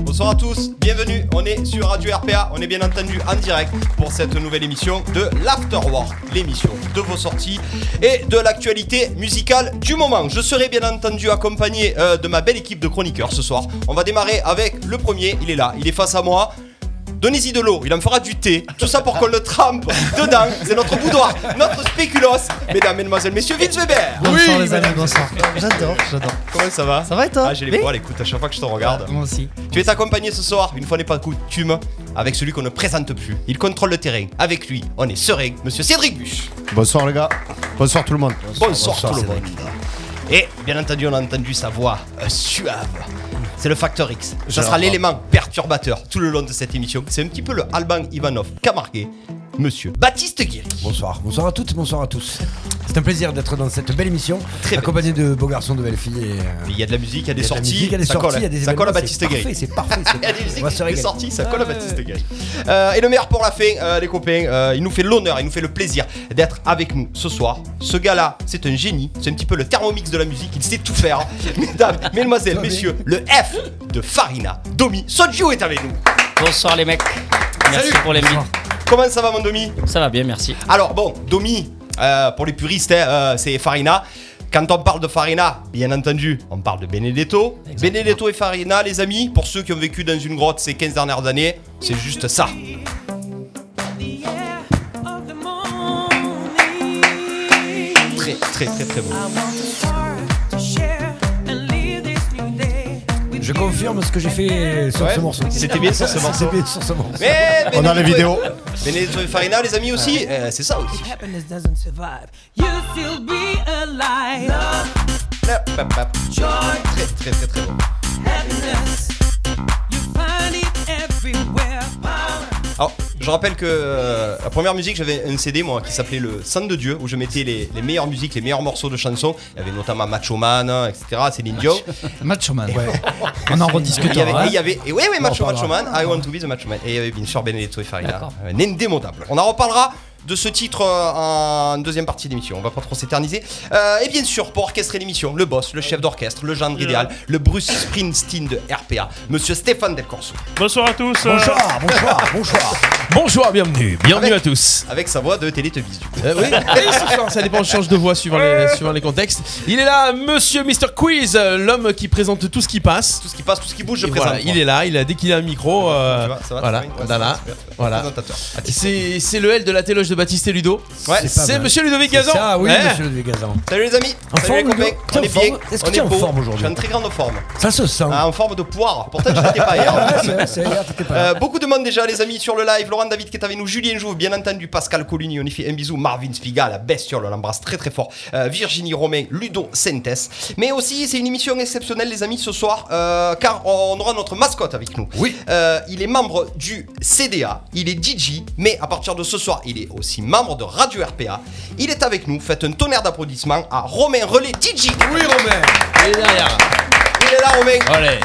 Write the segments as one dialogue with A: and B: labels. A: Bonsoir à tous, bienvenue, on est sur Radio RPA, on est bien entendu en direct pour cette nouvelle émission de l'Afterwork, l'émission de vos sorties et de l'actualité musicale du moment. Je serai bien entendu accompagné euh, de ma belle équipe de chroniqueurs ce soir. On va démarrer avec le premier, il est là, il est face à moi. Donnez-y de l'eau, il en fera du thé, tout ça pour qu'on le trempe dedans, c'est notre boudoir, notre spéculos. Mesdames, mesdemoiselles, messieurs, Vince Weber
B: Bonsoir les amis, bonsoir. J'adore, j'adore.
A: Comment ça va
B: Ça va et toi
A: Ah, j'ai les
B: Mais-
A: poils, écoute, à chaque fois que je te regarde.
B: Ah, Moi aussi.
A: Tu es accompagné ce soir, une fois n'est pas coutume, avec celui qu'on ne présente plus. Il contrôle le terrain. Avec lui, on est serein, monsieur Cédric Buche.
C: Bonsoir les gars, bonsoir tout le monde.
A: Bonsoir, tout le monde. Et bien entendu, on a entendu sa voix euh, suave. C'est le Factor X. Ça
D: ah.
A: sera l'élément perturbateur tout le long de cette émission. C'est un petit peu le Alban Ivanov qu'a marqué monsieur Baptiste Guiri.
D: Bonsoir, bonsoir à toutes, bonsoir à tous. C'est un plaisir d'être dans cette belle émission,
A: Très belle.
D: accompagné de beaux garçons, de belles filles. Et, euh,
A: Il y a de la musique, il y a des
D: il y a de la
A: sorties,
D: musique, il y a des
A: ça
D: sorties,
A: colle,
D: il y a des
A: ça colle à
D: événements,
A: Baptiste
D: c'est
A: Guiri.
D: parfait, C'est parfait,
A: Ah, Il y a des
D: c'est
A: musiques
D: on va se
A: qui
D: régaler.
A: sont sorties, ça colle à Baptiste Gay. Euh, et le meilleur pour la fin, euh, les copains, euh, il nous fait l'honneur, il nous fait le plaisir d'être avec nous ce soir. Ce gars-là, c'est un génie, c'est un petit peu le thermomix de la musique, il sait tout faire. hein. Mesdames, mesdemoiselles, messieurs, le F de Farina, Domi, Soju est avec nous.
E: Bonsoir les mecs. Merci
A: Salut.
E: pour l'invite.
A: Comment ça va mon Domi
E: Ça va bien, merci.
A: Alors bon, Domi, euh, pour les puristes, hein, euh, c'est Farina. Quand on parle de Farina, bien entendu, on parle de Benedetto. Benedetto et Farina, les amis, pour ceux qui ont vécu dans une grotte ces 15 dernières années, c'est juste ça. Très, très, très, très beau.
D: Je confirme ce que j'ai fait sur
A: Ouais,
D: ce morceau.
A: c'était bien sur ce morceau.
D: C'était bien sur ce morceau.
A: Mais
C: On a les
A: Benedetto-
C: vidéos.
A: Benedetto et Farina, les amis aussi, euh, c'est ça aussi.
F: Happiness doesn't survive. You'll still be alive. Love,
A: Pap, pap, pap.
F: joy,
A: Très, très, très, très beau.
F: happiness. You find it everywhere. Power.
A: Alors, je rappelle que euh, la première musique, j'avais un CD moi qui s'appelait le Sang de Dieu, où je mettais les, les meilleures musiques, les meilleurs morceaux de chansons. Il y avait notamment Macho Man, hein, etc. Céline Dion.
B: Macho Man. On en rediscutera.
A: Il y avait, et il y avait, et ouais, ouais, Macho,
D: On en
A: Macho Man,
D: reparlera.
A: I Want to Be the Macho Man. Et il y avait bien sûr Benedetto et Farina,
E: D'accord.
A: un indémodable. On en reparlera de ce titre euh, en deuxième partie d'émission. On va pas trop s'éterniser. Euh, et bien sûr, pour orchestrer l'émission, le boss, le chef d'orchestre, le gendre idéal, le Bruce Springsteen de RPA, Monsieur Stéphane Del Corso,
G: Bonsoir à tous. euh,
D: Bonsoir, bonsoir, bonsoir.
G: Bonjour, bienvenue. Bienvenue à tous.
A: avec sa voix de Télétubbies. Du coup.
G: Euh, oui, et ce soir, ça dépend, je change de voix suivant les, suivant les contextes. Il est là, monsieur Mr. Quiz, euh, l'homme qui présente tout ce qui passe.
A: Tout ce qui passe, tout ce qui bouge, je
G: Et
A: présente.
G: voilà, il est là, il a, dès qu'il a un micro. euh,
A: Tu vois, ça va,
G: voilà,
A: ça va, ouais, ça va,
G: voilà.
A: super, super.
G: voilà.
A: Présentateur. Ah, tiens.
G: C'est c'est le L de la téloge de Baptiste et Ludo.
A: Ouais.
D: C'est pas
G: C'est
D: mal.
G: monsieur Ludovic
D: C'est
G: Gazan.
D: Ça, oui,
G: Eh,
D: monsieur le Gazan.
A: Salut les amis,
D: En
A: salut les
D: forme,
A: copains,
D: Ludo
A: on
D: T'es en
A: est bien,
D: forme Est-ce que
A: on
D: t'es
A: est
D: en
A: beau,
D: forme aujourd'hui
A: je suis en très grande forme,
D: Ça se sent.
A: Ah, en forme de poire, pourtant je l'étais pas
D: Ouais,
A: hier.
D: c'est vrai, c'est vrai, t'étais pas là.
A: Euh, beaucoup de monde déjà les amis sur le live, Laurent David qui est avec nous, Julien Jouve, bien entendu, Pascal Coligny, on y fait un bisou, Marvin Spiga, la bestiole, on l'embrasse très très fort, Euh, Virginie Romain, Ludo Sentes, mais aussi c'est une émission exceptionnelle les amis ce soir, euh, car on aura notre mascotte avec nous.
D: Oui.
A: Euh, il est membre du CDA, il est DJ, mais à partir de ce soir, il est aussi membre de Radio RPA. Il est avec nous, faites un tonnerre d'applaudissements à Romain Relais DJ.
G: Oui, Romain. Il est derrière.
A: Il est là, Romain.
G: Allez.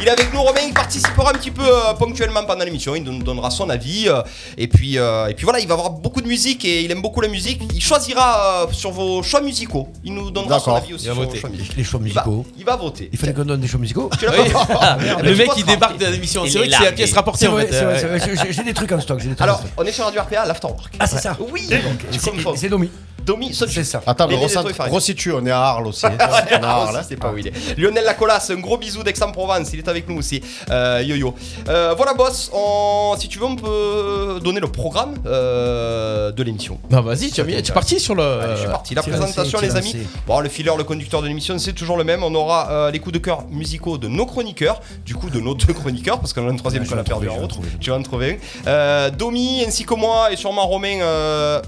A: Il est avec nous, Romain. Il participera un petit peu euh, ponctuellement pendant l'émission. Il nous donnera son avis. euh, et, puis, euh, et puis voilà, il va avoir beaucoup de musique et il aime beaucoup la musique. Il choisira euh, sur vos choix musicaux. Il nous donnera son
C: D'accord.
A: avis aussi
G: Il va
A: sur vos
G: voter.
A: choix musicaux.
D: Les choix
A: Il va,
D: musicaux.
A: il va voter.
D: Bah, Il fallait qu'on donne des choix musicaux.
A: Tu l'as
G: Oui. Ah,
A: pas Eh ben,
G: Le
A: tu
G: mec,
A: voteras.
G: il débarque de l'émission.
E: Il
G: C'est vrai
E: est
G: que c'est la
E: largué.
G: pièce rapportée
D: C'est
G: en
D: vrai,
G: fait.
D: c'est vrai,
G: euh,
D: c'est vrai. J'ai- j'ai- J'ai des trucs en stock. j'ai des trucs en
A: Alors,
D: stock.
A: on est sur Radio RPA, l'Afterwork.
D: Ah, c'est ça.
A: Oui, tu
D: C'est-
A: comprends.
D: C'est Domi.
A: Domi, saute.
D: C'est ça.
C: Attends, mais
A: Benedetto
C: recentre-
A: et Farina.
C: resitue, on est à Arles aussi. on est
A: Ouais,
C: à
A: ah,
C: Arles. hein.
A: aussi, c'est pas où il est. Lionel Lacolas, un gros bisou d'Aix-en-Provence, il est avec nous aussi. Euh, yo yo. Euh, voilà, boss, on- si tu veux, on peut donner le programme euh, de l'émission.
G: Non, vas-y, tu as mis- tu es parti sur le. euh,
A: Allez, je suis parti. La
D: t'es
A: présentation,
D: lancé,
A: les
D: t'es
A: amis.
D: lancé.
A: Bon, le fileur, le conducteur de l'émission, c'est toujours le même. On aura euh, les coups de cœur musicaux de nos chroniqueurs, du coup de nos deux chroniqueurs, parce qu'on en a un troisième
D: Ouais,
A: qu'on
D: je
A: a
D: vais en
A: perdu en
D: trouver, je vais en
A: route.
D: trouver.
A: Tu vas en trouver un. Euh, Domi, ainsi que moi, et sûrement Romain. euh,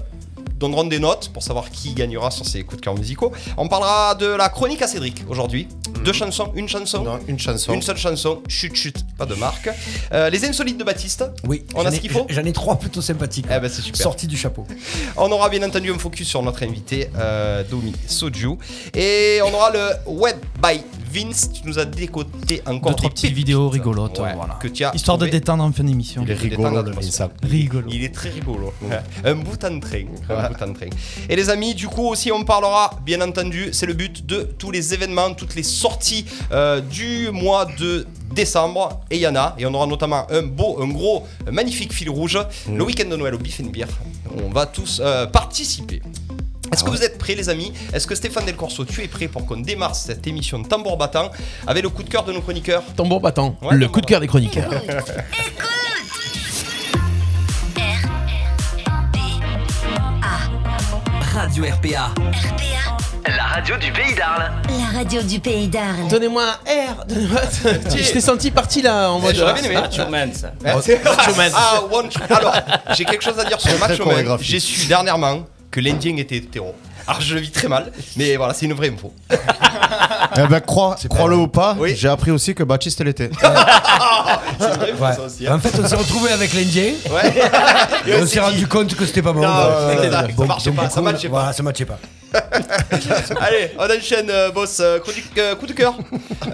A: donneront des notes pour savoir qui gagnera sur ces coups de cœur musicaux. On parlera de la chronique à Cédric aujourd'hui. Deux chansons, une chanson.
C: Non, une chanson.
A: Une seule chanson, chut chut, pas de marque. Euh, les insolites de Baptiste.
D: Oui.
A: On a
D: j'en ai-
A: ce qu'il faut
D: J'en ai trois plutôt sympathiques.
A: Eh ben c'est super.
D: Sorti du chapeau.
A: On aura bien entendu un focus sur notre invité euh, Domi Soju et on aura le Web by Vince, tu nous as décoté encore
B: Deux, trois
A: des
B: petites
A: pépites
B: vidéos rigolotes.
A: Ouais,
B: voilà.
A: que tu as
B: Histoire de
A: trouvées.
B: détendre en fin d'émission.
C: Il est rigolo, le Vincent.
B: Rigolo.
A: Il est très rigolo. Un bout en train. Un bout en train. Et les amis, du coup aussi on parlera, bien entendu, c'est le but de tous les événements, toutes les sorties euh, du mois de décembre. Et il y en a. Et on aura notamment un beau, un gros, un magnifique fil rouge.
C: Mm.
A: Le week-end de Noël au Beef and Beer. On va tous euh, participer. Est-ce
C: Ah
A: que vous êtes prêts les amis Est-ce que Stéphane Del Corso, tu es prêt pour qu'on démarre cette émission de tambour battant avec le coup de cœur de nos chroniqueurs
G: Tambour battant,
A: Ouais,
G: le
A: tambour
G: coup de cœur des chroniqueurs.
F: Radio RPA.
H: La radio du pays d'Arles.
I: La radio du pays d'Arles.
G: Donnez-moi un R. donnez-moi- Je t'ai senti parti là en
A: Eh,
G: mode. euh,
A: j'aurais bien aimé.
E: Schumann, Ah, ça.
A: Hein, c'est- Ah, One Tree- Alors, j'ai quelque chose à dire sur le
C: Très
A: match. Omen.
C: chorégraphique.
A: J'ai su dernièrement que l'Indien était hétéro. Alors, je le vis très mal, mais voilà, c'est une vraie info.
C: Eh ben, crois, crois-le ou pas,
A: Oui. Ah,
C: j'ai appris aussi que Baptiste l'était.
A: C'est une vraie info,
D: Ouais.
A: ça aussi.
D: En
A: hein.
D: fait, on s'est retrouvé avec l'Indien
A: Ouais. Et
D: et on
A: s'est
D: s'est
A: dit-
D: rendu compte que c'était pas bon.
A: Non,
D: Voilà.
A: c'est ça, ça
D: Bon,
A: marchait
D: donc,
A: pas,
D: du
A: ça
D: coup,
A: matchait
D: voilà, ça matchait pas.
A: Allez, on enchaîne, euh, boss. euh, chronique- euh, coup de cœur.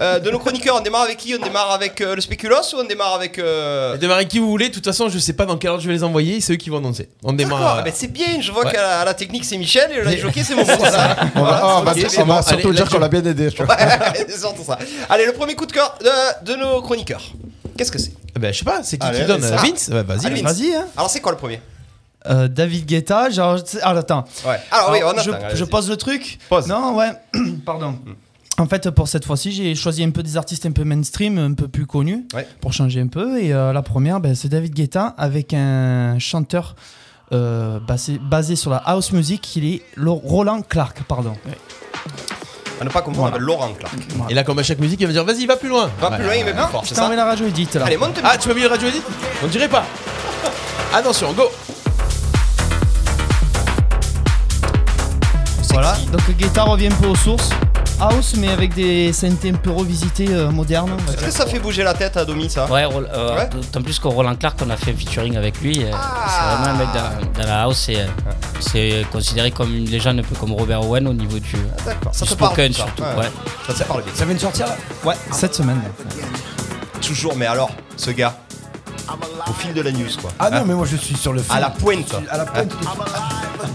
A: Euh, de nos chroniqueurs, on démarre avec qui On démarre avec euh, le Spéculos ou on démarre avec. euh,
G: Démarrez qui vous voulez, de toute façon, je sais pas dans quelle ordre je vais les envoyer, c'est eux qui vont annoncer. On
A: D'accord,
G: démarre. euh,
A: ah ben, c'est bien, je vois
G: Ouais.
A: qu'à la, à la technique c'est Michel et le jockey c'est mon fils.
C: On va, ah, bah,
A: c'est
C: on va surtout
G: allez,
C: dire
G: là,
C: qu'on l'a bien aidé. tu vois.
A: c'est surtout ça. Allez, le premier coup de cœur de, de nos chroniqueurs. Qu'est-ce que c'est
G: Ah ben, je sais pas, c'est qui
A: Allez,
G: qui donne
A: c'est ça.
G: Vince Ouais, Vas-y.
A: Allez,
G: Vince.
B: Vas-y, hein.
A: Alors, c'est quoi le premier
B: Euh, David Guetta, genre. tu sais- Ah, attends.
A: Ouais. Alors, oui, on attend.
B: je,
A: allez,
B: je
A: vas-y.
B: pose le truc.
A: Pose.
B: Non, ouais. Pardon. En fait, pour cette fois-ci, j'ai choisi un peu des artistes un peu mainstream, un peu plus connus,
A: Ouais.
B: pour changer un peu. Et euh, la première, ben, c'est David Guetta avec un chanteur euh, basé, basé sur la house music, il est Lo- Roland Clark, pardon.
A: À ne pas confondre
B: Voilà.
A: avec Laurent Clark.
G: Et là, comme à chaque musique, il va dire vas-y, va plus loin.
A: Va
G: Ouais.
A: plus loin, il met plus fort,
B: Je
A: c'est
B: t'ai
A: ça
B: enlevé la radio édite là.
A: Allez, monte
G: Ah, tu m'as mis le radio edit On dirait pas. Attention, go
B: voilà. Donc Guetta revient un peu aux sources. House, mais avec des synthés un peu revisités euh, modernes. on va
A: Est-ce
B: dire.
A: que ça fait bouger la tête à Domi, ça
E: Ouais, Rol- euh,
A: Ouais.
E: d'autant plus que Roland Clark, on a fait un featuring avec lui. euh,
A: Ah.
E: C'est vraiment un mec dans, dans la house et euh, c'est considéré comme une légende, un peu comme Robert Owen au niveau du,
A: D'accord, ça
E: du
A: te parle.
E: spoken
A: ça.
E: surtout.
A: Ouais.
E: ouais.
A: Ça te parle bien.
D: Ça vient de sortir là
B: Ouais, cette semaine.
A: Toujours, mais alors, ce gars, au fil de la news, quoi.
D: Ah non, mais moi je suis sur le fil.
A: À la pointe.
E: Ah,
D: À la pointe.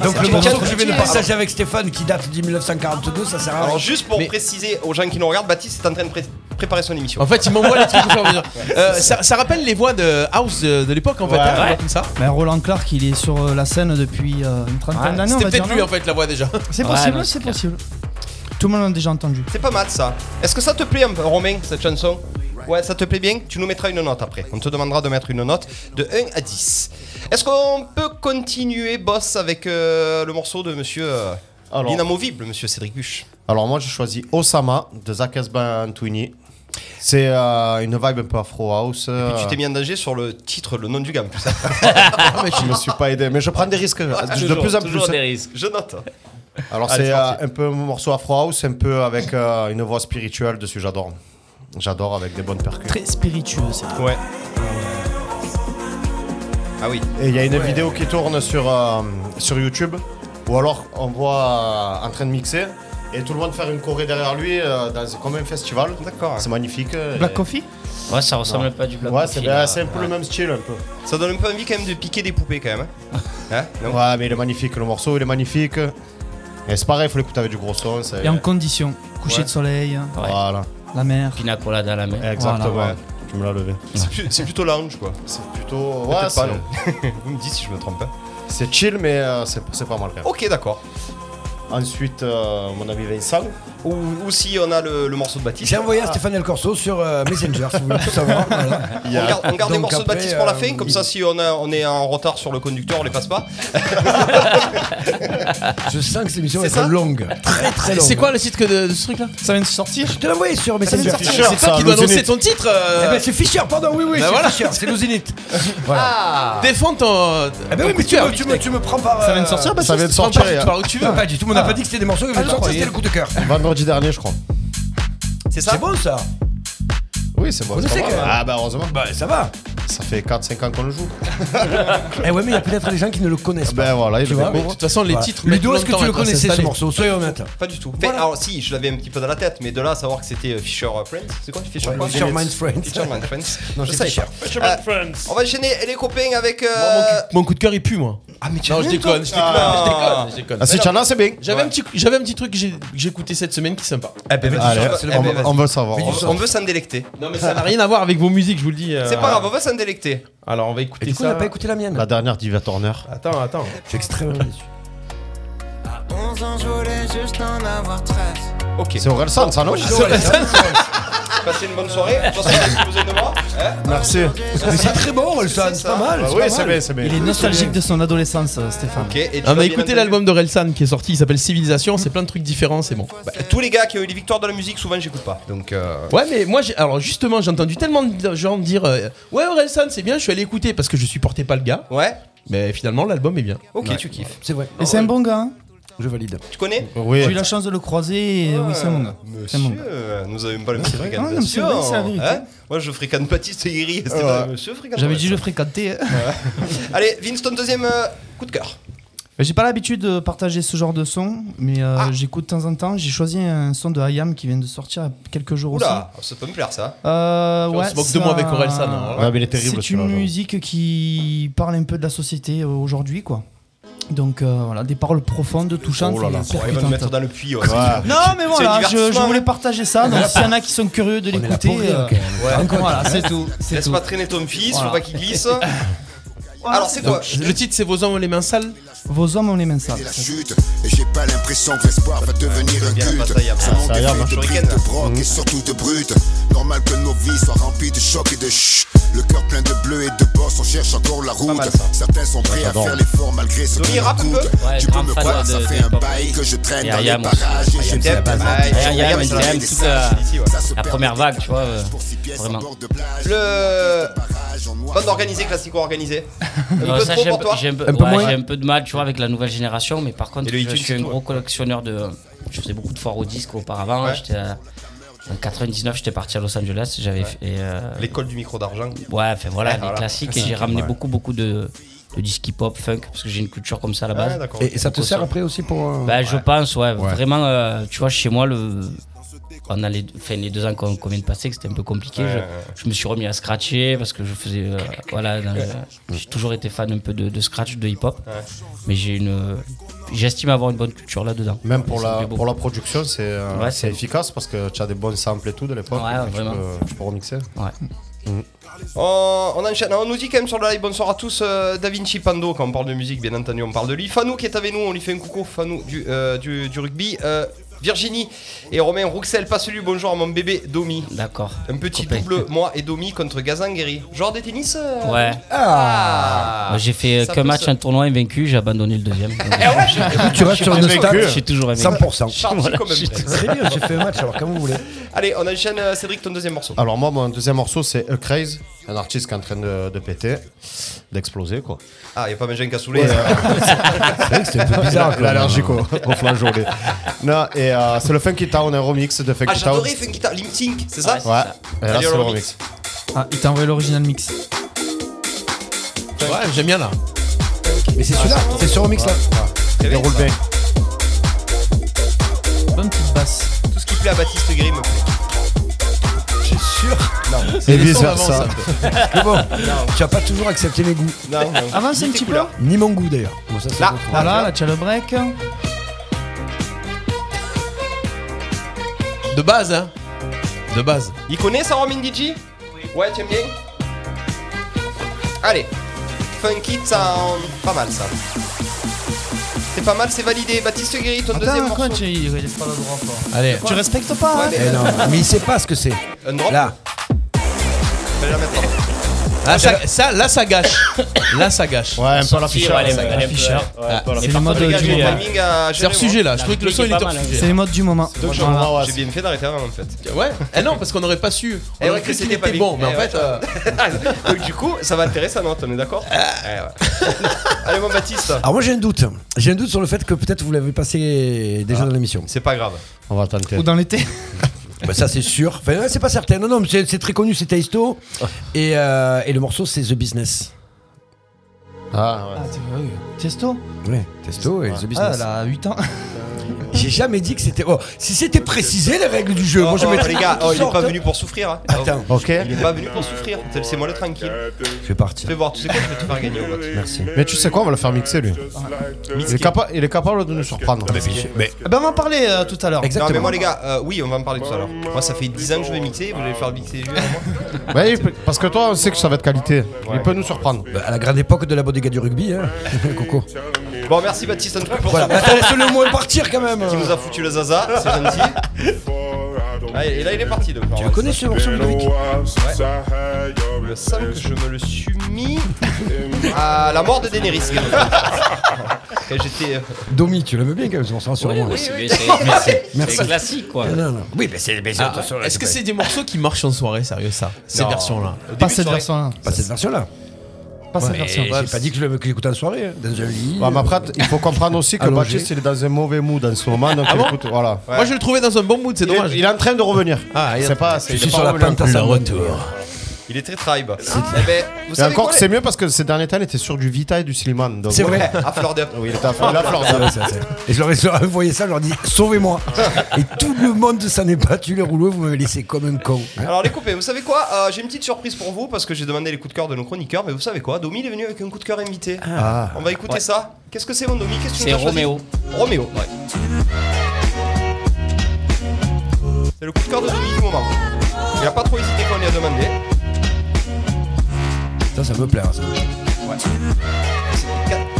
B: Donc
D: Le morceau que je vais
B: nous
D: le partager avec Stéphane qui date de 1942, ça sert à rien.
A: Alors, juste pour
G: Mais-
A: préciser aux gens qui nous regardent, Baptiste est en train de pré- préparer son émission.
G: En fait, il m'envoie les trucs au fur et à mesure. Euh, ça, ça rappelle les voix de House de, de l'époque, en fait.
C: Ouais.
G: hein,
E: Ouais.
G: comme ça.
B: Mais Roland Clark, il est sur euh, la scène depuis euh, une trentaine d'années. on
G: C'était
B: va
G: peut-être
B: dire,
G: lui,
B: non
G: en fait, la voix déjà.
B: C'est
E: Ouais,
B: possible,
E: non,
B: c'est
E: c'est clair.
B: possible. Tout le monde l'a déjà entendu.
A: C'est pas mal, ça. Est-ce que ça te plaît, un peu, Romain, cette chanson Ouais, ça te plaît bien Tu nous mettras une note après. On te demandera de mettre une note de 1 à 10. Est-ce qu'on peut continuer, boss, avec euh, le morceau de monsieur. euh,
C: Alors.
A: L'inamovible, monsieur Cédric Buche.
C: Alors, moi, j'ai choisi Osama de Zach Esban Twini. C'est euh, une vibe un peu afro house. euh,
A: Tu t'es mis en danger sur le titre, le nom du gamme.
C: Je me suis pas aidé, euh, mais je prends des risques
A: Ah,
C: euh, de plus en plus.
E: risques.
A: Je note.
C: Alors
A: Allez,
C: c'est
A: c'est parti.
C: euh, un peu un morceau afro house, un peu avec euh, une voix spirituelle dessus, j'adore. J'adore avec des bonnes percussions.
B: Très spiritueux, c'est
A: Ouais. Ah oui.
C: Et il y a une vidéo qui tourne sur, euh, sur YouTube, ou alors on voit euh, en train de mixer, et tout le monde faire une choré derrière lui, euh, dans- comme un festival.
A: D'accord.
C: C'est magnifique. euh,
B: Black
C: et-
B: Coffee
E: Ouais, ça ressemble
C: Non.
E: pas à du Black
C: Ouais,
E: Coffee,
C: c'est
E: là.
C: ben, c'est un peu le même style un peu.
A: Ça donne un peu envie quand même de piquer des poupées quand même. hein. Hein Non
C: Ouais, mais il est magnifique, le morceau il est magnifique. Et c'est pareil, il faut l'écouter avec du gros son. c'est-
B: Et en condition. Coucher
C: Ouais.
B: de soleil, hein,
E: Ouais.
C: Voilà,
B: la mer.
E: Pina colada à la main.
C: exactement.
A: Voilà.
C: Tu me l'as levé.
A: C'est plus- C'est plutôt lounge quoi.
C: C'est plutôt. Ouais,
A: Peut-être pas,
C: c'est-
A: non. Vous me dites si je me trompe pas.
C: c'est chill, mais euh, c'est c'est pas mal quand même.
A: Ok, d'accord.
C: Ensuite, euh, mon ami Vincent.
A: Ou, ou si on a le, le morceau de Baptiste.
D: J'ai envoyé à Stéphane El Corso sur euh, Messenger si vous voulez tout savoir. voilà.
A: On garde, on garde les
D: Donc
A: morceaux de
D: après,
A: Baptiste pour la
D: euh,
A: fin, comme
D: il-
A: ça si on, a- on est en retard sur le conducteur, on les passe pas.
D: Je sens que cette émission
A: C'est
D: va
A: ça
D: être longue. Très très longue.
G: C'est quoi le titre que de, de ce truc là
B: Ça vient de sortir
D: Je te l'ai envoyé sur Messenger.
C: sortir.
G: C'est toi
C: ça,
G: qui dois
C: le
G: annoncer
C: Zénith.
G: ton titre
D: Eh
G: euh,
D: ben, c'est Fischer, pardon, oui, oui,
G: Bah
D: c'est
G: voilà.
D: Fischer, c'est l'Ozinite. voilà.
A: Ah
G: Défends ton.
D: Eh ben oui, mais tu me, tu, me, tu me prends par.
B: Ça vient de
D: euh,
B: sortir
C: Ça vient de
G: Prends
C: sortir
G: bah, pas-
C: il y a-
G: tu parles où
B: hein.
G: tu veux.
D: Non, pas du tout, mais on n'a pas dit que c'était des morceaux que je
G: Ah, non,
D: sortir,
G: oui.
D: c'était le coup de cœur.
C: vendredi dernier, je crois.
A: C'est ça
D: C'est bon ça
C: Oui, c'est bon.
D: Vous
C: c'est
D: savez
C: pas mal.
D: que-
C: Ah bah heureusement.
D: Bah ça va.
C: Ça fait 4-5 ans qu'on le joue.
D: Eh ouais, mais il y a peut-être des gens qui ne le connaissent pas.
C: Ben voilà, il
D: Tu
C: le
D: vois
G: Mais de toute façon, les
D: Voilà.
G: titres.
D: Ludo,
G: mettent
D: est-ce que
G: longtemps
D: tu
G: à
D: le
G: être
D: connaissais ce
G: installés.
D: morceau Soyons honnêtes.
A: Pas du tout. Enfin, Alors si, je l'avais un petit peu dans la tête, mais de là à savoir que c'était euh, Fisher euh, Friends, c'est quoi Fisher
D: Ouais,
A: quoi
D: Fisher Minds Friends.
A: Fisher Minds Friends.
D: Non,
A: je
D: c'est
A: savais
D: Fisher.
A: pas. Euh, On va enchaîner les copains avec. euh,
G: Mon coup- Mon coup de cœur, il pue, moi.
A: Ah mais tu
G: Non,
A: as
G: je
A: vu,
G: déconne, je
A: toi
G: déconne,
A: Ah.
G: je déconne, je déconne.
C: Ah, si tu en as, c'est bien.
G: J'avais
A: Ouais.
G: un petit, j'avais un petit truc que j'ai que j'ai écouté cette semaine qui est sympa.
A: Eh ben, vas-y,
C: Allez,
A: je- eh ben,
C: on,
A: vas-y.
C: on veut savoir.
A: On- on veut s'en délecter.
G: Non mais ça n'a Ah, rien à voir avec vos musiques, je vous le dis. euh,
A: C'est pas grave, on veut s'en délecter.
G: Alors on va
D: Et
G: écouter
D: du coup, on
G: ça.
D: n'a pas écouté la mienne.
C: La dernière d'Iva Turner.
G: Attends, attends.
D: Je suis extrêmement déçu.
A: Ok.
C: C'est Orelsan, ça non
A: Passez une bonne soirée. De toute façon, si vous avez besoin de moi, hein,
C: Merci.
D: Mais c'est très bon, Orelsan, c'est pas mal.
C: Bah
D: c'est
C: oui,
D: pas
C: c'est
D: mal.
C: bien, c'est
B: Il
C: bien.
B: est nostalgique de son adolescence, euh, Stéphane.
A: ok, et tu
G: On
A: vas
G: a
A: bien
G: écouté
A: entendu.
G: l'album de Relsan qui est sorti, il s'appelle Civilisation, c'est plein de trucs différents, c'est bon.
A: Bah, tous les gars qui ont eu les victoires de la musique, souvent j'écoute pas. Donc euh,
G: Ouais mais moi j'ai alors justement, j'ai entendu tellement de gens me dire euh, "Ouais, Relsan, c'est bien, je suis allé écouter parce que je supportais pas le gars."
A: ouais.
G: Mais finalement l'album est bien.
A: Ok, tu kiffes.
D: C'est vrai.
B: Et c'est un bon gars. hein.
D: Je valide.
A: Tu connais
C: Oui.
B: J'ai eu la chance de le croiser. et euh, Oui, c'est un bon gars. C'est un bon gars.
A: Ah, Monsieur, euh, nous avons pas le même
B: vrai. Ah, non, mais c'est vrai, c'est la vérité.
A: Hein Moi, je fréquente Baptiste Guéry. c'est pas le Monsieur fréquente.
B: J'avais
A: pas
B: dû
A: ça.
B: le fréquenter. hein.
A: Allez, Winston, deuxième euh, coup de cœur.
B: Mais J'ai pas l'habitude de partager ce genre de son, mais euh,
A: Ah.
B: j'écoute de temps en temps. J'ai choisi un son de Hayam qui vient de sortir il y a quelques jours
A: Oula, ça peut me plaire ça.
B: aussi. Euh,
G: On
B: ouais,
G: se moque de
B: ça-
G: moi avec Orelsan, hein, voilà.
C: Ouais, mais il est terrible
B: C'est une
C: celui-là. j'avoue.
B: musique qui parle un peu de la société euh, aujourd'hui, quoi. Donc euh, voilà, des paroles profondes, touchantes,
C: Oh là là,
B: et
A: il va me mettre
B: percutantes.
A: dans le puits. ouais.
C: Ouais.
B: Non, mais voilà,
A: C'est
B: je, je
A: divertissement,
B: voulais
A: hein.
B: partager ça. Donc s'il y en a qui sont curieux de
D: On est là pour
B: l'écouter,
D: rire,
B: euh,
D: quand même.
B: ouais, donc voilà, c'est tout. C'est
A: Laisse
B: tout.
A: pas traîner ton fils,
B: Voilà.
A: faut pas qu'il glisse. Alors, c'est quoi
G: Le titre c'est Vos hommes ont les mains sales.
B: Vos hommes, on les mains sales.
J: la chute Et j'ai pas l'impression que l'espoir va devenir un
A: bien
B: bah,
A: la
J: culte
A: bataille après.
J: Ce
A: Ah,
J: monde
C: ça hein. a
J: est
C: l'air
J: fait de
A: marche
J: briques,
A: week-end.
J: de brocs et surtout de brutes Normal que nos vies soient remplies de chocs et de chut Le cœur plein de bleu et de boss, on cherche encore la route
A: mal, ça.
J: Certains sont prêts à
C: j'adore.
J: faire l'effort malgré ce
A: Tony,
J: qui leur
A: rappe un peu.
J: coûte
E: Ouais,
J: Tu peux
E: grand
J: me
E: fan
J: croire,
E: de-
J: ça
E: de
J: fait un
E: hip-hop.
J: bail que je traîne
E: Et
J: dans les
E: Ayam aussi.
J: parages Et j'aime
A: Ayam,
J: ça pas
A: Ayam,
J: mentir,
A: Ayam,
J: j'aime
A: Ayam,
J: ça
A: Ayam,
J: des
A: toute
J: sages.
A: la- ici, ouais.
J: Ça se
E: la
J: permet
E: première
J: des
E: vague, tu vois,
J: craquages
E: euh,
J: pour six pièces en
E: vraiment.
J: bord de plage.
A: Le-
J: Des parages en noir.
A: Bande organisée, classico organisée. Un
E: Non,
A: peu
E: Euh, ça,
A: trop
E: j'ai un
A: pour
E: peu-
A: toi
E: j'ai un peu,
D: Un peu
E: ouais,
D: moins.
E: j'ai un peu de mal, tu vois, avec la nouvelle génération, mais par contre,
A: Et le
E: je
A: iTunes,
E: suis un
A: c'est tout,
E: gros collectionneur de. Je faisais beaucoup de foires au disque auparavant.
A: Ouais.
E: J'étais à- en 99, j'étais parti à Los Angeles. J'avais fait. et, euh,
A: L'école du micro d'argent.
E: Ouais, enfin voilà,
A: Ah,
E: les
A: voilà.
E: classiques. Et j'ai ramené beaucoup, beaucoup de, de disques hip-hop, funk, parce que j'ai une culture comme ça à la
A: Ah,
E: base.
A: d'accord.
D: Et ça te sert après aussi pour. euh,
E: Bah, je pense, ouais. Vraiment, euh, tu vois, chez moi, le... pendant les, enfin, les deux ans qu'on qu'on vient de passer, que c'était un peu compliqué,
A: Ouais,
E: je-
A: ouais.
E: je, me suis remis à scratcher parce que je faisais. euh, voilà, dans le- j'ai toujours été fan un peu de, de scratch, de hip-hop. Mais j'ai une. J'estime avoir une bonne culture là-dedans.
C: Même pour
E: Ça me
C: la,
E: plaît beaucoup.
C: pour la production, c'est euh,
E: Ouais,
C: c'est
E: c'est-
C: efficace parce que tu as des bonnes samples et tout de l'époque.
E: Ouais,
C: donc tu,
E: vraiment.
C: peux, tu peux remixer.
E: Ouais.
A: On, on enchaîne. On nous dit quand même sur le live bonsoir à tous. euh, da Vinci Pando, quand on parle de musique, bien entendu, on parle de lui. Fanou qui est avec nous, on lui fait un coucou. Fanou du, euh, du, du rugby. Euh, Virginie et Romain Rouxel, passe lui bonjour à mon bébé Domi.
E: D'accord.
A: Un petit
E: Copain.
A: double, moi et Domi contre Gazan Guéry. Genre des tennis euh,
E: Ouais.
A: Ah.
E: Moi, j'ai fait euh,
A: Ça
E: qu'un
A: peut
E: match,
A: se-
E: un tournoi invaincu, j'ai abandonné le deuxième. Donc,
A: Eh ouais, j'ai-
D: Tu restes sur une stat
E: je suis toujours aimé.
D: 100%.
A: Charles,
E: Voilà,
A: comme un
E: je-
A: prêtre.
D: Très bien, j'ai fait un match, alors comme vous voulez.
A: Allez, on enchaîne euh, Cédric ton deuxième morceau.
C: Alors, moi, mon deuxième morceau, c'est A Craze, un artiste qui est en train de, de péter, d'exploser quoi.
A: Ah, y a pas Benjamin Cassoulet. euh,
D: C'est un peu bizarre. quoi.
C: L'allergie quoi, au flageolet. Non, et euh, c'est le Funky Town, un remix de
A: Ah,
C: Funky Town.
A: j'adorais Funky Town, Limp Sync, c'est ça
E: Ouais,
C: Ouais, et là
A: Allez,
C: c'est
A: on
C: le
A: le
C: remix.
B: Ah, il t'a envoyé l'original mix.
G: Ouais, j'aime bien là.
D: Mais c'est celui-là, c'est sur remix là.
A: Il y avait
C: Déroule bien.
B: Bonne petite basse.
A: Tout ce qui plaît à Baptiste Gris me plaît.
D: C'est sûr.
C: Et
G: les
C: vice
G: sons d'avant,
C: versa.
D: Mais bon, tu as pas toujours accepté mes goûts,
A: Non, non.
B: Avance un
A: Tes
B: petit peu.
A: couleurs.
D: ni mon goût d'ailleurs. Bon, ça, c'est
A: Là.
D: autre chose.
B: Voilà, là, tu as le break.
G: De base hein. De base.
A: Il connaît ça, Romin DJ Ouais, tu aimes bien Allez, Funky Town, pas mal ça. C'est pas mal, c'est validé. Baptiste Gris, ton deuxième
B: Attends,
A: morceau.
B: quoi, tu il est pas le droit, quoi.
G: Allez.
B: Tu respectes pas, hein
A: Ouais,
D: Eh non, mais il sait pas ce que c'est.
A: mais- Un drop,
D: Là,
A: fallait la mettre.
G: Ah, ça, ça- là ça gâche. Là ça gâche.
C: Ouais, un peu
E: Si, ouais, elle est-
C: l'affichage.
E: elle est-
G: Ah,
B: C'est les modes
A: Les
B: du
A: gars, j'ai
E: euh,
B: moment.
A: le hein. timing à
G: C'est
A: gérer,
G: hors sujet
A: moi.
G: là, je trouvais que le son il
E: rythmique est
G: était
E: hein.
G: hors
E: pas mal,
B: C'est
G: sujet.
B: les modes du moment. Voilà.
C: Ouais, ouais,
A: J'ai bien fait d'arrêter avant en fait.
G: Ouais, eh non, parce qu'on aurait pas su. On
A: Et
G: aurait
A: ouais,
G: cru
A: que
G: qu'il
A: c'était pas
G: était bon,
A: lui.
G: mais en
A: Eh ouais.
G: fait. euh,
A: Donc du coup, ça va intéresser sa note, on est d'accord
D: Ah.
A: Ouais, ouais. Allez, mon Baptiste.
D: alors moi j'ai un doute. J'ai un Ah. doute sur le fait que peut-être vous l'avez passé déjà dans l'émission.
A: C'est pas grave.
C: On va tenter.
B: Ou dans l'été.
D: Bah, ça c'est sûr. Enfin, ouais, c'est pas certain. Non, non, mais c'est c'est très connu, c'est Taisto. Et, euh, et le morceau c'est The Business.
C: Ah
B: Testo
D: Ouais, Testo et The
B: Ah,
D: Business.
B: elle a 8 ans.
D: J'ai jamais dit que c'était. Oh, si c'était précisé les règles du jeu,
A: Oh,
D: Euh, moi je
A: oh,
D: mettrais-
A: les gars, oh, il est
D: Sorte.
A: pas venu pour souffrir. hein.
D: Attends,
C: Ok.
A: Il est pas venu pour souffrir. Laissez-moi le tranquille.
D: je vais partir.
A: Fais voir, tu sais quoi, je vais te faire gagner. au vote.
D: Merci.
C: Mais tu sais quoi, on va le faire mixer lui. Il est, capa- il est capable de nous surprendre.
B: Ah, bah, on va en parler euh, tout à l'heure.
D: Exact.
A: Non, mais
D: Exactement.
A: moi, les gars, euh, oui, on va en parler tout à l'heure. Moi, ça fait 10 ans que je vais mixer. Vous allez faire mixer juste à moi
C: Ouais, il peut- parce que toi, on sait que ça va être qualité. Il peut nous surprendre.
D: Bah, à la grande époque de la bodega du rugby, hein. Coco.
A: Bon, merci Baptiste en tout cas pour
D: Voilà.
A: ça.
D: Mais Attends, laisse-le au moins partir quand même.
A: Qui nous a foutu le zaza, c'est gentil. Ah, et là, il est parti de
D: Tu le connais ce morceau, Ludovic
A: Il me semble que je me le suis mis à la mort de Daenerys. Quand j'étais. euh,
D: Domi, tu l'aimes bien quand même ce morceau,
E: Ouais,
D: sûrement.
E: ouais, c'est- c'est- mais c'est-
D: Merci.
E: C'est classique, quoi.
D: Non, non. Oui, mais c'est. mais c'est-
G: Ah,
D: attention, là,
G: Est-ce que
D: pas-
G: c'est des morceaux qui marchent en soirée, sérieux, ça Ces
D: Non.
G: versions-là
A: au début
B: Pas
A: de
B: cette
A: soirée.
B: version-là.
D: Pas cette version-là.
B: Pas cette
D: Mais
B: version. Bah,
D: J'ai pas dit que je l'aimais- que j'écoutais en soirée, hein. dans un lit.
C: Ouais, mais après, il faut comprendre aussi que
D: Allongé.
C: Baptiste, il est dans un mauvais mood en ce moment. Donc il écoute, voilà.
G: Moi, je le trouvais dans un bon mood, c'est
C: Il est,
G: Ah, dommage.
C: il est en train de revenir.
G: Ah, il est-
C: c'est pas, c'est,
D: je
C: il est
D: suis
C: pas
D: sur la
C: revenu
D: plante à
C: encore.
D: sa retour.
A: Il est très tribe. Eh ben, vous
C: Et
A: savez
C: encore,
A: quoi,
C: c'est mieux parce que ces derniers temps, il était sur du Vita et du Silman. donc-
D: C'est vrai.
A: les- À fleur de.
C: Oui, il était à fond. Il a fleur
D: Ouais, ça, c'est- Et je leur ai je leur ai envoyé ça, je leur ai dit sauvez-moi. Et tout le monde s'en est battu les rouleaux, vous m'avez laissé comme un con. Hein,
A: Alors les coupés, vous savez quoi Euh, J'ai une petite surprise pour vous parce que j'ai demandé les coups de cœur de nos chroniqueurs, mais vous savez quoi Domi il est venu avec un coup de cœur invité. On va écouter ça. Qu'est-ce que c'est mon Domi Qu'est-ce que tu
E: C'est
A: nous as choisi
E: Roméo.
A: Roméo, ouais. C'est le coup de cœur de Domi du moment. Il a pas trop hésité quand on lui a demandé.
D: Ça, ça me plaît. ça.
A: C'est-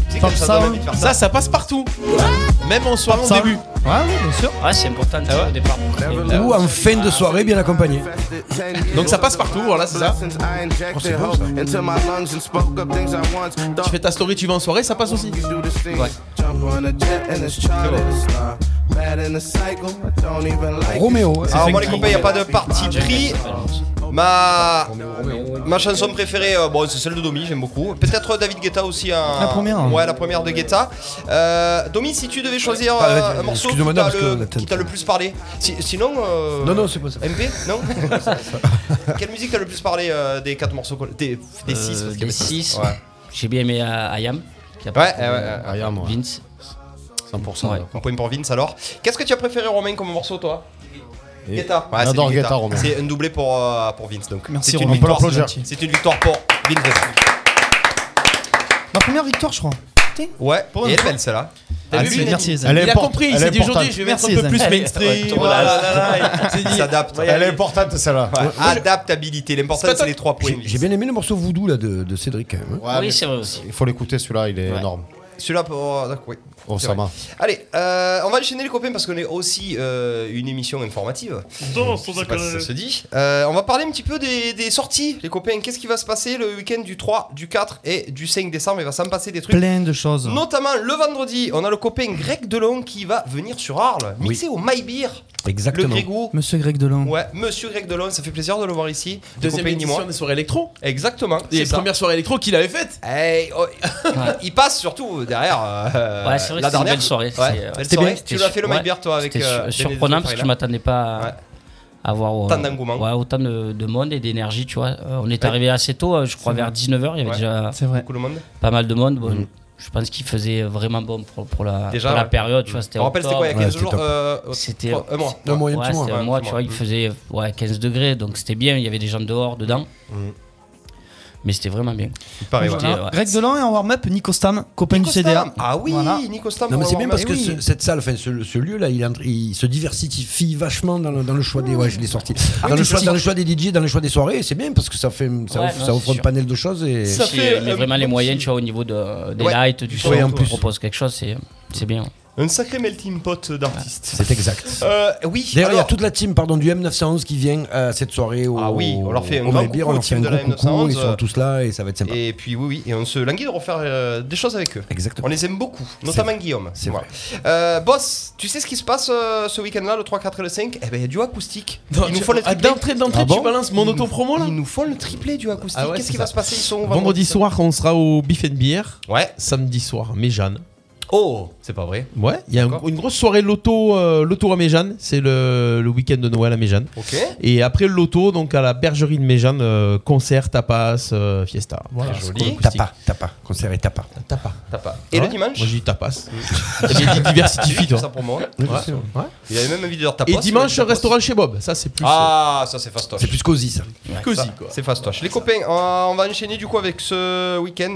A: C'est
B: Top
A: comme ça,
B: sound.
A: donne envie de faire
G: Ça, ça passe partout. Même en soirée, au
B: Ça.
G: début.
B: Ouais, oui, bien sûr.
E: Ouais, c'est important,
A: Ah
E: ça, au départ. pour créer
B: Ah
E: une-
D: Ou en fin de soirée, bien accompagné.
G: Donc ça passe partout, voilà, c'est ça. Tu fais ta story, tu vas en soirée, ça passe aussi.
D: Roméo. hein.
B: Ah,
A: Alors moi les copains, il a Ah, pas de parti pris. Ma... Ma chanson préférée, euh, bon, c'est celle de Domi, j'aime beaucoup. Peut-être euh, David Guetta aussi. un-
B: La première, hein.
A: Ouais, la première de Guetta. Euh, Domi, si tu devais choisir
D: Ah,
A: euh,
D: vas-y,
A: un morceau qui
D: excuse-moi, non,
A: t'a
D: parce que
A: le,
D: la tête-
A: qui t'a le plus parlé. Si- sinon... euh,
D: Non, non, c'est pas ça.
A: MP Non Quelle musique t'as le plus parlé euh, des quatre morceaux qu'on- Des, des six parce
E: Euh,
A: qu'il y
E: Des
A: avait-
E: 6.
A: Ouais.
E: J'ai bien aimé euh, Ayam. qui a
A: Ouais,
E: pas-
A: ouais, ouais,
C: Ah, yeah, moi.
E: Vince.
C: 100%.
E: Ouais.
A: On point pour Vince alors. Qu'est-ce que tu as préféré Romain comme morceau toi
C: Et-
A: Guetta.
C: On
A: Ouais, c'est
C: adore
A: du
C: Guetta, Romain.
A: C'est un doublé pour, euh, pour Vince donc.
B: Merci,
A: C'est une
B: Romain.
A: victoire.
C: On peut l'applaudir.
A: C'est c'est une victoire pour Vince.
B: Ma première victoire, je crois.
A: Ouais,
B: Pour
A: et
B: une
A: elle est
B: fois.
A: belle celle-là. Ah,
G: T'as vu,
B: Merci,
G: il a
B: merci
G: dit-
B: les
C: Elle
B: amis.
C: est
G: Il a
C: importante,
G: compris, il
C: elle
G: s'est
C: est
G: dit aujourd'hui,
C: importante.
G: je vais mettre
B: Merci,
G: un peu
B: les
G: plus
B: amis.
G: mainstream.
A: Ouais,
G: Voilà, il s'est
A: Il
G: dit-
A: s'adapte.
C: Elle est importante celle-là.
A: Ouais,
G: Ah.
A: Adaptabilité, l'important
G: C'est pas
A: c'est
G: toi-
A: les 3 points.
D: J'ai j'ai bien aimé le morceau Voodoo là, de, de Cédric. quand même, hein.
A: Ah,
C: Ouais, mais
E: Oui, c'est vrai aussi.
C: Il faut l'écouter celui-là, il est
E: Ouais.
C: énorme.
A: Celui-là pour. euh, d'accord, oui.
C: Oh,
A: C'est
C: ça
A: vrai.
C: m'a.
A: Allez, euh, on va enchaîner les copains parce qu'on est aussi euh, une émission informative. oh, Je sais pas si ça se dit. Euh, on va parler un petit peu des, des sorties, les copains. Qu'est-ce qui va se passer le week-end du 3, du 4 et du 5 décembre Il va s'en passer des trucs.
B: Plein de choses.
A: Notamment le vendredi, on a le copain Greg Delon qui va venir sur Arles,
D: Oui.
A: mixé au My Beer. Le
D: Exactement.
A: Grégou.
B: Monsieur Greg Delon.
A: Ouais, monsieur Greg Delon, ça fait plaisir de le voir ici. Le
G: Deuxième
A: copain, ni moi.
G: édition des soirées électro.
A: Exactement.
G: Les
A: c'est ça.
G: premières soirées électro qu'il avait faites.
A: Eh, oh, il passe surtout derrière. euh,
E: Ouais, c'est vrai que
A: la
E: c'était une
A: dernière.
E: belle soirée.
A: Ouais,
E: C'est-
A: belle
E: c'était
A: soirée.
E: bien,
A: Tu
E: c'était
A: l'as
E: sur-
A: fait le mic
E: ouais.
A: beer toi avec.
E: C'était
A: euh,
E: sur-
A: Denis
E: surprenant parce
A: Zoffair,
E: que
A: là.
E: je m'attendais pas
A: Ouais.
E: à à voir euh,
A: Tant d'engouement.
E: ouais, autant de, de monde et d'énergie, tu vois. Euh, on est arrivé assez tôt, euh, je crois vers 19h, il y avait
A: Ouais.
E: déjà
B: C'est vrai.
A: Beaucoup de monde.
E: pas mal de monde. Bon, Je pense qu'il faisait vraiment bon pour, pour la,
A: Déjà,
E: pour la
A: ouais. Mhm.
E: période, tu vois. C'était
A: On rappelle, c'était quoi il y a 15 jours
D: Ouais, c'était
E: octobre.
D: top.
A: euh,
E: C'était
A: trois- un mois.
D: Un mois, il y a un
E: Ouais,
D: petit hein. mois.
E: c'était un
A: Ouais,
E: mois,
A: petit
E: tu
A: mois.
E: vois, il faisait ouais, 15 degrés, donc c'était bien, il y avait des gens dehors, dedans. Mais c'était vraiment bien.
A: Mhm. Il paraît, ouais.
B: Voilà.
E: ouais.
B: Greg Delon et en warm-up, Nico Stam, copain
A: Nico
B: du CDA.
A: Stam. Ah oui,
B: Voilà.
A: Nico Stam.
D: Non mais
A: pour
D: c'est
A: le
D: bien parce
A: warm-up.
D: que
A: Eh oui.
D: ce- cette salle, enfin ce, ce lieu là, il, est en- il se diversifie vachement dans le, dans le choix des, ouais, je l'ai sorti,
A: Ah,
D: dans, le choix, dans le choix des DJ, dans le choix des soirées, et c'est bien parce que ça fait, ça
E: Ouais,
D: offre,
E: non,
D: ça
E: c'est
D: offre un
E: sûr.
D: panel de choses et
A: Ça
E: Si,
A: fait,
E: mais
A: euh,
E: vraiment les
A: bon,
E: moyens,
A: si-
E: tu vois, au niveau de, des
A: Ouais.
E: lights, du son,
A: Oui, en
E: on
A: plus.
E: propose quelque chose, c'est c'est bien.
A: Un sacré melting pot d'artistes.
D: c'est exact.
A: Euh, oui,
D: D'ailleurs, il y a
A: alors,
D: toute la team, pardon, du M911 qui vient à cette soirée. Au,
A: Ah oui, on leur fait un
D: au
A: grand coucou
D: Malbir, on
A: aux
D: leur fait un
A: teams de
D: gros
A: la
D: coucou,
A: M911,
D: ils
A: euh,
D: sont tous là et ça va être sympa.
A: Et puis oui, oui, et on se languit de refaire euh, des choses avec eux. On
D: Exactement.
A: les aime beaucoup, notamment Guillaume.
D: C'est
A: Voilà. Euh, boss, tu sais ce qui se passe euh, ce week-end-là, le 3, 4 et le 5 Eh ben, il y a du acoustique. Ils nous font le
G: Ah,
A: triplé.
G: D'entrée d'entrée,
D: Ah bon
G: tu balances mon auto promo là.
A: Ils nous font le triplé du acoustique.
G: Ah ouais,
A: Qu'est-ce
G: c'est
A: qui va
G: ça.
A: se passer Ils sont
G: Vendredi soir, on sera au Beef and Beer.
A: Ouais.
G: Samedi soir, Méjeanne.
A: Oh, c'est pas vrai.
G: Ouais, il y a un- une grosse soirée loto, euh, loto à Méjeanne. C'est le, le week-end de Noël à Méjeanne.
A: Ok.
G: Et après le loto, donc à la bergerie de Méjeanne, euh, concert, tapas, euh, fiesta. Voilà,
D: Très
G: c'est
D: joli.
G: acoustique.
D: Tapas, tapas, concert et tapas.
G: Tapas.
A: Tapas. Et le dimanche
G: Moi j'ai dit tapas.
A: T'as
G: J'ai dit
A: J'ai
G: diversitifie,
A: vu
G: toi.
A: Ah, ça pour moi.
G: Ouais.
A: Ouais.
G: Ouais.
A: Il avait même envie de dire tapas,
G: hein. Et
A: il a dit
G: dimanche,
A: tapas.
G: restaurant chez Bob. Ça, c'est plus. euh,
A: Ah, ça c'est fastoche.
D: C'est plus cosy ça.
A: Ouais,
G: cosy,
A: ça,
G: quoi.
A: C'est fastoche. Les copains, on on va enchaîner du coup avec ce week-end.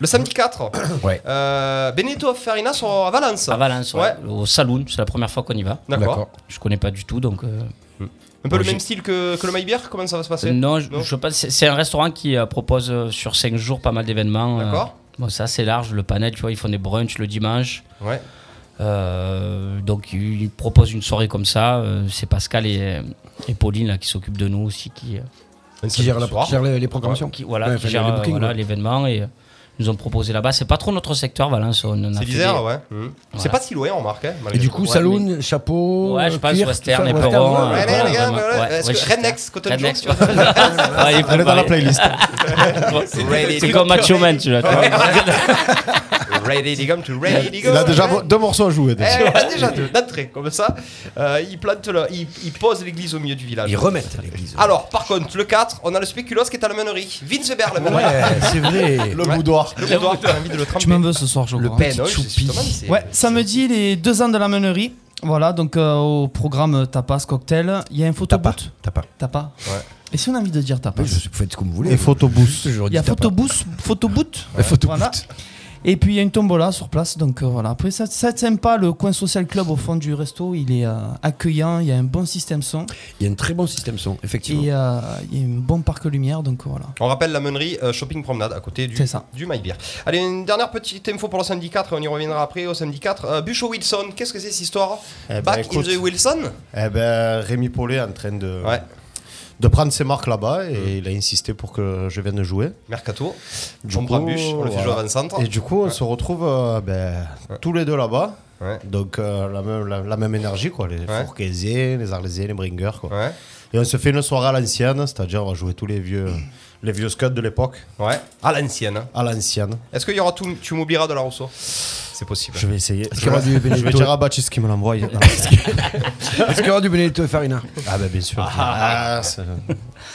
A: Le samedi 4,
D: Ouais.
A: euh, Benito Farina sont à Valence.
E: À Valence, ouais,
A: Ouais.
E: au Saloon, c'est la première fois qu'on y va.
A: D'accord.
E: Je connais pas du tout, donc. euh,
A: Un peu le
E: Moi,
A: même style que, que le Maillebert Comment ça va se passer
E: Non, je,
A: Non.
E: je sais pas. C'est c'est un restaurant qui euh, propose euh, sur 5 jours pas mal d'événements. euh,
A: D'accord.
E: bon, c'est assez large, le panel, tu vois, ils font des brunchs le dimanche.
A: Ouais.
E: Euh, donc ils proposent une soirée comme ça. euh, c'est Pascal et, et Pauline là, qui s'occupent de nous aussi, qui, euh,
D: Qui gère, la,
A: soir.
D: qui gère les, les programmations.
E: qui- voilà,
D: Ouais,
E: qui
D: enfin, les-
E: gèrent,
D: les
E: euh,
D: bookings,
E: voilà,
D: ouais.
E: l'événement et euh, ils nous ont proposé là-bas. C'est pas trop notre secteur, Valence. on en a
A: C'est
E: fait
A: bizarre,
E: des-
A: ouais. Mhm. C'est pas si loin, on remarque. Hein, malgré
D: Et du
A: tout.
D: coup,
E: Ouais,
D: saloon, chapeau.
E: Ouais, je
D: euh,
E: pense
D: cuir,
E: western,
D: tout ça,
E: et perron,
D: ouais.
E: euh,
A: Ouais,
E: voilà,
A: les gars,
E: vraiment,
A: voilà.
E: ouais,
A: Est-ce
E: ouais,
A: que
E: Chester.
A: Rednecks, Cotton Jones,
E: Rednecks,
A: tu vois
E: ouais. Ouais, il faut
C: Elle est dans la
E: parler.
C: playlist.
E: C'est- C'est comme Macho Man, tu vois.
A: Ready to come to ready to
C: Il
A: go.
C: a déjà vo- deux morceaux à jouer. déjà.
A: Eh, il a déjà deux, d'entrée, comme ça. Euh, il, plante le, il, il pose l'église au milieu du village.
D: Ils remettent à l'église.
A: Alors, par contre, le 4, on a le spéculos qui est à la meunerie. Vince Bert, la meunerie.
D: Ouais, c'est vrai.
C: Le boudoir.
A: Le boudoir, t'as envie de le tremper.
B: Tu m'en veux ce soir, je
A: Le
B: crois.
A: Ben, ouais,
D: Petit
A: c'est justement,
D: choupi.
A: c'est-
B: Ouais, samedi, les deux ans de la meunerie. Voilà, donc euh, au programme Tapas Cocktail, il y a un
D: Tapas.
B: photobooth.
D: Tapas.
B: Tapas. Et si on a envie de dire tapas
D: Je sais, faites comme vous voulez.
G: Et photobooth.
D: toujours
B: Il y a
D: dit tapas.
B: photobooth, photobooth.
D: Et photobooth.
B: Voilà. Et puis il y a une tombola sur place, donc euh, voilà. Après, ça, ça c'est sympa, le coin social club au fond du resto, il est euh, accueillant, il y a un bon système son
D: Il y a un très bon système son,
B: et
D: effectivement.
B: euh, il y a un bon parc lumière, donc euh, voilà.
A: On rappelle la meunerie euh, Shopping Promenade à côté du,
B: C'est ça.
A: du My Beer. Allez, une dernière petite info pour le samedi 4 et on y reviendra après au samedi 4. Euh, Bûche au Wilson, qu'est-ce que c'est cette histoire
C: Eh ben,
A: Back
C: écoute.
A: in the Wilson
C: Eh ben, Rémi Paulet est en train
B: Euh.
C: de,
A: Ouais,
C: de prendre ses marques là-bas et il a insisté pour que je vienne jouer.
A: Mercato.
C: Du
A: on prend
C: coup,
A: Bûche, on le fait
C: voilà.
A: jouer avant-centre.
C: Et du coup, on se retrouve euh, ben, tous les deux là-bas.
A: Ouais.
C: Donc, euh, la, même, la, la même énergie, quoi. Les
A: Ouais.
C: Fourcaisiens, les Arlésiens, les Bringers, quoi.
A: Ouais,
C: Et on se fait une soirée à l'ancienne, c'est-à-dire on va jouer tous les vieux, les vieux scuds de l'époque
A: ouais. À l'ancienne. hein.
C: à l'ancienne.
A: Est-ce qu'il y aura tout Tu m'oublieras de la Rousseau C'est possible.
C: Je vais essayer. Je
D: qu'il y aura du
C: vais, je vais
D: Benedetto
C: dire à Baptiste qui me l'envoie.
D: Est-ce qu'il y aura du Benedetto et Farina
C: ah ben bien sûr. Ah, c'est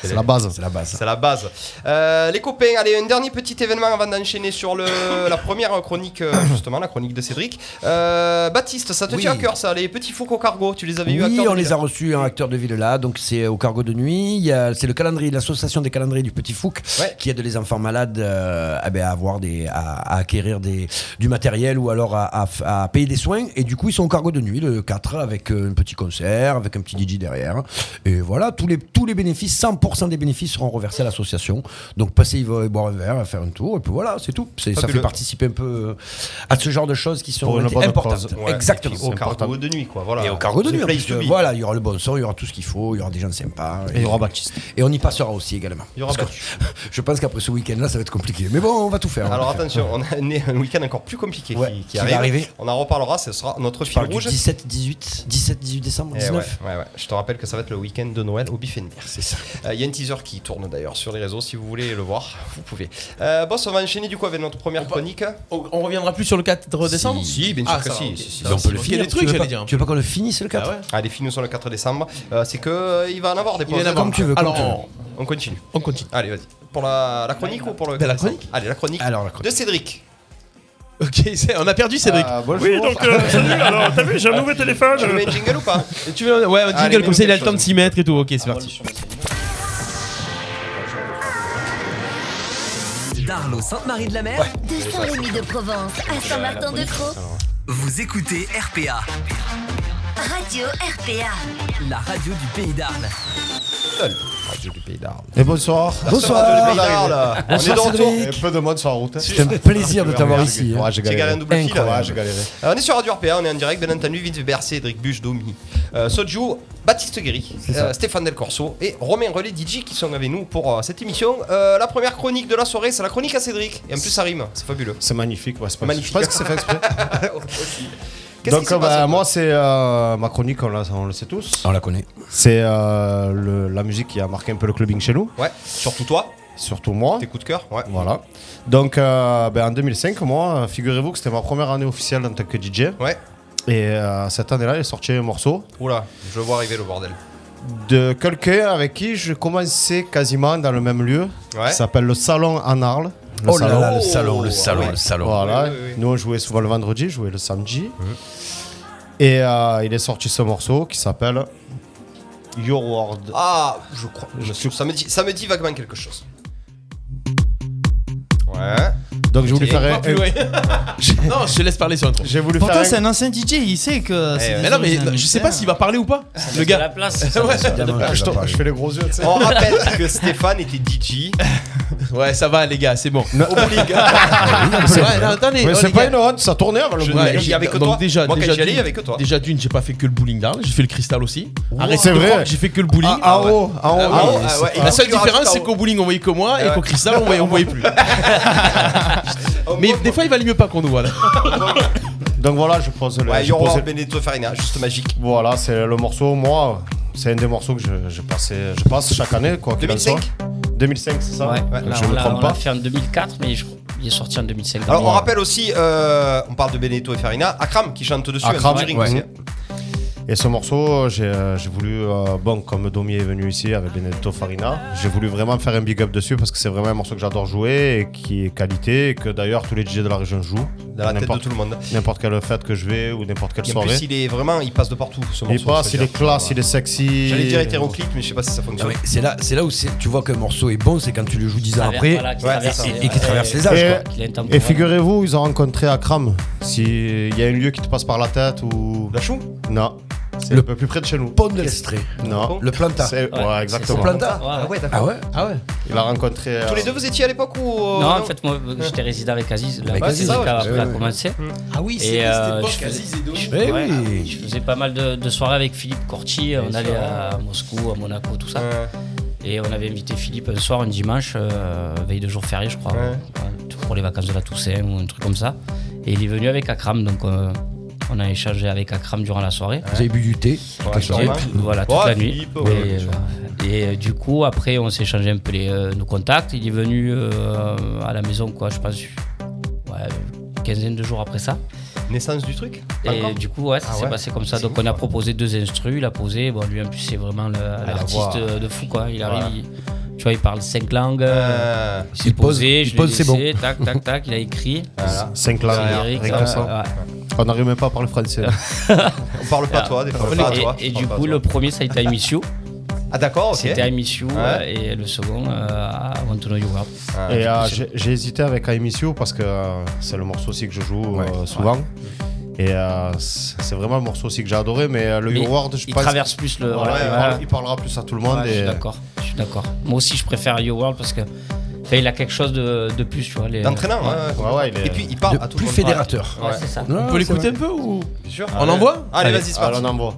C: c'est la base. C'est la base.
A: C'est la base. Euh, les copains, allez, un dernier petit événement avant d'enchaîner sur le, la première chronique, euh, justement, la chronique de Cédric. Euh, Baptiste, ça te
D: Oui.
A: tient à cœur, ça, les petits faux au cargo, tu les avais eu à
D: Oui,
A: cœur
D: on
A: de
D: les
A: lire.
D: a reçus, un acteur de ville là, donc c'est au cargo de nuit. Il y a- C'est le calendrier, l'association des calendriers du Petit Fouque
A: Ouais.
D: qui aide les enfants malades euh, ah ben, à, avoir des, à, à acquérir des, du matériel ou alors à, à f- à payer des soins. Et du coup, ils sont au cargo de nuit le 4 avec euh, un petit concert, avec un petit DJ derrière. Et voilà, tous les, tous les bénéfices, 100% des bénéfices seront reversés à l'association. Donc passez y voir- boire un verre, faire un tour, et puis voilà, c'est tout. C'est- Ça
A: Fabuleux.
D: fait participer un peu euh, à ce genre de choses qui sont
C: Pour une bonne
D: importantes.
C: cause.
A: Ouais,
D: Exactement.
A: et puis Au cargo de nuit, quoi. Voilà.
D: Et au cargo de
A: C'est
D: nuit. en
A: place to
D: plus, euh,
A: be.
D: Voilà, il y aura le bon son, il y aura tout ce qu'il faut, il y aura des gens sympas.
C: Et il y aura Baptiste.
D: Et on y passera aussi également.
A: Il y aura
D: Parce que je pense qu'après ce week-end-là, ça va être compliqué. Mais bon, on va tout faire. on va
A: Alors
D: tout faire.
A: attention, on a un, un week-end encore plus compliqué
D: Ouais,
A: qui, qui
D: qui va
A: arrive.
D: arriver.
A: On en reparlera, ce sera notre
D: Je
A: fil
D: parle du
A: rouge.
D: 17, 18, 17, 18 décembre,
A: Eh
D: 19.
A: ouais, ouais, ouais. Je te rappelle que ça va être le week-end de Noël au Biff C'est ça. Il y a un teaser qui tourne d'ailleurs sur les réseaux. Si vous voulez le voir, vous pouvez. Euh, boss, on va enchaîner du coup avec notre première chronique.
G: On on reviendra plus sur le 4 décembre
A: Si, bien sûr
G: Ah,
A: que
G: ça va,
A: si,
G: ok.
A: si, si,
G: Donc,
A: si,
G: le
A: si.
G: Il y a des
D: Tu
G: trucs,
D: veux
G: j'allais
D: pas-
G: dire, un
D: Tu veux pas qu'on le finisse le 4
G: Ah ouais
A: Ah, les films sont le 4 décembre. Euh, c'est que euh, il va en avoir des
G: Il y en a
A: pauses.
G: marre.
D: tu veux, comme
G: Alors,
D: tu veux.
G: on-
A: On continue.
G: on continue.
A: Allez, vas-y. Pour la, la chronique ou pour le
G: Ben, la
A: 4 décembre
G: chronique.
A: Allez, la chronique.
D: Alors, la chronique.
A: De Cédric.
G: Ok, c'est- on a perdu Cédric.
K: Oui, donc, euh, salut, alors, t'as vu, j'ai un nouveau téléphone.
A: Tu
K: euh,
A: le mets un jingle ou pas
G: Tu veux- ouais, un jingle
A: Allez,
G: comme ça, il a le
A: quelque
G: temps de
A: chose.
G: s'y mettre et tout. Ok, c'est parti.
H: D'Arlo, Sainte-Marie de la Mer,
I: De Saint-Rémy de Provence à Saint-Martin-de-Croix,
H: vous écoutez RPA,
I: Radio RPA.
H: la radio du pays d'Arles.
C: Et bonsoir.
D: Ah,
A: Bonsoir.
C: Bonne arrivée.
A: On est de retour.
C: Et peu de monde sur la route. hein.
D: C'est un plaisir de t'avoir
C: Ouais,
D: ici.
C: j'ai-
D: hein.
C: Ouais, j'ai
A: J'ai galéré un
C: galéré.
A: double fil.
C: Ouais,
A: là.
C: j'ai galéré.
A: Euh, on est sur Radio RPA, on est en direct, bien entendu, Vince Bercé, Cédric Buche, Domi, euh, Sojo, Baptiste Guéry, euh, Stéphane Del Corso et Romain Relais DJ qui sont avec nous pour euh, cette émission. Euh, la première chronique de la soirée, c'est la chronique à Cédric. Et en plus, ça rime, c'est fabuleux.
C: C'est magnifique. ouais, c'est pas-
A: Magnifique.
C: Je pense que c'est fait exprès.
A: Qu'est-ce qui
C: Donc,
A: se
C: euh, bah,
A: passe
C: moi, c'est euh, ma chronique, on, la- on le sait tous.
D: On la connaît.
C: C'est euh, le- la musique qui a marqué un peu le clubbing chez nous.
A: Ouais, surtout toi.
C: surtout moi.
A: Tes coups de cœur, ouais.
C: Voilà. Donc euh, ben, en 2005, moi, euh, figurez-vous que c'était ma première année officielle en tant que DJ.
A: Ouais.
C: Et euh, cette année-là, j'ai sorti un morceau
A: Oula, je vois arriver le bordel.
C: de quelqu'un avec qui je commençais quasiment dans le même lieu.
A: Ouais.
C: Qui s'appelle le Salon en Arles.
D: Oh là là, le salon, le salon, le salon.
C: Voilà.
D: Oui, oui, oui.
C: Nous, on jouait souvent le vendredi, je jouais le samedi. Et euh, il est sorti ce morceau qui s'appelle Your World.
A: Ah, je crois. Je suis... ça, me dit, ça me dit vaguement quelque chose. Ouais.
C: Donc je voulais faire
G: Pas
C: un-
G: plus, ouais. non, je te laisse parler sur l'intro.
C: J'ai voulu
B: Pourtant, c'est un ancien DJ, il sait
A: Eh,
B: que. c'est des
G: Mais non, mais
B: origines
G: je sais pas
B: militaires.
G: s'il va parler ou pas. Le gars.
E: la place.
G: Ouais.
C: Ah, je, t'en- je fais les gros yeux, tu sais.
A: On rappelle que Stéphane était DJ.
G: Ouais, ça va, les gars, c'est bon.
A: Au bowling.
G: C'est vrai, non,
C: Mais
G: attendez. oh,
C: Ah, c'est
G: les
C: pas
G: gars.
C: une honte, ça tournait vers le
G: Je-
C: bout.
G: ouais,
A: il y avait que
G: donc
A: toi.
G: Déjà,
A: Moi, quand
G: déjà
A: j'y allais, il y
G: d'une-
A: avait que toi.
G: Déjà d'une, j'ai pas fait que le bowling d'Arles, j'ai fait le cristal aussi. Arrête
C: c'est
G: de
C: vrai.
G: croire que J'ai fait que le bowling.
C: Ah, en haut, en haut.
G: Ah oui,
A: Ah, ouais,
G: c'est-
A: ouais, et
G: la
A: donc,
G: seule
A: tu rajoutes
G: différence,
A: en
G: c'est
A: haut.
G: qu'au bowling on voyait que moi et
A: Ouais.
G: qu'au cristal on voyait, on voyait plus.
A: Oh,
G: Mais
A: moi,
G: des fois il valait mieux pas qu'on nous voit là.
C: Donc voilà, je pose le.
A: Ouais,
C: j'ai
A: Your
C: posé-
A: World Benedetto Farina, juste magique.
C: Voilà, c'est le morceau, moi, c'est un des morceaux que je, je, passais- je passe chaque année, quoi. qu'il en soit.
A: 2005
C: 2005, c'est ça
E: Ouais,
A: ouais,
C: Je
E: on
C: me
E: l'a-
C: trompe
E: on l'a
C: pas.
E: fait en 2004, mais je- il est sorti en 2005.
A: Alors, on
E: Ah, Ouais.
A: rappelle aussi, euh, on parle de Benedetto et Farina, Akram qui chante dessus.
C: Akram,
A: Engineering
C: ouais.
A: aussi. hein,
C: Et ce morceau, j'ai euh, j'ai voulu, euh, bon, comme Domi est venu ici avec Benedetto Farina, j'ai voulu vraiment faire un big up dessus parce que c'est vraiment un morceau que j'adore jouer et qui est qualité et que d'ailleurs tous les DJ de la région jouent.
A: Dans la tête de
C: N'importe-
A: tout le monde.
C: N'importe quelle fête que je vais ou n'importe quelle
A: Et en
C: soirée.
A: plus, il est vraiment, il passe de partout ce morceau.
C: Il passe,
A: je
C: il
A: veux
C: est
A: dire.
C: classe, il est sexy.
A: J'allais dire hétéroclite, mais je sais pas si ça fonctionne.
D: mais c'est là, c'est là où c'est- tu vois qu'un morceau est bon, c'est quand tu le joues 10 ans
E: Travers-
D: après
E: voilà, qui
A: ouais,
E: traverse
A: c'est
E: les-
D: et qui traverse les âges.
C: Et,
D: quoi.
E: qu'il est
C: et
E: intemporel.
C: figurez-vous, ils ont rencontré Akram. S'il y a un lieu qui te passe par la tête ou.
A: La chou
C: Non. C'est
D: Le-
C: un peu plus près de chez nous.
D: Pont de l'Estrée,
C: Non.
D: le planta.
C: C'est- Ouais,
E: c'est
D: Au
C: exactement.
E: ça.
D: planta
E: Ouais, ouais.
D: Ah ouais
G: Ah ouais.
C: Il a rencontré. euh,
A: Tous les deux, vous étiez à l'époque ou. euh,
E: Non, en fait, moi, j'étais résident avec Aziz. Là,
D: Avec Aziz,
E: c'est quand
D: ouais,
E: après
D: ouais,
E: a
D: ouais.
E: commencé.
D: Ah oui,
E: Et euh, je faisais-
D: Eh
E: Ouais,
D: oui.
E: je faisais pas mal de, de soirées avec Philippe Corti. On allait à Moscou, à Monaco, tout ça.
A: Ouais.
E: Et on avait invité Philippe un soir, un dimanche, euh, veille de jour férié, je crois,
A: Ouais.
E: euh, pour les vacances de la Toussaint ou un truc comme ça. Et il est venu avec Akram, donc euh, on a échangé avec Akram durant la soirée.
D: Vous avez bu du thé.
A: Ouais,
D: quelque chose.
E: Et
A: Ah, sûrement.
E: puis, voilà, toute
A: Ouais,
E: la nuit.
A: Philippe, ouais,
E: et,
A: bien sûr.
E: euh, et, euh, du coup, après, on s'est échangé un peu les, euh, nos contacts. Il est venu euh, à la maison, quoi, je pense, ouais, une quinzaine de jours après ça.
A: Naissance du truc
E: Et du coup, ouais, ça
A: Ah
E: s'est
A: ouais.
E: passé comme ça.
A: C'est
E: Donc,
A: fou,
E: on a
A: quoi.
E: proposé deux instrus, il a posé. Bon, lui, en plus, c'est vraiment le- l'artiste
A: Ah, voix.
E: euh, de fou, quoi. Il
A: Voilà.
E: arrive, il- tu vois, il parle cinq langues. euh,
A: Euh,
E: il s'est
D: il pose,
E: posé,
D: il
E: je l'ai
D: pose, c'est bon.
E: laissé, tac, tac, tac, il a écrit.
A: voilà.
C: Cinq
E: C'est
C: là,
E: lyrique,
C: rien que
E: euh,
C: ça.
E: ouais.
C: On n'arrive même pas à parler français.
A: On parle pas à toi, des fois. on parle pas à toi,
E: Et, et
A: on parle
E: du
A: pas à
E: coup,
A: toi.
E: le premier, ça a été I Miss You.
A: Ah, d'accord, ok.
E: C'était I Miss You.
A: Ouais.
E: euh, Et le second, euh, I Want to Know You World.
A: Ah,
C: Et
A: du
C: euh,
A: coup, c'est-
C: j'ai j'ai hésité avec I Miss You parce que euh, c'est le morceau aussi que je joue euh, souvent. Et euh, c'est c'est vraiment le morceau aussi que j'ai adoré, mais euh, le
E: Mais
C: Your World, je
E: Il
C: pense.
E: traverse plus le.
C: Ouais,
E: voilà,
C: il,
E: voilà.
C: parle- il parlera plus à tout le monde.
E: Ouais, je suis
C: et...
E: d'accord. Je suis d'accord. Moi aussi, je préfère Your World parce que. enfin, Il a quelque chose de, de plus, tu vois. les-
A: D'entraînant, hein. ouais,
C: Ouais, ouais, il est-
A: Et puis, il parle à
D: De
A: tout le
D: plus
A: monde.
D: fédérateur.
E: Ouais, c'est ça.
G: On peut l'écouter un peu ou
A: Bien sûr.
G: On envoie
A: Allez, vas-y, c'est
C: alors
A: parti.
C: euh, on envoie.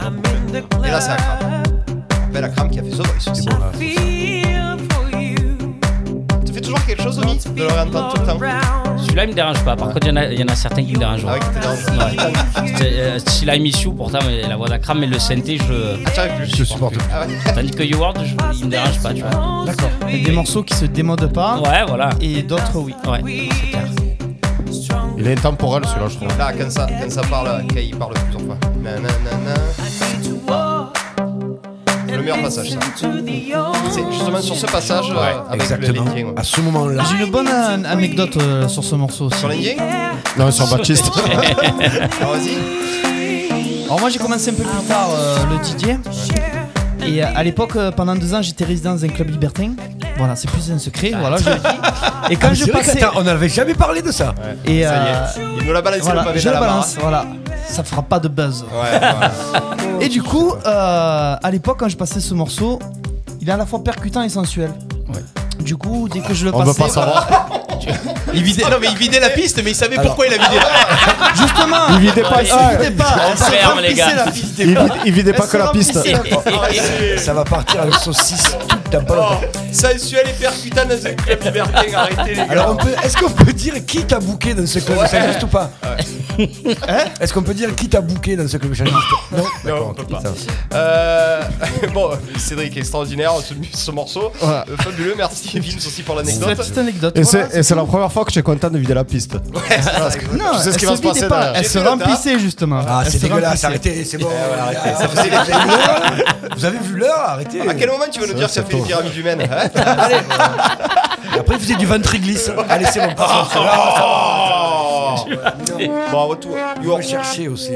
F: I'm in the
A: euh, Et là, c'est Akram.
F: club.
A: Appelle Akram qui a fait The Voice.
F: I feel for you.
A: Ça fait toujours quelque chose, Omi, de le réentendre tout le temps.
F: around.
E: Celui-là, il me dérange pas. Par contre, il y en a- il y, en a certains qui me dérangent.
A: Ah ouais, qui te dérange.
E: C'est, euh, S'il a émission, pourtant, mais la voix d'Akram et le synthé, je.
A: Ah, t'arrives plus.
D: Je supporte plus.
A: Ah ouais.
E: Tandis que You World, je- il me dérange pas, tu vois.
B: D'accord. Il y a des morceaux qui se démodent pas
E: Ouais, voilà.
B: et d'autres oui.
E: Ouais, c'est clair.
C: Il est intemporel celui-là, je trouve.
A: Là, quand ça, quand ça parle, quand il parle plusieurs fois. Nananana. C'est le meilleur passage, ça. C'est justement sur ce passage euh, avec
D: Exactement.
A: le l'Indien. ouais.
D: À ce moment-là.
B: J'ai une bonne euh, anecdote euh, sur ce morceau aussi.
A: Sur l'Indien
C: Non, sur Baptiste.
A: Alors, vas-y.
B: Alors moi j'ai commencé un peu plus tard euh, le DJ. Et euh, à l'époque, euh, pendant deux ans, j'étais résident dans un club libertin. Voilà, c'est plus un secret, voilà, je le dis. Et quand je
D: C'est vrai
B: passais...
D: qu'attends, on n'avait jamais parlé de ça.
B: Et
A: Ça y est.
B: euh,
A: Il nous l'a balancé
B: voilà,
A: le pavé
B: je
A: dans
B: le
A: la barre.
B: balance, voilà. Ça fera pas de buzz.
A: Ouais, voilà.
B: Et du coup, euh, à l'époque, quand je passais ce morceau, il est à la fois percutant et sensuel. Du coup, dès que je le
C: On
B: passais,
C: veut pas savoir.
G: il vidait, Non mais il vidait la piste, mais il savait pourquoi il la vidait.
B: justement, il vidait
D: Ah,
E: pas,
B: il
E: ça.
B: vidait pas.
E: On
B: elle se
E: ferme, les gars.
B: remplissait la piste.
C: Il, vide- il vidait pas
B: Elle
C: que
B: se
C: la piste.
B: remplissait la piste.
D: Ça va partir avec saucisse tout T'as pas.
A: Sensuel et percutant dans un club libertin, arrêtez les gars.
D: Alors, on peut- est-ce qu'on peut dire qui t'a bouqué dans ce club
A: Ouais.
D: échangiste ou pas Hein Est-ce qu'on peut dire qui t'a bouqué dans ce club échangiste Non,
A: Non, on peut pas. Euh, bon, Cédric, extraordinaire ce, ce morceau.
C: Voilà.
A: Euh, fabuleux, merci Vince aussi pour l'anecdote.
C: Et c'est et c'est la première fois que je suis content de vider la piste.
A: Ouais, c'est vrai.
B: Non,
C: tu sais ce qui
B: elle
C: va
B: se
C: se passer
B: vidait pas,
C: derrière.
B: elle se
C: J'ai vu le tas.
A: hein.
B: remplissait justement.
D: Ah,
B: Elle
D: c'est
B: se
D: dégueulasse,
B: remplissait.
D: arrêtez, c'est bon.
A: arrêtez, ça
D: Vous avez
A: faisait-
D: vu l'heure Vous avez vu l'heure Arrêtez.
A: À quel moment tu veux nous dire que ça fait les pyramides humaines hein
D: Après, il faisait du ventre glisse. Allez, c'est bon.
A: Oh Bon, retour. You are
D: chercher aussi.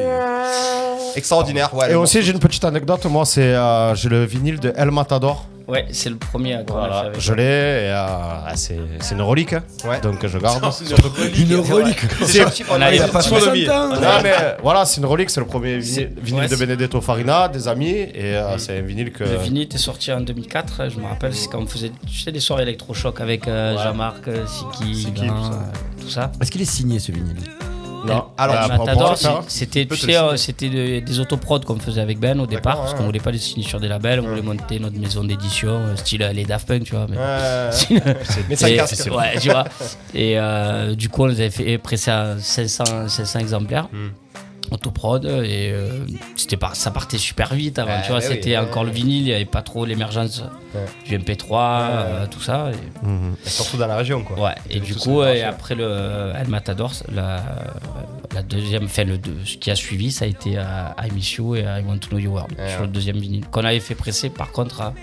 A: Extraordinaire, ouais.
C: Et
A: le
C: aussi, j'ai une petite anecdote. Moi, c'est euh, j'ai le vinyle de El Matador.
E: Ouais, c'est le premier à quoi
C: Voilà, je l'ai. et, euh, ah, c'est c'est une relique. hein. Donc, je garde.
A: Non, c'est une relique. Une relique. C'est sorti pendant
C: a
A: les
C: pas
A: années 60.
C: Non, mais euh, voilà, c'est une relique. C'est le premier
E: C'est-
C: vinyle, vinyle
E: ouais,
C: de
E: c'est-
C: Benedetto Farina, des amis. Et euh, c'est un vinyle que.
E: Le vinyle était sorti en 2004, je me rappelle, c'est quand on faisait tu sais, les soirées électrochoc avec euh, Jean-Marc, euh, Siki,
C: Siki,
E: Guin,
C: tout ça.
E: euh, tout ça.
D: Est-ce qu'il est signé ce vinyle
C: Non.
A: Ah,
C: Ah,
E: Alors,
A: bah,
C: Alors, on pourra le
E: Matador, c'est-
C: faire.
E: c'était,
C: On peut
E: tu
C: te le
E: sais, euh, c'était de- des autoprods qu'on faisait avec Ben au départ, parce
A: ouais,
E: qu'on voulait pas les signer sur des labels, on voulait monter notre maison d'édition, euh, style euh, les Daft Punk, tu vois. Mais,
A: Ouais, ouais, ouais. Mais ça
E: Et-
A: casse.
E: Ouais, tu vois. Et euh, du coup, on les avait fait presser à 500, 500 exemplaires.
A: Hmm.
E: Autoprod et euh, c'était par- ça partait super vite avant
A: Ouais,
E: tu vois
A: bah oui,
E: c'était
A: ouais,
E: encore le vinyle il n'y avait pas trop l'émergence du MP3 euh, tout ça et-
A: Surtout dans la région, quoi.
E: Ouais, et du coup, et après le euh, El Matador, la, la deuxième, enfin, le, deux- ce qui a suivi, ça a été à I Miss You et I Want to Know Your World
A: Ouais.
E: sur le deuxième vinyle. Qu'on avait fait presser par contre à,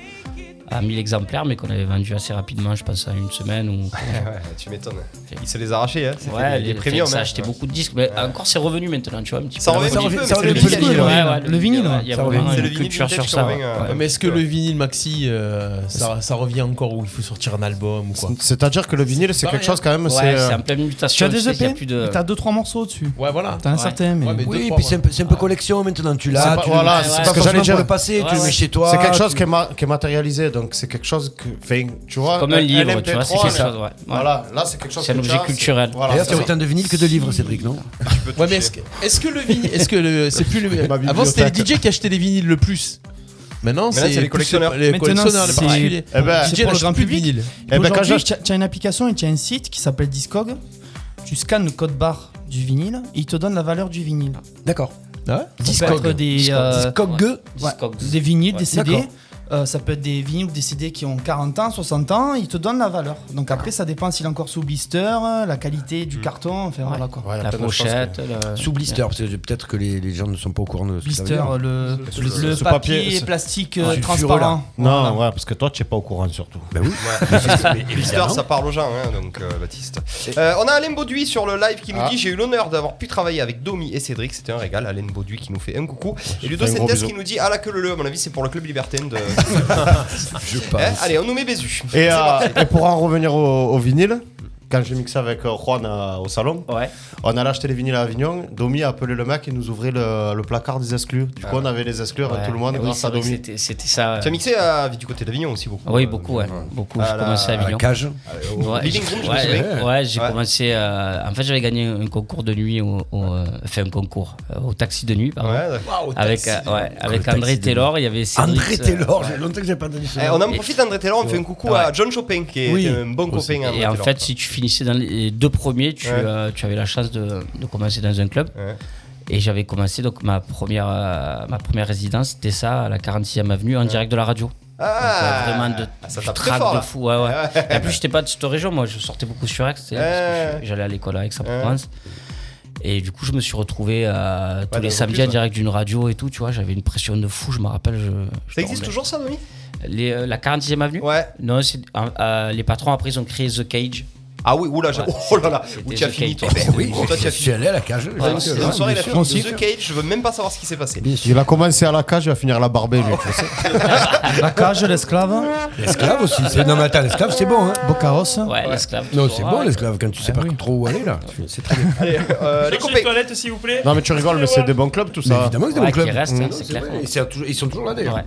E: à 1000 exemplaires, mais qu'on avait vendu assez rapidement, je pense, à une semaine ou.
A: Ouais, Ah, tu m'étonnes. Il se les a arrachés, hein. C'était
E: Ouais,
A: des-
E: les
A: des premiums.
E: Ça
A: hein.
E: achetait beaucoup de disques, mais encore c'est revenu maintenant, tu vois. Un petit
A: Ça
E: peu.
A: revient un petit peu, mais c'est le
E: disque,
A: vinyle,
E: ouais,
A: le
E: ouais,
A: vinyle.
E: le vinyle,
A: Ça
E: Il y a
A: revient.
E: vraiment
A: C'est le
E: une
A: vinyle
E: culture
A: vintage
E: sur
A: qui
E: ça.
A: revient, euh,
E: ouais.
G: Ah, Mais est-ce que le vinyle maxi, euh, ça, ça revient encore où il faut sortir un album ou quoi
C: C'est-à-dire que le vinyle, c'est
G: pas
C: quelque
G: rien.
C: chose quand même.
E: Ouais,
C: c'est euh,
E: c'est en pleine
B: Tu
E: mutation.
B: as des
E: sais, il y a
B: EP
E: plus de.
B: et T'as 2-3 morceaux dessus.
G: Ouais, voilà.
B: T'as un
E: Ouais.
B: certain, mais.
G: Ouais, mais deux,
D: Oui,
G: trois,
D: puis
G: ouais.
D: c'est un, peu- c'est un peu collection maintenant. Tu
C: C'est
D: l'as,
C: pas-
D: tu
C: voilà,
E: ouais,
C: c'est
E: ouais,
C: pas
D: parce
C: ce que j'allais dire.
D: le passer,
E: Ouais,
D: tu le
E: ouais.
D: mets chez toi.
C: C'est quelque chose
D: Bah, tu-
C: qui est, ma- qui est matérialisé, donc c'est quelque chose que. enfin, tu vois,
E: Comme un livre, tu vois, c'est
C: MP3,
E: quelque
C: mais-
E: chose, ouais. Ouais.
C: Voilà, là c'est quelque chose
E: C'est un
C: que tu
E: objet
C: as,
E: culturel.
C: voilà,
D: D'ailleurs,
C: c'est
D: tu as autant de vinyles que de livres, Cédric, non
G: Ouais, mais est-ce que, est-ce que le vinyle. Est-ce que le- c'est plus le.
C: Ma
G: Avant, c'était les
C: bibliothèque.
G: DJ qui achetaient les vinyles le plus. Maintenant,
A: c'est les
G: plus-
A: collectionneurs.
G: Les
B: Maintenant,
G: collectionneurs, les
B: c'est-
G: particuliers.
C: Eh ben,
G: DJ
B: c'est pour le
G: n'achète
B: grand
G: plus de
B: public.
G: vinyle.
C: Eh ben, quand
B: Aujourd'hui,
C: j'ach-
B: t'as- t'as une application et t'as un site qui s'appelle Discog. Tu scannes le code barre du vinyle et il te donne la valeur du vinyle.
D: D'accord.
G: Ah ouais
B: Ça peut être des, euh,
D: Discogue.
B: ouais,
E: Discogs.
B: des vinyles,
E: Ouais.
B: des CD.
D: D'accord.
B: Euh, ça peut être des vinyles ou des CD qui ont 40 ans, 60 ans, ils te donnent la valeur. Donc après, ça dépend s'il est encore sous blister, euh, la qualité
E: Mm.
B: du carton, enfin voilà quoi.
C: Ouais, il y a
E: La
C: plein de choses que-
E: pochette. le-
D: Sous blister, parce que peut-être que les, les gens ne sont pas au courant de ce que ça veut
B: Blister, euh,
D: dire.
B: le, le
C: ce
B: papier,
C: papier, ce-
B: plastique euh,
D: Ah, le
B: transparent.
C: Non, ouais, parce que toi, tu n'es pas au courant surtout.
D: Ben
A: Blister, ça parle aux gens, hein, donc euh, Baptiste. Euh, on a Alain Bauduit sur le live qui nous
C: Ah.
A: dit J'ai eu l'honneur d'avoir pu travailler avec Domi et Cédric, c'était un régal. Alain Bauduit qui nous fait un coucou. Et Ludo
C: fais un gros
A: Sentes
C: bisou.
A: qui nous dit Ah la queue le le, à mon avis, c'est pour le club libertin de.
D: Je
A: Hein,
D: pense.
A: allez, on nous met Bézu.
C: Et, euh, et pour en revenir au, au vinyle, quand j'ai mixé avec euh, Juan euh, au salon,
E: Ouais.
C: on allait acheter les vinyles à Avignon. Domi a appelé le mec et nous ouvrait le, le placard des exclus. Du coup, on avait les exclus à
E: Ah. Ouais.
C: tout le monde
E: Eh oui,
C: grâce
E: c'est
C: à
E: vrai que
C: Domi.
E: C'était c'était ça.
A: Tu as mixé à- du côté d'Avignon aussi beaucoup
E: Oui, beaucoup, ouais. Beaucoup.
A: À
E: J'ai
A: Ah, la-
E: commencé à
D: À la
E: Avignon.
D: cage.
E: Ouais,
A: Living
E: j'ai-
A: Room, je me
E: ouais,
A: souviens.
E: ouais, j'ai
A: Ouais.
E: commencé. euh, en fait, j'avais gagné un concours de nuit, au, au, euh, enfin un concours, euh, au taxi de nuit, pardon.
A: Ouais, d'accord.
G: Waouh,
E: avec
G: taxi.
E: euh, ouais, avec
D: taxi
E: André
D: de
E: Taylor, il y avait Cédric,
D: André
E: euh,
D: Taylor, j'ai longtemps que j'ai pas entendu ce
A: Eh,
D: nom.
A: on en profite, André Taylor, on fait un coucou
E: Ouais.
A: à John Chopin qui est
D: Oui.
A: un bon copain. André
E: Et en
A: Taylor.
E: fait, si tu finissais dans les deux premiers, tu,
A: Ouais.
E: euh, tu avais la chance de, de commencer dans un club.
A: Ouais.
E: Et j'avais commencé donc ma première, euh, ma première résidence, c'était ça, à la 46e avenue, en direct de la radio.
A: Ah,
E: Donc, euh, vraiment de
A: ça
E: du
A: tape très
E: trac
A: fort,
E: de
A: là.
E: fou. Ouais, ouais. Et en plus, j'étais pas de cette région, moi, je sortais beaucoup sur Aix, tu sais, parce
A: Ouais.
E: que je- j'allais à l'école à Aix-en-Provence. Et du coup, je me suis retrouvé euh, tous
A: Ouais,
E: les
A: dans
E: samedis
A: le
E: en
A: club.
E: direct d'une radio et tout, tu vois, j'avais une pression de fou, je me rappelle. Je, je
A: ça existe
E: dormais.
A: toujours ça, Domi
E: Les, euh, La 46e avenue
A: Ouais.
E: Non, c'est- euh, euh, les patrons après, ils ont créé The Cage.
A: Ah oui, oula, j'ai- oh là là, où
E: c'était
A: tu as
E: The
A: fini toi
E: Cage.
A: Ben
D: Oui,
A: toi tu
D: je
A: as
D: suis
A: fini.
D: allé à la cage.
A: Ouais,
D: j'ai-
A: c'est une soirée, la
D: bien
A: fille
D: sûr.
A: de The Cage, je veux même pas savoir ce qui s'est passé.
C: Il a commencé à la cage, il va finir à la barbée, lui. tu sais.
B: La cage, l'esclave,
D: L'esclave aussi. c'est- Non, mais attends, l'esclave, c'est bon. hein.
B: Bocaros.
A: Ah,
E: Ouais, l'esclave. Ah,
D: Non,
E: qui
D: c'est
E: saura,
D: bon,
E: ouais.
D: l'esclave, quand tu sais pas trop où aller, là. C'est très bien.
A: Allez, euh, les
K: Cherchez les
A: copains.
K: toilettes, s'il vous plaît.
C: Non, mais tu rigoles, mais c'est des bons clubs, tout
D: Mais
C: ça.
D: évidemment que c'est
E: Ouais,
D: mon club.
E: qui reste, hein,
D: Non,
E: c'est
D: c'est
E: clair.
D: vrai, et c'est toujours- Ils sont toujours là, d'ailleurs.
E: Ouais.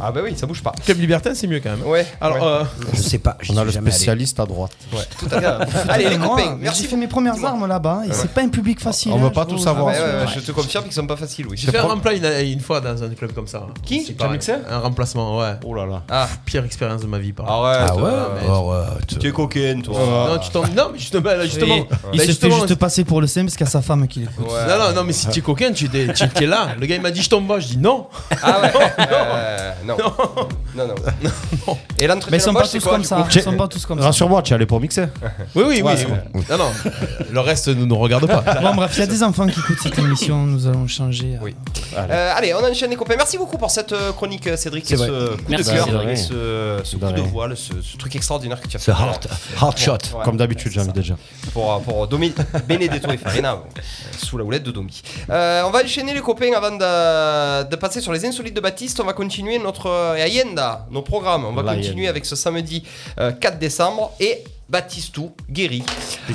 A: Ah bah oui, ça bouge pas.
G: Club Libertin, c'est mieux quand même.
A: Ouais.
G: Alors,
A: ouais.
G: euh,
D: Je sais pas. j'y
C: On a
D: suis
C: le
D: jamais allé.
C: spécialiste à droite.
A: Tout à fait. Allez, les
B: Moi,
A: copains, merci.
B: J'ai fait mes premières armes là-bas et
A: Ouais.
B: c'est pas un public facile. hein, je vous-
A: Ah ouais, ouais, ouais, Je te confirme qu'ils sont pas faciles, oui.
G: J'ai fait un remplay une, une fois dans un club comme ça.
A: Qui
G: C'est
A: T'as
G: pareil.
A: mixé
G: Un remplacement, ouais.
C: Oh là là.
G: Ah, pire expérience de ma vie, par
A: Ah
G: contre.
A: ouais,
C: Tu es coquine, toi.
G: Non, tu t'en. Non, mais justement. bah, justement
B: Et
G: bah,
B: Il se fait
G: justement,
B: juste passer pour le seum parce qu'il y a sa femme qui l'écoute.
G: Non, non, non, mais si t'es coquin, tu étais tu étais là. Le gars, il m'a dit, je tombe pas. Je dis, non.
A: Ah ouais euh, Non. Non, non. Et l'entretien
B: Mais ils sont
A: d'embauche,
B: pas
A: c'est
B: tous
A: quoi,
B: comme
A: du
B: ça.
A: coup
B: Ils sont pas tous comme ça.
C: Rassure-moi, tu es allé pour mixer.
G: Oui, oui, oui.
C: Ouais, c'est bon.
G: oui. Non, non. Le reste ne nous regarde pas.
B: Bon, bref, il y a des enfants qui écoutent cette émission. Nous allons changer. Oui.
A: Euh, allez, on enchaîne les copains. Merci beaucoup pour cette euh, chronique, euh, Cédric,
B: C'est
A: et
B: vrai.
A: ce coup
B: Merci,
A: de cœur,
B: Cédric.
A: et ce, ce
C: De
A: coup de
C: rien.
A: voile, ce, ce truc extraordinaire que tu as
C: Ce
A: fait.
C: hard- hard shot, comme d'habitude, j'ai envie de dire.
A: Pour, euh, pour Domi, Benedetto et Farina, bon, euh, sous la houlette de Domi. Euh, on va enchaîner les copains avant de, de passer sur les insolites de Baptiste. On va continuer notre euh, agenda, nos programmes. On va
C: La
A: continuer
C: agenda.
A: avec ce samedi euh, 4 décembre et Baptistou guéri.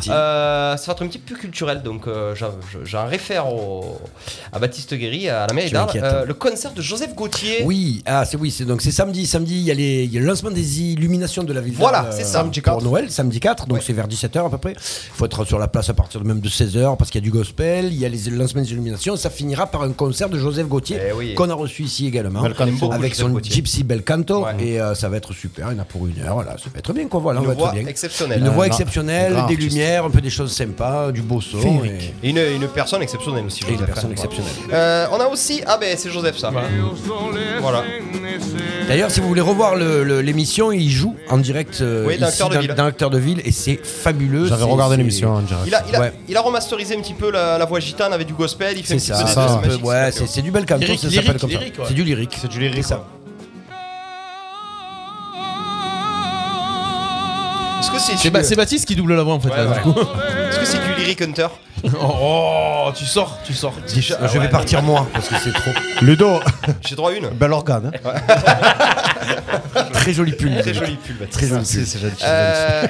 A: Euh, ça va être un petit peu culturel, donc euh, j'en- j'en réfère au, à Baptiste Guéry, à la mairie
D: Tu
A: d'Arles.
D: m'inquiètes.
A: Euh, le concert de Joseph Gauthier.
D: Oui, ah, c'est oui, c'est donc c'est samedi, samedi, il y, a les- il y a le lancement des illuminations de la ville.
A: Voilà,
D: d'Arles,
A: c'est
D: euh,
A: ça. Samedi
D: pour Noël, samedi 4, donc c'est vers 17h à peu près. Il faut être sur la place à partir de même de 16h parce qu'il y a du gospel, il y a les lancements des illuminations, ça finira par un concert de Joseph Gauthier
A: Eh
D: qu'on a reçu ici également
C: Bel canto. On aime beaucoup
D: avec
C: Joseph
D: son
C: Gauthier.
D: Gypsy Bel Canto et euh, ça va être super, il y en a pour une heure, voilà, ça va être bien quoi, voilà,
A: Une
D: on va
A: voix
D: être bien.
A: exceptionnelle.
D: Une voix
A: Un grand-
D: exceptionnelle,
A: un grand
D: des
A: artiste.
D: lumières, un peu des choses sympas, du beau son.
A: Féerique. Et une, une personne exceptionnelle aussi.
D: une personne exceptionnelle.
A: Euh, on a aussi. Ah, ben c'est Joseph ça. Voilà.
D: D'ailleurs, si vous voulez revoir le- le- l'émission, il joue en direct euh,
A: Oui, dans
D: ici,
A: Acteur de
D: dans-
A: Ville.
D: dans Acteur de Ville et c'est fabuleux.
C: J'avais
D: C'est-
C: regardé
D: c'est-
C: l'émission hein. en direct.
A: Il a, il, a,
D: Ouais.
A: il a remasterisé un petit peu la, la voix gitane avec du gospel. Il fait un
D: C'est
A: petit
D: ça,
A: peu des
D: c'est un
A: deux,
D: peu-
A: magique,
D: ouais,
A: ça fait.
D: c'est c'est du bel canto,
A: Lyrique,
D: ça
A: lyrique,
D: s'appelle comme ça.
A: lyrique, ouais.
D: C'est du lyrique.
C: C'est du lyrique. ça.
A: Est-ce que c'est
G: C'est Ba- c'est Baptiste qui double la voix, en fait.
A: Ouais,
G: là,
A: ouais.
G: du coup.
A: Est-ce que c'est du lyric hunter
G: Oh, tu sors, tu sors.
A: Je vais partir,
D: moi, parce que c'est trop.
C: Ludo
A: J'ai droit à une.
C: Bel organe. hein.
D: Très joli pull.
A: Très joli pull, Baptiste.
D: Très joli
A: C'est-
D: pull.
A: c'est Euh,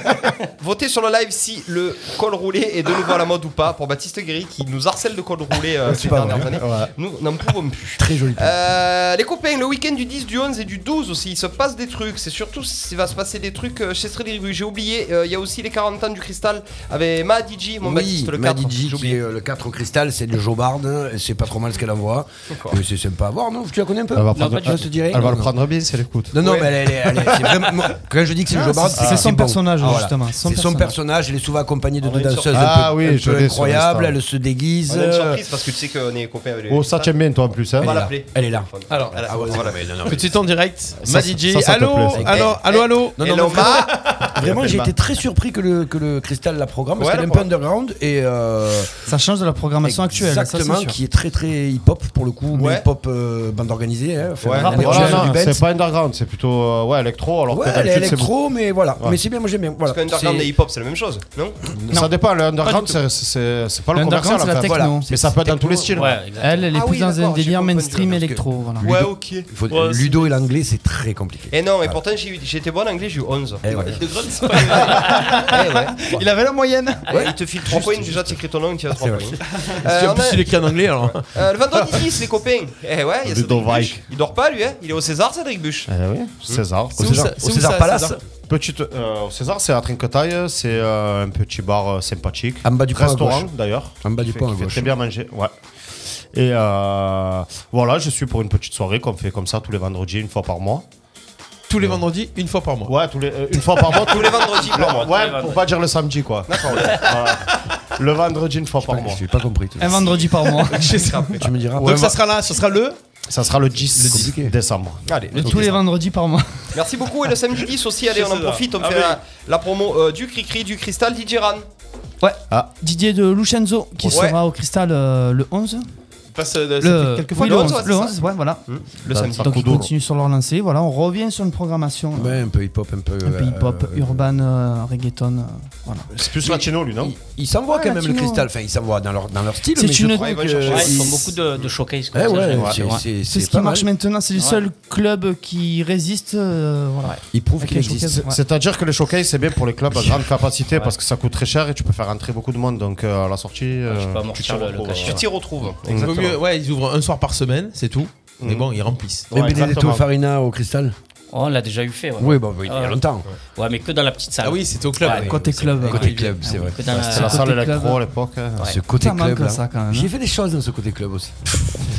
A: votez sur le live si le col roulé est de nouveau à la mode ou pas pour Baptiste Guéry qui nous harcèle de col roulé euh,
D: C'est
A: ces
D: pas
A: dernières
D: vrai.
A: années.
D: Ouais.
A: Nous n'en pouvons plus.
D: Très joli.
A: Euh, les copains, le week-end du 10, du 11 et du 12 aussi, il se passe des trucs. C'est surtout, il va se passer des trucs euh, chez Streliru. J'ai oublié, euh, il y a aussi les 40 ans du cristal avec Mahadiji, mon
D: Oui,
A: Baptiste le 4.
D: Madidji, qui est euh, le 4 au cristal, c'est du Jobard, hein, et c'est pas trop mal ce qu'elle envoie. Mais c'est sympa à voir, non Tu la connais un peu
C: Elle va,
D: Non,
C: prendre-
D: pas du tout, je te dirais.
C: elle va
D: Non,
C: le
D: non.
C: prendre bien si elle écoute.
D: Non, non, mais elle, est- elle est- c'est vraiment. moi, quand je dis que c'est le
B: Ah,
D: Jobard,
B: c'est- c'est son
D: bon.
B: personnage,
D: Ah, voilà.
B: justement, son
D: C'est son
B: personnage.
D: personnage, elle est souvent accompagnée de
B: On a
D: deux
B: une
D: danseuses
B: surprise.
D: un
C: Ah
D: peu-
C: oui,
D: un
C: je
D: peu
C: l'ai sur
D: incroyables,
C: Insta.
D: elle se déguise.
A: On a une surprise parce que tu sais qu'on est copains avec les-
C: Oh, ça t'aimes bien, toi en plus. Hein.
A: On va l'appeler.
D: Elle est là.
G: Alors,
A: Ah ouais, voilà.
G: Petit en direct,
C: Ça,
G: ma
C: ça-
G: DJ.
C: ça, ça te
G: Allô,
C: plaît, ça.
G: allô, allô, allô.
D: Non, non,
A: Hello,
D: mais vraiment,
A: Ma.
D: vraiment, j'ai été très surpris que le, que le Cristal la programme parce
A: Ouais,
D: qu'elle est
A: la
D: un peu underground et euh,
B: Ça change de la programmation actuelle. ça, c'est
D: exactement
B: sûr.
D: qui est très très hip hop pour le coup, mais
A: Ouais.
D: hip hop euh, bande organisée. hein, enfin,
C: Ouais,
D: elle est
C: voilà,
D: originale
C: non,
D: du Benz.
C: c'est pas underground, c'est plutôt euh, ouais, électro. Alors
D: Ouais,
C: que
D: elle est
C: d'habitude, c'est beaucoup-
D: électro, mais voilà.
C: Ouais.
D: Mais c'est bien, moi j'aime bien. Voilà.
A: Parce qu'Underground
D: C'est-
A: et hip-hop, c'est la même chose, non
C: Ça dépend, le underground, c'est- c'est c'est pas le commercial.
B: L'underground, c'est la
C: enfin,
B: techno.
C: voilà. Mais ça peut être dans tous les styles.
B: Elle, elle est
A: Ah
B: plus
A: oui,
B: dans un
A: d'accord, j'ai
B: délire
A: compris,
B: mainstream
A: parce que-
B: électro. Voilà.
A: Ouais, ok.
D: Il faut-
A: Ouais,
D: Ludo et l'anglais, c'est très compliqué.
G: Eh,
A: Et non, et pourtant j'ai eu- j'étais bon en anglais, j'ai eu 11.
D: Eh ouais.
A: De grande espagnol.
B: Il avait la moyenne.
A: Eh ouais. Il te file 3 points déjà, tu écris ton nom, tu as 3
D: c'est
A: points.
D: vrai.
A: Euh,
G: Si en
A: on
G: plus
A: a-
G: il écrit en anglais, alors.
A: euh, le vendredi 10, les copains. Eh ouais, il y a Cédric
C: Ludo Vike.
A: Buche. Il dort pas lui, hein Il est au César, Cédric Buche.
C: Eh oui,
D: Mm.
C: César.
G: C'est où ça- c'est où ça, César
C: Petite, euh, au César, c'est à Trinquetaille, c'est euh, un petit bar euh, sympathique.
D: En bas du pont à
C: Restaurant
D: gauche.
C: d'ailleurs.
D: En bas du
C: Qui
D: pont à
C: fait- qui fait
D: gauche.
C: Très bien manger, ouais. Et euh, voilà, je suis pour une petite soirée qu'on fait comme ça tous les vendredis, une fois par mois.
G: Tous les vendredis, une fois par mois.
C: Ouais, tous les, euh, une fois par mois,
A: Tous les vendredis, par mois.
C: Ouais, pour pas dire le samedi quoi. Voilà. Le vendredi, une fois par mois.
D: Je n'ai pas compris. tout
B: Un vendredi par mois.
D: Tu me diras.
G: Donc ça sera là, ça sera le.
C: Ça sera le 10
D: compliqué.
C: décembre.
D: Ah,
A: Allez,
B: De tous les vendredis par mois.
A: merci beaucoup. Et le samedi 10 aussi, allez, on en profite, on fait la, la promo euh, du Cricri, du Cristal, DJ Ran.
B: Didier de Lucenzo qui
A: Ouais.
B: sera au Cristal euh, le 11.
G: Passe de- ça
B: Le,
G: fait quelques
B: oui,
G: fois
B: le
A: le
B: 11,
A: 11,
B: le
A: ouais,
B: 11, ouais, voilà.
A: Le
C: Ça-
A: samedi.
C: ça-
B: Donc ils
C: Kudo.
B: continuent sur leur lancée. Voilà, on revient sur une programmation. euh,
D: Ouais, Ben, un peu hip hop, un peu.
B: Un peu hip-hop,
D: euh,
B: urban, euh, reggaeton, euh, voilà.
C: C'est plus latino lui, non
D: Ils ils s'envoient
B: Ouais,
D: quand même le
B: Ah, Latino.
D: cristal, enfin ils s'envoient dans leur, dans leur style.
B: C'est
D: mais je
B: une- euh,
D: trouve
A: Ouais, ils vont
D: que-
A: chercher.
E: Ouais, ils
D: ils-
E: font beaucoup de, de showcase comme
D: Eh
E: ça,
D: ouais,
E: j'aime
D: ouais,
E: bien. Ouais.
D: c'est-
B: C'est
D: c'est
B: ce qui
D: pas
B: marche
D: mal.
B: maintenant, c'est les
E: Ouais.
B: seuls clubs qui résistent. euh, voilà.
D: Ils prouvent
B: Avec
D: qu'ils
B: les
D: existent.
B: showcases.
C: C'est-
B: Ouais.
C: C'est-à-dire que les showcase, c'est bien pour les clubs à grande capacité parce que ça coûte très cher et tu peux faire entrer beaucoup de monde. Donc euh, à la sortie, euh,
E: peux amortir
C: t'y
E: le- le
C: retrouves,
E: cachet.
A: Tu t'y retrouves.
G: Il vaut
C: Exactement. Mhm.
G: mieux, ouais, ils ouvrent un soir par semaine, c'est tout. Mais bon, ils remplissent.
D: Et Benedetto
C: exactement.
D: Farina au cristal
E: Ah, On l'a déjà eu fait. ouais.
D: Oui, bah, oui, il y a
E: Ouais.
D: longtemps.
E: Ouais, mais que dans la petite salle.
D: Ah oui, c'était au club.
E: Ouais,
D: Côté
E: c'est-
D: club, Côté
E: ouais.
D: club, c'est vrai.
E: Que dans
D: C'était la salle électro à l'époque, hein.
E: Ouais.
D: Ce côté
B: Ça manque,
D: club, là.
B: ça, quand même. hein.
D: J'ai fait des choses dans ce côté club aussi.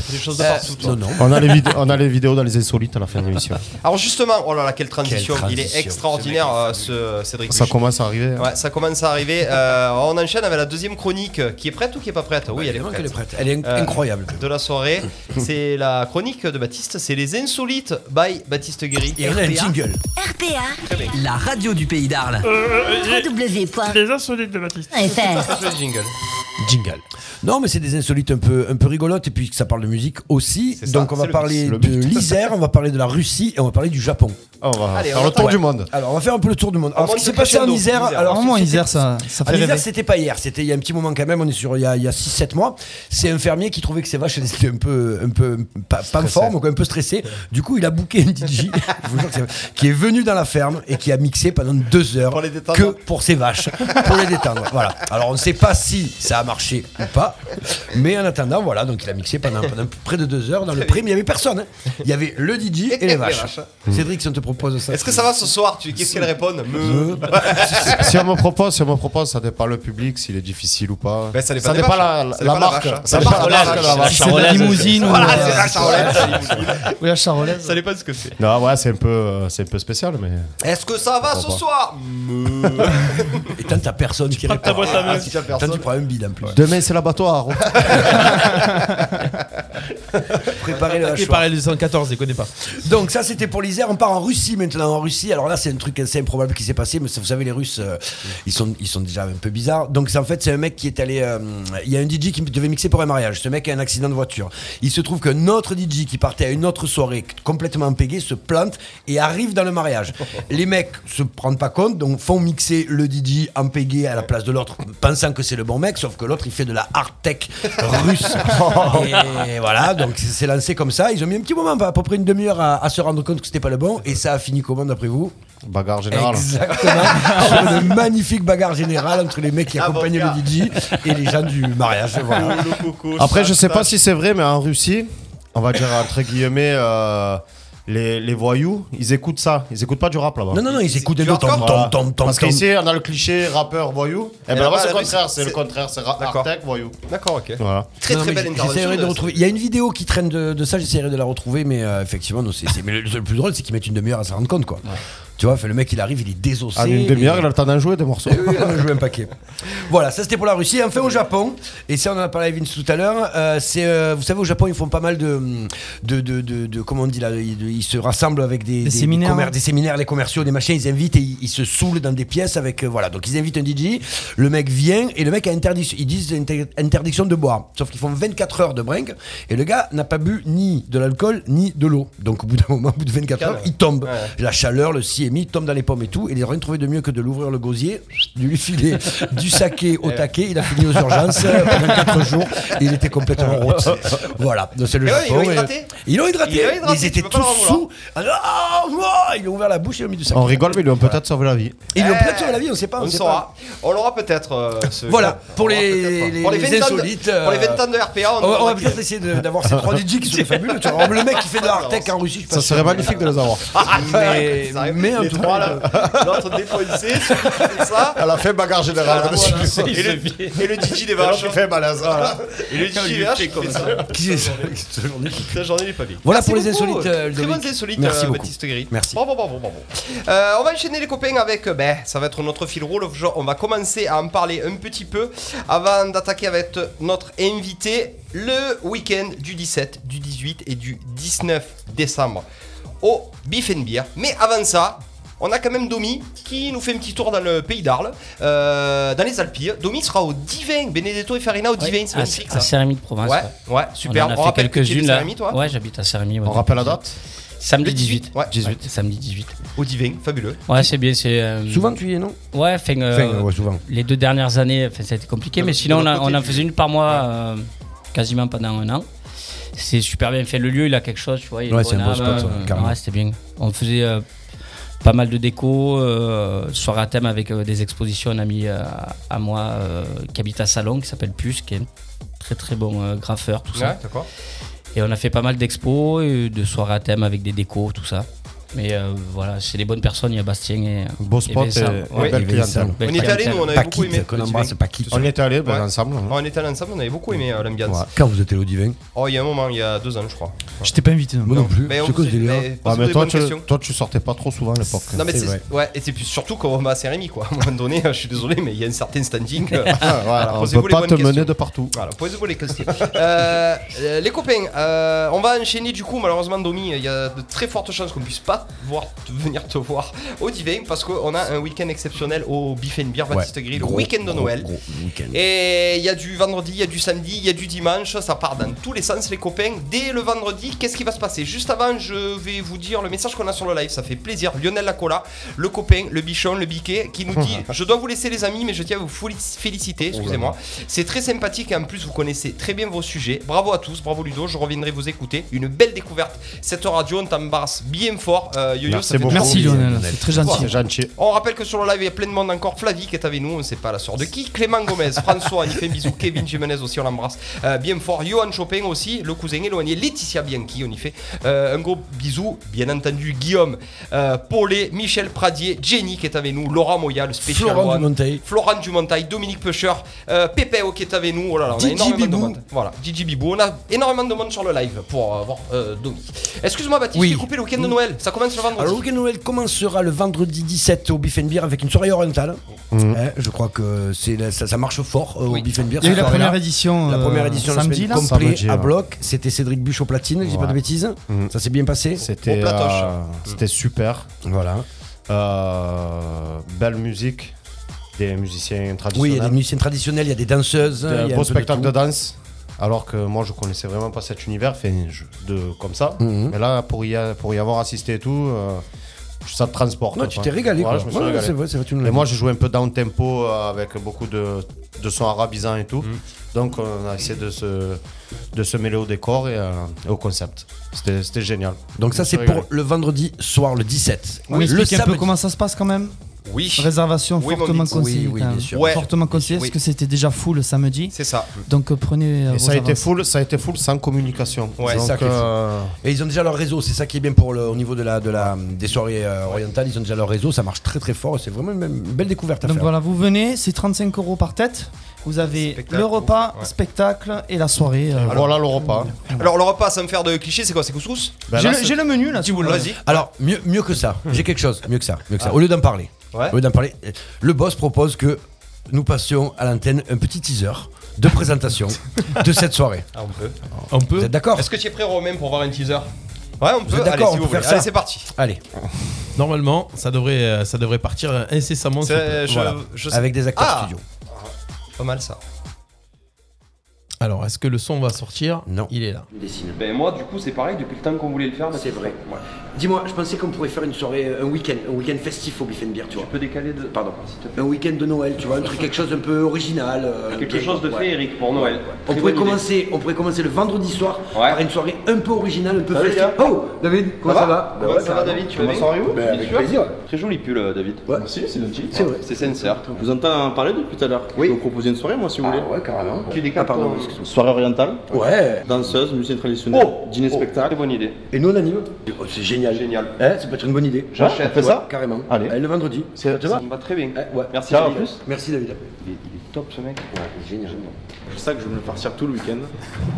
A: Des choses
D: de partout, toi. non, non.
C: On, a les vid- on a les vidéos dans les insolites à la fin de l'émission.
A: Alors justement, oh là là, quelle transition,
C: Quelle
A: il est
C: transition.
A: extraordinaire euh, ce Cédric.
C: Ça
A: Luche.
C: commence à arriver. hein.
A: Ouais, ça commence à arriver. Euh, on enchaîne avec la deuxième chronique euh, qui est prête ou qui est pas prête Oui, elle est prête.
D: Bah, qu'elle est prête. Euh, Elle est inc- incroyable.
A: De la soirée. c'est la chronique de Baptiste, c'est les insolites by Baptiste Guéry.
H: Et on a un jingle.
I: RPA,
H: La radio du pays d'Arles.
A: Euh,
K: Les insolites de Baptiste.
I: FR.
A: Le jingle.
D: Jingle. Non, mais c'est des insolites un peu, un peu rigolotes, et puis que ça parle de musique aussi.
C: ça,
D: Donc, on
C: c'est
D: va
C: le
D: parler
C: but, le
D: de l'Isère, on va parler de la Russie, et on va parler du Japon.
C: Ah, on va
D: Allez,
C: faire
D: on
C: le
D: va-
C: tour
D: ouais.
C: du monde.
D: Alors, on va faire un peu le tour du monde.
A: Ah,
D: Alors, ce
C: monte
D: qui s'est
C: le
D: passé en
C: crescendo,
D: Isère,
C: l'Isère.
D: alors,
B: Vraiment,
D: c'était-
B: Isère, ça- ça fait
D: En Isère,
B: rêver.
D: c'était pas hier, c'était il y a un petit moment quand même, on est sur il y a, il y a 6-7 mois. C'est un fermier qui trouvait que ses vaches elles étaient un peu, un peu pas, pas en forme, donc un peu stressé. Du coup, il a booké une DJ je vous jure que c'est- qui est venu dans la ferme et qui a mixé pendant deux heures que pour ses vaches, pour les détendre. Voilà. Alors, on ne sait pas si ça a marché ou pas, mais en attendant, voilà, donc il a mixé pendant, pendant près de deux heures dans le pré, mais il n'y avait personne. hein. Il y avait le DJ et les vaches.
A: vaches.
D: Cédric, si on te propose ça.
A: Est-ce que ça va ce soir Tu qu'est-ce qu'elle répond Me.
D: Me.
C: si on me propose, si on me propose, ça dépend le public, s'il est difficile ou pas.
A: Ben, ça dépend des
C: dépend
A: vaches,
C: la,
A: hein.
C: la
A: Ça dépend la
C: marque.
A: vache, hein.
C: Ça
A: Ça
C: dépend
A: dépend
C: la
A: la
C: marque de la
A: vache.
C: vache.
B: C'est de la limousine ou.
A: Voilà,
B: euh,
A: c'est la charolaise. la limousine.
B: Oui, la charolaise.
A: Ça dépend de ce que c'est.
C: Non, ouais, c'est un peu, euh, c'est un peu spécial, mais.
A: Est-ce que ça va ce
C: Pourquoi pas.
A: soir Me.
D: Et tant t'as personne qui répond.
A: ta boîte à mail.
D: Ah, si t'as personne. Tant tu prends un bide en plus.
C: Demain, c'est l'abattoir.
D: Préparer le hachoir.
G: Préparez le 114, déconnez pas.
D: Donc ça c'était pour l'Isère. On part en Russie maintenant. En Russie, alors là c'est un truc assez improbable qui s'est passé, mais ça, vous savez les Russes, euh, ils sont ils sont déjà un peu bizarres. Donc c'est en fait c'est un mec qui est allé, euh, il y a un DJ qui devait mixer pour un mariage. Ce mec a un accident de voiture. Il se trouve qu'un autre DJ qui partait à une autre soirée complètement pégué se plante et arrive dans le mariage. Les mecs se rendent pas compte, donc font mixer le DJ en pégué à la place de l'autre, pensant que c'est le bon mec, sauf que l'autre il fait de la hard tech russe. Et voilà, donc c'est c'est lancé comme ça. Ils ont mis un petit moment, à peu près une demi-heure, à, à se rendre compte que c'était pas le bon. Et ça a fini comment d'après vous
C: Bagarre générale.
D: Exactement. Sur une magnifique bagarre générale entre les mecs qui accompagnaient le DJ et les gens du mariage. Voilà.
C: Après, je sais pas si c'est vrai, mais en Russie, on va dire entre guillemets, euh, les, les voyous, ils écoutent ça. Ils écoutent pas du rap là-bas.
D: Non, non, non, ils écoutaient le tom,
C: Voilà.
D: tom, tom, tom,
C: Parce
D: tom.
C: qu'ici, on a le cliché rappeur voyou. Et,
A: Et
C: ben
A: là-bas,
C: là-bas, c'est
A: la
C: le
A: Russie,
C: contraire. C'est
A: c'est-
C: le contraire. C'est
A: D'accord.
C: rap tech voyou.
A: D'accord, ok.
C: Voilà.
A: Très
D: Non,
A: très
D: mais
A: belle
D: j-
A: intervention.
D: j'essaierai de
A: de-
D: retrouver. Il y a une vidéo qui traîne de, de ça, j'essaierai de la retrouver, mais euh, effectivement, non, c'est, c'est- mais le, le plus drôle, c'est qu'ils mettent une demi-heure à se rendre compte, quoi. Tu vois, fait, le mec, il arrive, il est désossé.
C: En Ah, une demi-heure,
D: et-
C: il a le temps d'en jouer des morceaux.
D: Oui, oui, on a joué un paquet. Voilà, ça c'était pour la Russie. Enfin, au Japon, et ça on en a parlé avec Vince tout à l'heure, euh, c'est, euh, vous savez, au Japon, ils font pas mal de. de, de, de- de- comment on dit là Ils, ils se rassemblent avec des,
B: séminaires.
D: commer- des séminaires, les commerciaux, des machins, ils invitent et ils, ils se saoulent dans des pièces avec. euh, voilà, donc ils invitent un DJ, le mec vient et le mec a interdiction. Ils disent inter- interdiction de boire. Sauf qu'ils font 24 heures de bringue et le gars n'a pas bu ni de l'alcool ni de l'eau. Donc au bout d'un moment, au bout de 24 heures, il tombe. La chaleur, le CMI tombe dans les pommes et tout. Et il n'a rien trouvé de mieux que de l'ouvrir le gosier, de lui filer du saké
A: Eh
D: au taquet. Il a fini aux urgences euh, pendant 4 jours. Et il était complètement rôti. Voilà, donc c'est le
A: Et ouais, ils
D: Japon.
A: l'ont
D: et-
A: hydraté
D: Ils l'ont hydraté.
A: Ils l'ont hydraté,
D: Ils étaient
A: tu peux pas
D: tous
A: leur en vouloir.
D: sous. Ah, ouah, ils lui ont ouvert la bouche et ils lui ont mis du saké.
C: On rigole, mais ils lui ont peut-être sauvé la vie.
D: Ils lui ont
A: Eh,
D: peut-être sauvé la vie, on sait pas.
A: On
D: sait
A: saura. On l'aura peut-être. euh, ce-
D: Voilà,
A: on
D: pour
A: l'aura
D: les-
A: peut-être. hein.
D: les-
A: pour les 20
D: les
A: ans de-
D: insolites, euh,
A: Pour les 20 ans de RPA,
D: pas.
A: on
D: On va, on
A: aura
D: va peut-être essayer de- d'avoir ces trois DJ qui sont fabuleux. Tu vois. Le mec qui fait de l'Artec en Russie, je
C: Ça
D: pense.
C: serait magnifique de les avoir.
D: Mais,
A: Ça arrive.
D: mais en
A: les
D: tout
A: trois
D: cas,
A: là, l'autre défoncé, celui qui fait ça.
C: Elle a fait bagarre générale.
A: Et le, et le DJ des vaches.
C: J'ai fait malaise. voilà.
A: Et le DJ des vaches, il fait ça.
D: qui est ça
A: Cette journée, il est pas bien.
D: Voilà pour
A: Merci
D: les
A: beaucoup.
D: insolites, euh,
A: Très bonnes
D: Ludovic.
A: insolites,
D: Merci
A: euh,
D: beaucoup.
A: Baptiste Gris.
D: Merci.
A: Bon, bon, bon, bon, bon. Euh, on va enchaîner les copains avec. euh, Ben, ça va être notre fil rouge. Genre, On va commencer à en parler un petit peu avant d'attaquer avec notre invité le week-end du 17, du 18 et du 19 décembre au Beef and Beer. Mais avant ça. On a quand même Domi qui nous fait un petit tour dans le pays d'Arles, euh, dans les Alpilles. Domi sera au Divin, Benedetto et Farina au Divin, c'est
E: à,
A: magnifique ça.
E: à Cérémie de province.
A: Ouais, ouais, super. On
E: On en a fait
A: rappelle que tu es de
E: quelques-unes là.
A: Cérémie, toi
E: ouais, j'habite à Cérémie. ouais.
C: On rappelle la date
E: Samedi
A: Le 18,
E: 18.
A: ouais.
E: 18. samedi 18.
A: Au Divin, fabuleux.
E: Ouais, c'est bien. C'est euh,
D: Souvent tu y es, non
E: Ouais, fin, euh,
D: Enfin, ouais, souvent.
E: les deux dernières années, enfin, ça a été compliqué, mais sinon,
A: de
E: on, a-
A: l'autre côté
E: on en
A: du-
E: faisait une par mois euh, quasiment pendant un an. C'est super bien fait. Le lieu, il a quelque chose, tu vois. il y a
D: Ouais,
E: une
D: c'est un
E: bonne
D: beau
E: âme,
D: spot, ouais,
E: euh,
D: carrément.
E: ouais, c'était bien. On faisait euh, pas mal de déco, euh, soirée à thème avec euh, des expositions. Un ami euh, à moi euh, qui habite à Salon, qui s'appelle Puce, qui est un très très bon euh, graffeur, tout ça.
A: d'accord.
E: euh, Et on a fait pas mal d'expos, et de soirées à thème avec des décos, tout ça. Mais euh, voilà, c'est des bonnes personnes, il y a Bastien et. euh,
C: Beau spot
E: Vincent.
C: et- et belle clientèle.
E: Belle
A: On y était allé, nous, on avait
E: clientèle.
A: beaucoup
D: Bah,
A: aimé.
C: On y était allé ben,
A: Ouais.
C: ensemble.
A: Ouais, On était allé ensemble, on avait beaucoup aimé euh, l'ambiance.
D: Ouais. Quand vous étiez au divin
A: Oh, il y a un moment, il y a deux ans, je crois.
B: Je t'ai pas invité.
D: Moi non plus.
A: Mais on
D: C'est quoi ce
A: vous-
D: délire
A: mais posez-vous des
C: Ah, toi,
A: bonnes
C: tu,
A: questions.
C: toi, tu sortais pas trop souvent à l'époque.
A: Non mais c'est ouais et c'est plus surtout quand on va à Saint-Rémy quoi. À un moment donné, je suis désolé mais il y a un certain standing.
C: Ouais,
A: Voilà,
C: on
A: posez-vous
C: peut
A: les
C: pas
A: bonnes
C: te
A: questions. Ah,
C: mener de partout.
A: Voilà, posez-vous les questions. Euh, euh, les copains, euh, on va enchaîner du coup malheureusement Domi, il y a de très fortes chances qu'on puisse pas voir, te- venir te voir au Divin parce qu'on a un week-end exceptionnel au Beef and Beer
D: Ouais,
A: 26 Grill, le
D: gros,
A: week-end de
D: gros,
A: Noël.
D: gros week-end.
A: Et il y a du vendredi, il y a du samedi, il y a du dimanche, ça part dans tous les sens les copains. Dès le vendredi, qu'est-ce qui va se passer Juste avant, je vais vous dire le message qu'on a sur le live, ça fait plaisir. Lionel Lacola, le copain, le bichon, le biquet, qui nous dit Je dois vous laisser les amis, mais je tiens à vous foli- féliciter, excusez-moi. C'est très sympathique et en plus, vous connaissez très bien vos sujets. Bravo à tous, bravo Ludo, je reviendrai vous écouter. Une belle découverte. Cette radio, on t'embrasse bien fort. Euh, Yo-Yo,
C: Merci
A: ça fait
C: beaucoup.
A: toujours
D: Ah
C: Merci,
A: plaisir.
C: Lionel, c'est très gentil. C'est gentil.
A: On rappelle que sur le live, il y a plein de monde encore. Flavie qui est avec nous, on ne sait pas la sœur de qui. Clément Gomez, François, il fait un bisou. Kevin Jimenez aussi, on l'embrasse euh, bien fort. Johan Chopin aussi, le cousin éloigné. Laetitia Bianchi, on y fait euh, un gros bisou. Bien entendu, Guillaume, euh, Paulet, Michel Pradier, Jenny qui est avec nous, Laura Moya, le spécial.
D: Florent
A: one.
D: Dumonteil.
A: Florent Dumontail, Dominique Pecher, euh, Pépéo qui est avec nous. Oh là là, on a
D: Didi
A: énormément
D: Bibou.
A: de monde. Voilà, Didi Bibou. On a énormément de monde sur le live pour euh, voir euh, Domi. Excuse-moi, Baptiste,
D: Oui.
A: j'ai coupé le week-end de Noël. Ça commence le vendredi.
D: Alors, le week-end de Noël commencera le vendredi 17 au Beef and Beer avec une soirée orientale. Hein, je crois que c'est la- ça, ça marche fort euh, au Beef and Beer.
B: Il y a
D: cette
B: eu la
D: soirée-là.
B: première édition,
D: La
B: euh,
D: première édition le
B: samedi,
D: semaine
B: là
D: complet
C: Samedi,
D: à
C: ouais.
D: bloc. C'était Cédric Buche au platine, je dis pas de
C: Ouais. Mhm.
D: bêtises. Ça s'est bien passé.
C: C'était euh, c'était super. Euh,
D: Voilà.
C: belle musique, des musiciens
D: Oui,
C: traditionnels.
D: il y a des musiciens traditionnels, il y a des danseuses. Euh, il y a
C: un
D: un
C: beau
D: peu
C: spectacle
D: tout.
C: de, danse. Alors que moi, je connaissais vraiment pas cet univers, fait de comme ça.
D: Mhm.
C: Mais là, pour y, a- pour y avoir assisté et tout, euh, ça te transporte.
D: Non, tu t'es régalé,
C: Voilà,
D: quoi.
C: je me suis
D: Ouais,
C: régalé.
D: c'est vrai, c'est vrai, tu nous l'as
C: Et moi,
D: dit.
C: j'ai joué un peu down tempo euh, avec beaucoup de, de sons arabisants et tout.
D: Mhm.
C: Donc, on a essayé de se, de se mêler au décor et euh, au concept. C'était c'était génial.
D: Donc,
C: Je
D: ça,
C: me
D: c'est
C: suis
D: pour
C: régalé.
D: le vendredi soir, le 17.
B: On
D: le
B: explique un peu
D: samedi.
B: comment ça se passe quand même
A: Oui.
B: Réservation
A: Oui, mon
B: fortement
A: petit.
B: conseillée.
D: Oui, oui,
B: quand
D: bien
B: même.
D: sûr.
A: Ouais.
B: Fortement conseillée
A: Oui.
B: parce que c'était déjà full le samedi.
A: C'est ça.
B: Donc euh, prenez. euh,
C: Et
B: vos
C: ça a, été
B: avances.
C: full, ça a été full sans communication.
D: Ouais,
C: Donc,
D: c'est ça qui est fou.
C: euh,
D: Et ils ont déjà leur réseau, c'est ça qui est bien pour le, au niveau de la, de la, des soirées euh, orientales, ils ont déjà leur réseau, ça marche très très fort, c'est vraiment une, une belle découverte à
B: Donc
D: faire.
B: voilà, vous venez, c'est 35 euros par tête. Vous avez
A: Spectacle,
B: le repas,
A: ouais.
B: spectacle et la soirée. euh,
C: voilà le repas.
A: Alors le repas sans me faire de clichés, c'est quoi C'est couscous
D: bah
C: Ben
B: J'ai
C: là,
B: le,
C: c'est-
B: j'ai le menu là. tu vois.
A: Vas-y.
D: Alors, mieux, mieux que ça,
L: Hmm.
D: j'ai quelque chose, mieux que ça, mieux que
L: Ah.
D: ça. Au lieu d'en parler,
A: Ouais.
D: au lieu d'en parler, euh, le boss propose que nous passions à l'antenne un petit teaser de présentation de cette soirée.
A: Ah, on peut.
G: On
D: Vous
G: peut
D: êtes d'accord
A: Est-ce que tu es prêt, Romain, pour voir une teaser Oh. Ouais, on peut.
D: êtes
A: Allez,
D: d'accord,
A: si
D: on
A: vous
D: peut faire
A: voulez.
D: ça
A: Allez, c'est parti.
D: Allez,
G: Normalement, ça devrait, euh, ça devrait partir euh, incessamment. sous peu.
A: C'est- je-
D: voilà.
A: je-
D: avec des acteurs
A: Ah
D: studio.
A: Pas mal ça.
G: Alors, est-ce que le son va sortir
D: Non.
G: Il est là.
A: Ben moi, du coup, c'est pareil. Depuis le temps qu'on voulait le faire,
L: C'est vrai. Dis-moi, je pensais qu'on pourrait faire une soirée, euh, un week-end, un week-end festif au Biff and Beer, tu vois.
A: peux décaler de. Pardon. s'il te plaît.
L: Un week-end de Noël, tu vois, un truc, quelque chose d'un peu original. euh, un peu- ouais.
A: féerique pour Noël.
L: On pourrait, commencer, on pourrait commencer le vendrendredi soir
A: Ouais.
L: par une soirée un peu originale, un peu
A: Salut,
L: festive.
A: gars.
L: Oh, David, comment ça, va
A: Comment ça va, David Tu vas bien
L: Ben, avec plaisir.
M: Très joli pull, euh, David.
L: Ouais.
M: Merci, c'est gentil.
L: C'est vrai.
M: C'est sincère. Je vous entends parler depuis tout à l'heure. Oui. Je peux vous proposer une soirée, moi, si vous voulez.
L: Ah ouais, carrément.
M: Tu décales
L: Ah, pardon,
M: ton-
L: excuse-moi.
M: Soirée orientale.
L: Ouais.
M: Danseuse, musicienne
A: Oh,
M: traditionnelle. dîner spectacle. bonne idée.
L: Et nous, on anime Oh, C'est génial.
M: Génial.
L: Eh, ça peut être une bonne idée.
M: J'achète, on fait
L: Ouais,
M: ça
L: Carrément. Eh,
M: Allez.
L: le vendredi. Ça te va
M: Ça me va très bien.
L: Eh, Ouais.
M: Merci,
L: Ciao.
M: David.
L: Merci, David.
M: Il est, il est top, ce mec.
L: Génial.
M: C'est ça que je vais me le farcir tout le week-end.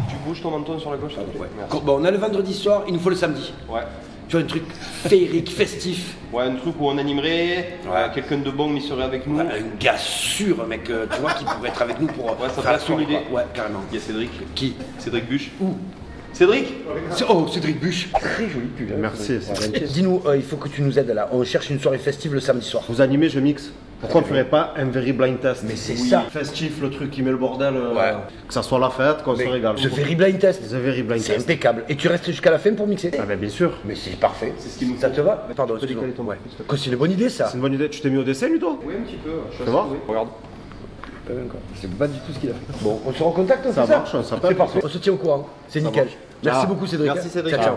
A: Tu bouges ton menton sur la gauche. s'il te plaît. Merci.
L: Bon, on a le vendredi soir, il nous faut le samedi.
A: Ouais.
L: Tu vois, un truc féerique, festif.
A: Ouais, un truc où on animerait, euh, quelqu'un de bon il serait avec nous.
L: Ah, Un gars sûr, mec, euh, tu vois, qui pourrait être avec nous pour euh,
M: Ouais, ça
L: faire
M: peut
L: la
M: être une
L: soirée,
M: idée.
L: quoi. Ouais, carrément.
M: Il y a Cédric.
L: Qui
M: Cédric Buche.
L: Où
M: Cédric
L: C'est- Oh, Cédric Buche.
M: Très joli pull. Merci, c'est gentil.
L: hein. Dis-nous, euh, il faut que tu nous aides là. On cherche une soirée festive le samedi soir.
M: Vous animez, je mixe. Pourquoi on ferait pas un very blind test
L: Mais c'est
M: Oui,
L: ça.
M: Festif, le truc qui met le bordel. euh,
L: Ouais.
M: Que ça soit la fête, qu'on se régale.
L: Je fais blind test.
M: The very blind
L: C'est
M: test.
L: impeccable. Et tu restes jusqu'à la fin pour mixer
M: Ah ben bien sûr.
L: Mais c'est parfait.
M: C'est ce qui nous
L: Ça
M: faut.
L: te va Pardon,
M: peux décaler ton
L: excuse-moi.
M: micro, s'il te
L: Que C'est une bonne idée ça.
M: C'est une bonne idée. Tu t'es mis au dessin, Ludo
A: Oui, un petit peu. Je suis
M: Fais voir.
A: assez doué. Regarde.
L: Je sais pas du tout ce qu'il a fait. Bon, on se recontacte, on
M: Ça
L: fait
M: marche, ça
L: C'est
M: peut.
L: parfait. On se tient au courant. C'est nickel.
M: marche.
L: Merci
M: Ah.
L: beaucoup Cédric.
M: Merci, Cédric.
L: Ciao, ciao.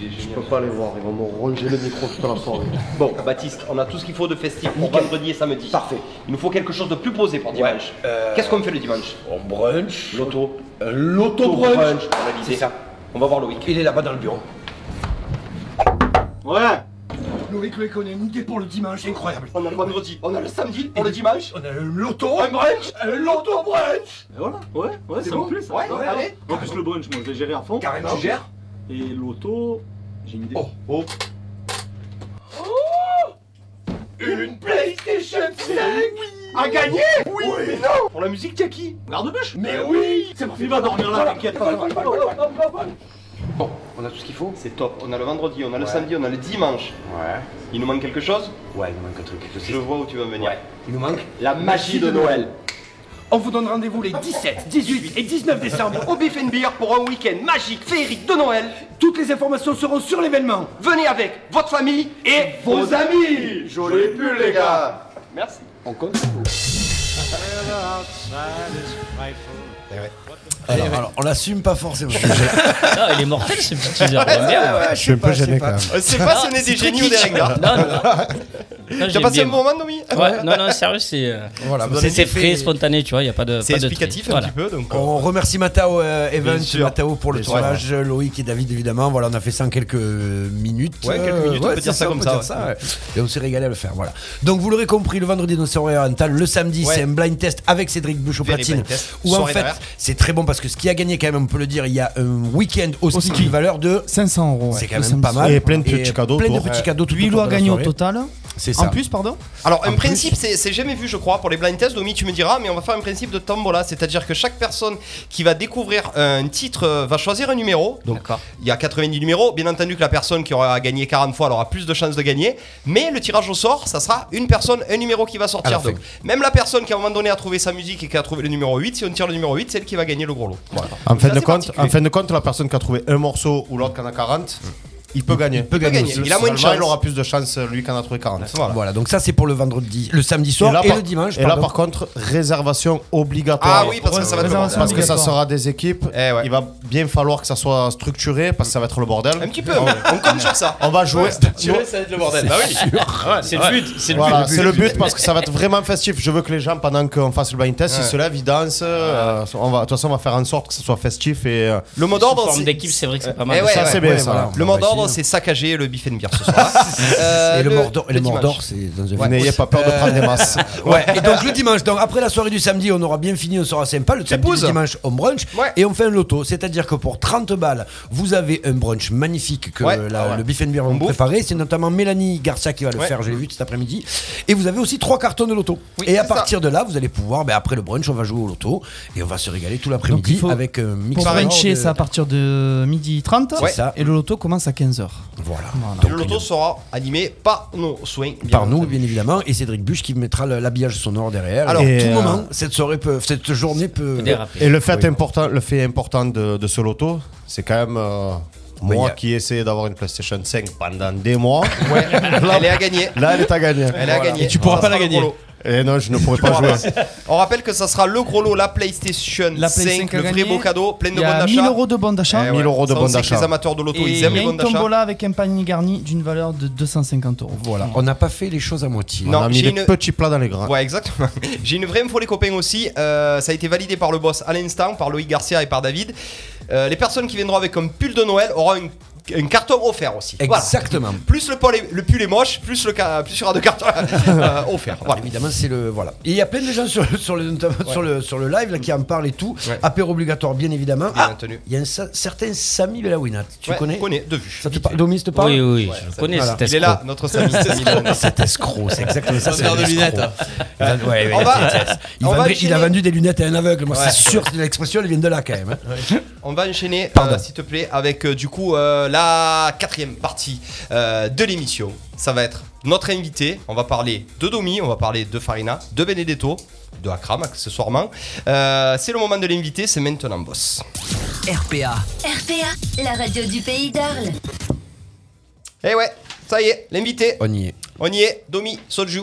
M: Je peux pas les voir. Ils vont me ronger le micro toute la soirée.
A: Bon, Baptiste, on a tout ce qu'il faut de festif pour
L: Nickel.
A: vendredi et samedi.
L: Parfait.
A: Il nous faut quelque chose de plus posé pour dimanche.
L: euh,
A: Qu'est-ce qu'on fait le dimanche
L: On brunch.
A: L'auto.
L: L'auto
A: L'auto-brunch.
L: brunch.
A: On a l'idée.
L: C'est ça.
A: On va voir Loïc.
L: Il est là-bas dans le bureau.
M: Ouais
L: Nos véhicules économiques pour le dimanche, c'est incroyable. On a le vendredi, on a le samedi, on a le dimanche. On a le loto. Un brunch. Le loto brunch.
M: Et voilà, ouais, ouais,
L: C'est
M: c'est
L: bon
M: en plus.
L: Ouais, ouais, allez.
M: En plus, le brunch, moi, je l'ai géré à fond.
L: Carrément.
M: Tu gères Et l'auto, j'ai une idée. Oh, oh.
A: Oh
L: Une PlayStation 5 à gagner Oui, mais non Pour la musique, t'as qui Garde bûche
A: Euh,
L: Mais oui C'est parti,
M: Il va dormir là, t'inquiète pas.
A: Bon, on a tout ce qu'il faut. C'est top. On a le vendredi, on a le samedi, on a le dimanche. Ouais. Il nous manque quelque chose Ouais, il nous manque un truc. Je, vois où tu veux en venir. Il nous manque la magie de Noël.
L: On vous donne rendez-vous les 17, 18 et 19 décembre au Beef and Beer pour un week-end magique, féerique de Noël. Toutes les informations seront sur l'événement. Venez avec votre famille et vos amis.
A: Joli pull, les gars.
M: Merci.
L: On compte
D: Alors, alors, on l'assume pas forcément.
E: Ah, il est mortel ce petit teaser.
D: Ouais,
E: j'aime bien.
D: ouais, je suis un peu gêné, quand même.
A: Bah, Euh, Ah, C'est pas si on est
E: c'est
A: des
E: très
A: génies ou des
E: kitsch.
A: ringards.
E: Non, non, non. Non,
A: T'as
E: j'aime
A: passé
E: bien,
A: un bon
E: moi.
A: moment, Nomi
E: Ouais, non, non, sérieux, c'est euh,
D: Voilà,
E: c'est-
D: vous avez
E: c'est
D: fait-
E: frais, spontané, tu vois, il n'y a pas de. pas de tri. Voilà.
D: on remercie Matao euh, Evans,
E: Bien sûr.
D: Matao pour le
E: Bien sûr.
D: tournage, Loïc et David évidemment. Voilà, on a fait ça en quelques minutes.
A: Ouais, quelques minutes, on peut
D: c'est
A: dire ça comme
D: peut
A: ça,
D: dire
A: ouais.
D: ouais. Et on s'est régalé à le faire. Voilà. Donc vous l'aurez compris, le vendredi nos soirées orientales, le samedi
A: Ouais.
D: c'est un blind test avec Cédric Buche au
A: Very
D: platine.
A: blind test.
D: Où en
A: Soirée
D: fait,
A: derrière.
D: c'est très bon parce que ce qui a gagné quand même, on peut le dire, il y a un week-end au ski d'une valeur de
B: 500 euros.
D: C'est
B: ouais,
D: quand
B: le
D: même
B: samedi
D: pas mal.
B: soir.
D: Plein de petits cadeaux. tout
B: Huit
D: autour
B: lois
D: de la
B: gagnées au
D: soirée.
B: total.
D: C'est ça.
B: En plus, pardon
A: Alors, un
B: En
A: principe, c'est c'est jamais vu, je crois, pour les blind tests. Domi, tu me diras, mais on va faire un principe de tombola. C'est-à-dire que chaque personne qui va découvrir un titre euh, va choisir un numéro. Donc, il y a 90 numéros. Bien entendu que la personne qui aura gagné 40 fois elle aura plus de chances de gagner. Mais le tirage au sort, ça sera une personne, un numéro qui va sortir.
D: À la fin.
A: Donc, même la personne qui à un moment donné a trouvé sa musique et qui a trouvé le numéro 8, si on tire le numéro 8, c'est elle qui va gagner le gros lot. Voilà.
C: En
A: Donc,
C: fin,
A: ça,
C: de
A: c'est
C: compte,
A: particulier.
C: en fin de compte, la personne qui a trouvé un morceau ou l'autre qui en a 40, il peut gagner. Il
A: peut gagner. Il a moins de
C: Finalement,
A: chance.
C: Il aura plus de chance, lui qui en a trouvé 40. Voilà.
D: Voilà, donc ça c'est pour le vendredi, le samedi soir et,
C: là, par-
D: le dimanche.
C: Et là,
D: pardon.
C: par contre, réservation obligatoire.
A: Ah oui, parce que Eh, ça va être le bordel.
C: Parce que ça
A: Réservation
C: sera des équipes. Il va bien falloir que ça soit structuré parce que ça va être le bordel.
A: Un petit peu, on compte sur ça.
C: On va jouer.
A: structuré, ça va être le bordel. Bah oui. Ouais, c'est le
C: Ouais.
A: but, c'est le
C: Voilà,
A: but.
C: C'est le but parce que ça va être vraiment festif. Je veux que les gens, pendant qu'on fasse le blind test, ils
A: Ouais.
C: se lèvent, ils dansent. euh, on va- De toute façon, on va faire en sorte que ça soit festif et. euh,
A: Le mot d'ordre,
C: sous forme
A: c'est-
E: d'équipe, c'est vrai que c'est pas
A: Eh
C: mal.
A: ouais,
C: Ça,
A: ouais,
C: c'est bien,
A: ouais,
C: ça.
A: voilà. Le
C: On va
A: mot d'ordre,
C: essayer.
A: c'est saccager le beef and beer ce soir. Euh,
D: et le, mort d'or- et le mort d'or,
A: dimanche.
D: c'est dans un
A: Ouais. Euh,
D: film.
A: N'ayez pas peur de prendre des masses.
D: ouais. Et donc le dimanche, donc après la soirée du samedi, on aura bien fini, on sera sympa. Le samedi,
A: pousse.
D: le dimanche, on brunch et on fait un loto. C'est-à-dire que pour 30 balles, vous avez un brunch magnifique que
A: Ouais.
D: la-
A: Ah ouais.
D: le Biff and Beer va
A: On
D: vous
A: bouffe.
D: préparer. C'est notamment Mélanie Garcia qui va le
A: Ouais.
D: faire. Je l'ai vu cet après-midi. Et vous avez aussi trois cartons de loto.
A: Oui,
D: et à
A: c'est ça.
D: partir de là, vous allez pouvoir, ben, après le brunch, on va jouer au loto et on va se régaler tout
B: Donc, il
D: l'après-midi
B: faut-
D: avec un mix.
B: Pour
D: sonore
B: bruncher,
D: de-
B: ça à partir de midi 30.
D: C'est ça.
B: Et le loto commence à 15h.
D: Voilà.
A: Et le loto sera animé par nos soins. bien
D: par nous,
A: entendu.
D: bien évidemment, et Cédric Buche qui mettra le- l'habillage sonore derrière.
A: Alors,
D: Alors,
A: Et
D: tout
A: euh,
D: moment, cette soirée peut, cette journée peut.
C: Et le fait,
D: Oui.
C: important, le fait important de, de ce loto, c'est quand même euh,
D: Oui,
C: moi
D: y a-
C: qui essayais d'avoir une PlayStation 5 pendant des mois.
A: Là- elle est à gagner.
C: Là, elle est à gagner.
A: Elle est à gagner.
C: Et tu pourras
A: Ça
C: pas
A: sera
C: la
A: le
C: gagner.
A: gros lot.
C: Et non, je ne pourrai
A: Tu
C: pas
A: pourras
C: jouer.
A: pas. On rappelle que ça sera le gros lot, la PlayStation
B: La Play
A: 5,
B: 5
A: le
B: à
A: vrai
B: gagner.
A: beau cadeau, plein de
B: Il y
A: bons
B: a
A: d'achat.
B: 1000 euros de bons d'achat.
A: Eh ouais, ça, on sait que Les amateurs de loto,
B: Et
A: ils aiment les
B: Il y a
A: bons
B: une
A: d'achat.
B: tombola avec un panier garni d'une valeur de 250 euros.
D: Voilà. On n'a pas fait les choses à moitié.
A: Non,
D: on a
A: j'ai
D: mis les
A: une-
D: petits plats dans les gras.
A: Ouais, exactement. J'ai une vraie info, les copains aussi. Euh, ça a été validé par le boss à l'instant, par Loïc Garcia et par David. Euh, les personnes qui viendront avec un pull de Noël auront une- un carton offert aussi. Voilà.
D: Exactement.
A: Hein. Plus le, pol est- le pull est moche, plus, le ca- plus il y aura de cartons euh, offerts. Voilà.
D: Évidemment, c'est le voilà. Et il y a plein de gens sur, sur, le, notamment sur le sur le live là, qui en parlent et tout. Apéro obligatoire, bien évidemment.
A: Bien
D: Ah,
A: entendu.
D: il y a un sa- certain Sami Belawinat. Tu
A: Ouais,
D: connais
A: connais, de vue.
D: Ça te parle Domi, ça te parle
E: Oui, oui, oui, je connais
D: Voilà.
E: cet escroc.
A: Il est là, notre Samy. Samy Belawinat.
D: Cet escroc, c'est exactement ça. c'est un
G: Vendeur de
D: escroc.
G: lunettes,
D: Il va- ouais, ouais,
A: On va-
D: c'est- c'est- il
A: on va
D: vendrait- Il a
A: enchaîner.
D: vendu des lunettes à un aveugle. Moi,
A: Ouais.
D: c'est sûr que l'expression, elle vient de là quand même. hein.
A: On va enchaîner,
D: Pardon.
A: euh, s'il te plaît, avec euh, du coup euh, la quatrième partie euh, de l'émission. Ça va être notre invité. On va parler de Domi, on va parler de Farina, de Benedetto, de Akram accessoirement. Euh, c'est le moment de l'invité, c'est maintenant, boss.
H: RPA.
I: RPA, la radio du pays d'Arles.
A: Eh ouais, ça y est, l'invité.
D: On y est.
A: On y est, Domi, Soju,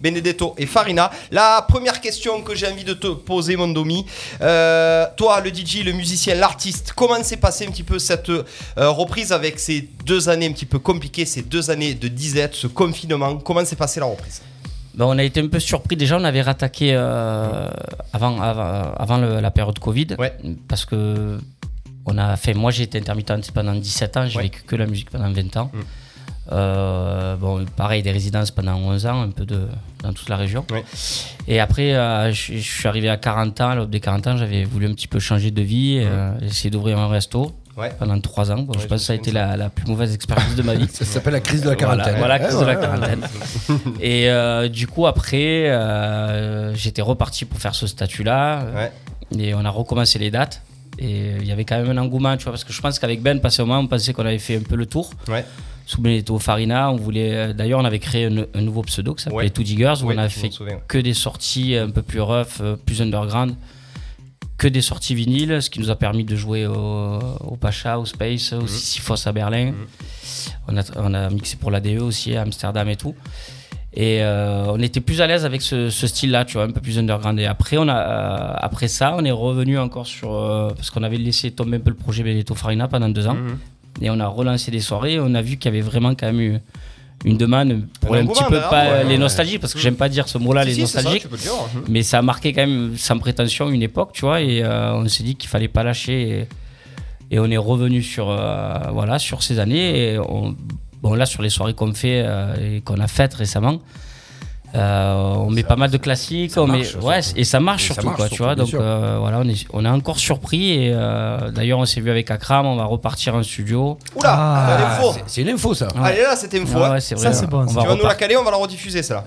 A: Benedetto et Farina. La première question que j'ai envie de te poser, mon Domi, euh, toi, le DJ, le musicien, l'artiste, comment s'est passée un petit peu cette euh, reprise avec ces deux années un petit peu compliquées, ces deux années de disette, ce confinement Comment s'est passée la reprise
E: Ben, on a été un peu surpris. Déjà, on avait rattaqué euh, avant, avant, avant le- la période Covid. Parce
A: Mm.
E: que on a fait, moi, j'ai été intermittente pendant 17 ans, j'ai vécu que la musique pendant 20 ans. Euh, bon, pareil, des résidences pendant 11 ans, un peu de, dans toute la région. Et après, euh, je, je suis arrivé à 40 ans, à l'aube des 40 ans, j'avais voulu un petit peu changer de vie, euh, essayer d'ouvrir un resto.
A: Ouais.
E: Pendant 3 ans. Bon, je pense que ça a été la, la plus mauvaise expérience de ma vie.
D: Ça s'appelle la crise de la
E: Voilà,
D: quarantaine.
E: Voilà, la
D: Ouais,
E: crise
D: ouais,
E: de la
D: ouais.
E: quarantaine. Et euh, du coup, après, euh, j'étais reparti pour faire ce statut-là. Et on a recommencé les dates. Et il y avait quand même un engouement, tu vois, parce que je pense qu'avec Ben, passé au moment, on pensait qu'on avait fait un peu le tour.
A: Ouais.
E: Souvenez les taux Farina, on voulait. euh, D'ailleurs, on avait créé un, un nouveau pseudo qui s'appelait
A: Ouais.
E: Two Diggers, où
A: Ouais,
E: on a
A: je m'en
E: fait
A: souviens.
E: que des sorties un peu plus rough, euh, plus underground, que des sorties vinyles, ce qui nous a permis de jouer au, au Pacha, au Space,
A: Mhm.
E: au Sisyphos à Berlin. On, a, on a mixé pour la DE aussi à Amsterdam et tout. Et euh, on était plus à l'aise avec ce, ce style-là, tu vois, un peu plus underground. Et après, on a, euh, après ça, on est revenu encore sur. euh, parce qu'on avait laissé tomber un peu le projet Benedetto Farina pendant deux ans.
A: Mhm.
E: Et on a relancé des soirées. Et on a vu qu'il y avait vraiment quand même eu une demande pour
A: Un
E: un petit
A: engouement,
E: peu
A: bah,
E: pas
A: ouais,
E: les
A: ouais.
E: nostalgiques, parce que j'aime pas dire ce mot-là,
A: Si,
E: les
A: si, c'est ça,
E: nostalgiques.
A: tu peux le dire, hein.
E: Mais ça a marqué quand même, sans prétention, une époque, tu vois. Et euh, on s'est dit qu'il fallait pas lâcher. Et, et on est revenu sur, euh, voilà, sur ces années. Et on- bon, là, sur les soirées qu'on fait euh, et qu'on a faites récemment, euh, on met pas mal de classiques.
A: ça
E: on met-
A: marche,
E: ouais,
A: surtout.
E: et ça marche
A: Et ça
E: surtout,
A: marche
E: quoi, tu
A: surtout,
E: vois.
A: bien
E: Donc
A: sûr.
E: euh, voilà, on est, on est encore surpris. Et euh, d'ailleurs, on s'est vu avec Akram. On va repartir en studio.
A: Oula, Ah, l'info.
D: c'est- c'est une info, ça.
E: Ouais.
A: Allez là, cette info.
E: Ah
A: hein.
E: ouais, c'est vrai. On
A: Tu
E: va
A: vas nous la
E: repartir.
A: caler, on va la rediffuser celle-là.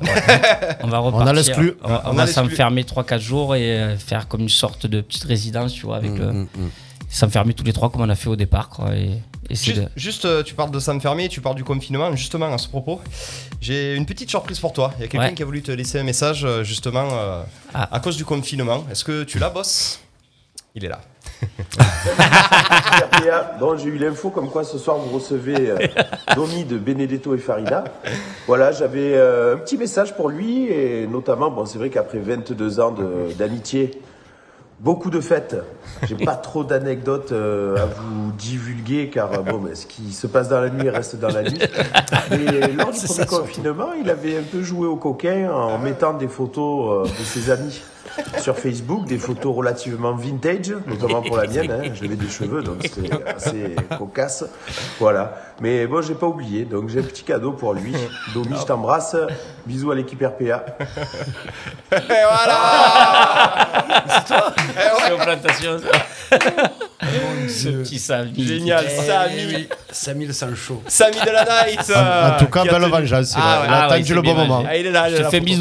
E: On va
A: On a
E: repartir.
A: l'exclu.
E: On, on
A: On a
E: va
A: l'exclu.
E: s'enfermer 3-4 jours et euh, faire comme une sorte de petite résidence, tu vois, avec
A: Mm,
E: le.
A: mm, mm.
E: S'enfermer tous les trois comme on a fait au départ, quoi. Et, et c'est
A: Juste,
E: de-
A: juste, euh, tu parles de s'enfermer, tu parles du confinement. Justement, à ce propos, j'ai une petite surprise pour toi. Il y a quelqu'un
E: Ouais.
A: qui a voulu te laisser un message, euh, justement, euh,
C: Ah.
A: à cause du confinement. Est-ce que tu la bosses Il est là.
N: RPA, dont j'ai eu l'info comme quoi ce soir vous recevez euh, Domi de Benedetto et Farida. Voilà, j'avais euh, un petit message pour lui et notamment, bon, c'est vrai qu'après 22 ans de- d'amitié, beaucoup de fêtes. J'ai pas trop d'anecdotes euh, à vous divulguer car euh, bon, mais ce qui se passe dans la nuit reste dans la nuit. Mais lors du
O: C'est ça,
N: premier
O: surtout.
N: confinement, il avait un peu joué au coquin en mettant des photos euh, de ses amis sur Facebook, des photos relativement vintage, notamment pour la mienne. hein. J'avais des cheveux, donc c'était assez cocasse. Voilà. Mais bon, j'ai pas oublié, donc j'ai un petit cadeau pour lui. Domi, je t'embrasse. Bisous à l'équipe RPA.
A: Ah
E: C'est aux plantations, ça. Ce petit Samy.
A: Génial,
E: Eh
A: Euh, Samy.
E: oui.
D: Samy le Sancho.
A: Samy de la night. euh,
C: En- en tout cas,
A: qui a
C: belle
A: tenu-
C: vengeance, c'est vrai. Il a
A: Ah, ouais.
C: attendu
A: c'est
C: le bon
A: bien,
C: moment.
A: Ah, il est là, il est là pour toi.
E: Samy.
A: Eh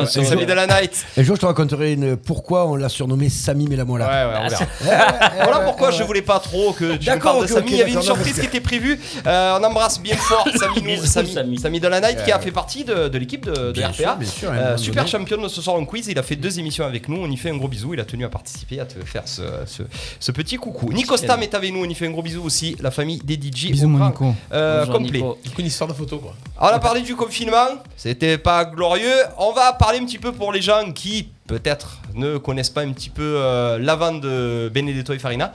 A: ouais, Samy de la night.
D: Un jour, je te raconterai une... pourquoi on l'a surnommé Samy Melamola.
A: Ouais,
C: Ah,
A: ouais, on verra. voilà pourquoi je voulais pas trop que tu me
D: D'accord,
A: parles de
D: ok,
A: Samy.
D: ok,
A: Il y avait une
D: d'accord,
A: surprise
D: non,
A: qui était prévue. Euh, on embrasse bien fort Samy, nous- Samy, Samy de la Night qui a fait partie de, de l'équipe de, de
D: Bien
A: RPA.
D: sûr, bien sûr, à un
A: Euh,
D: moment
A: super
D: donné.
A: champion de ce soir en quiz. Il a fait deux émissions avec nous. On y fait un gros bisou. Il a tenu à participer, à te faire ce, ce- ce petit coucou. Nico Stam est avec nous. On y fait un gros bisou aussi. La famille des DJ.
B: Bisous,
A: au
B: mon
A: grand,
B: Nico.
A: euh,
B: Bonjour,
A: complet.
B: Nico.
G: Une histoire de photo, quoi.
A: Alors, on a parlé du confinement, c'était pas glorieux. On va parler un petit peu pour les gens qui, peut-être, ne connaissent pas un petit peu euh, l'avant de Benedetto et Farina.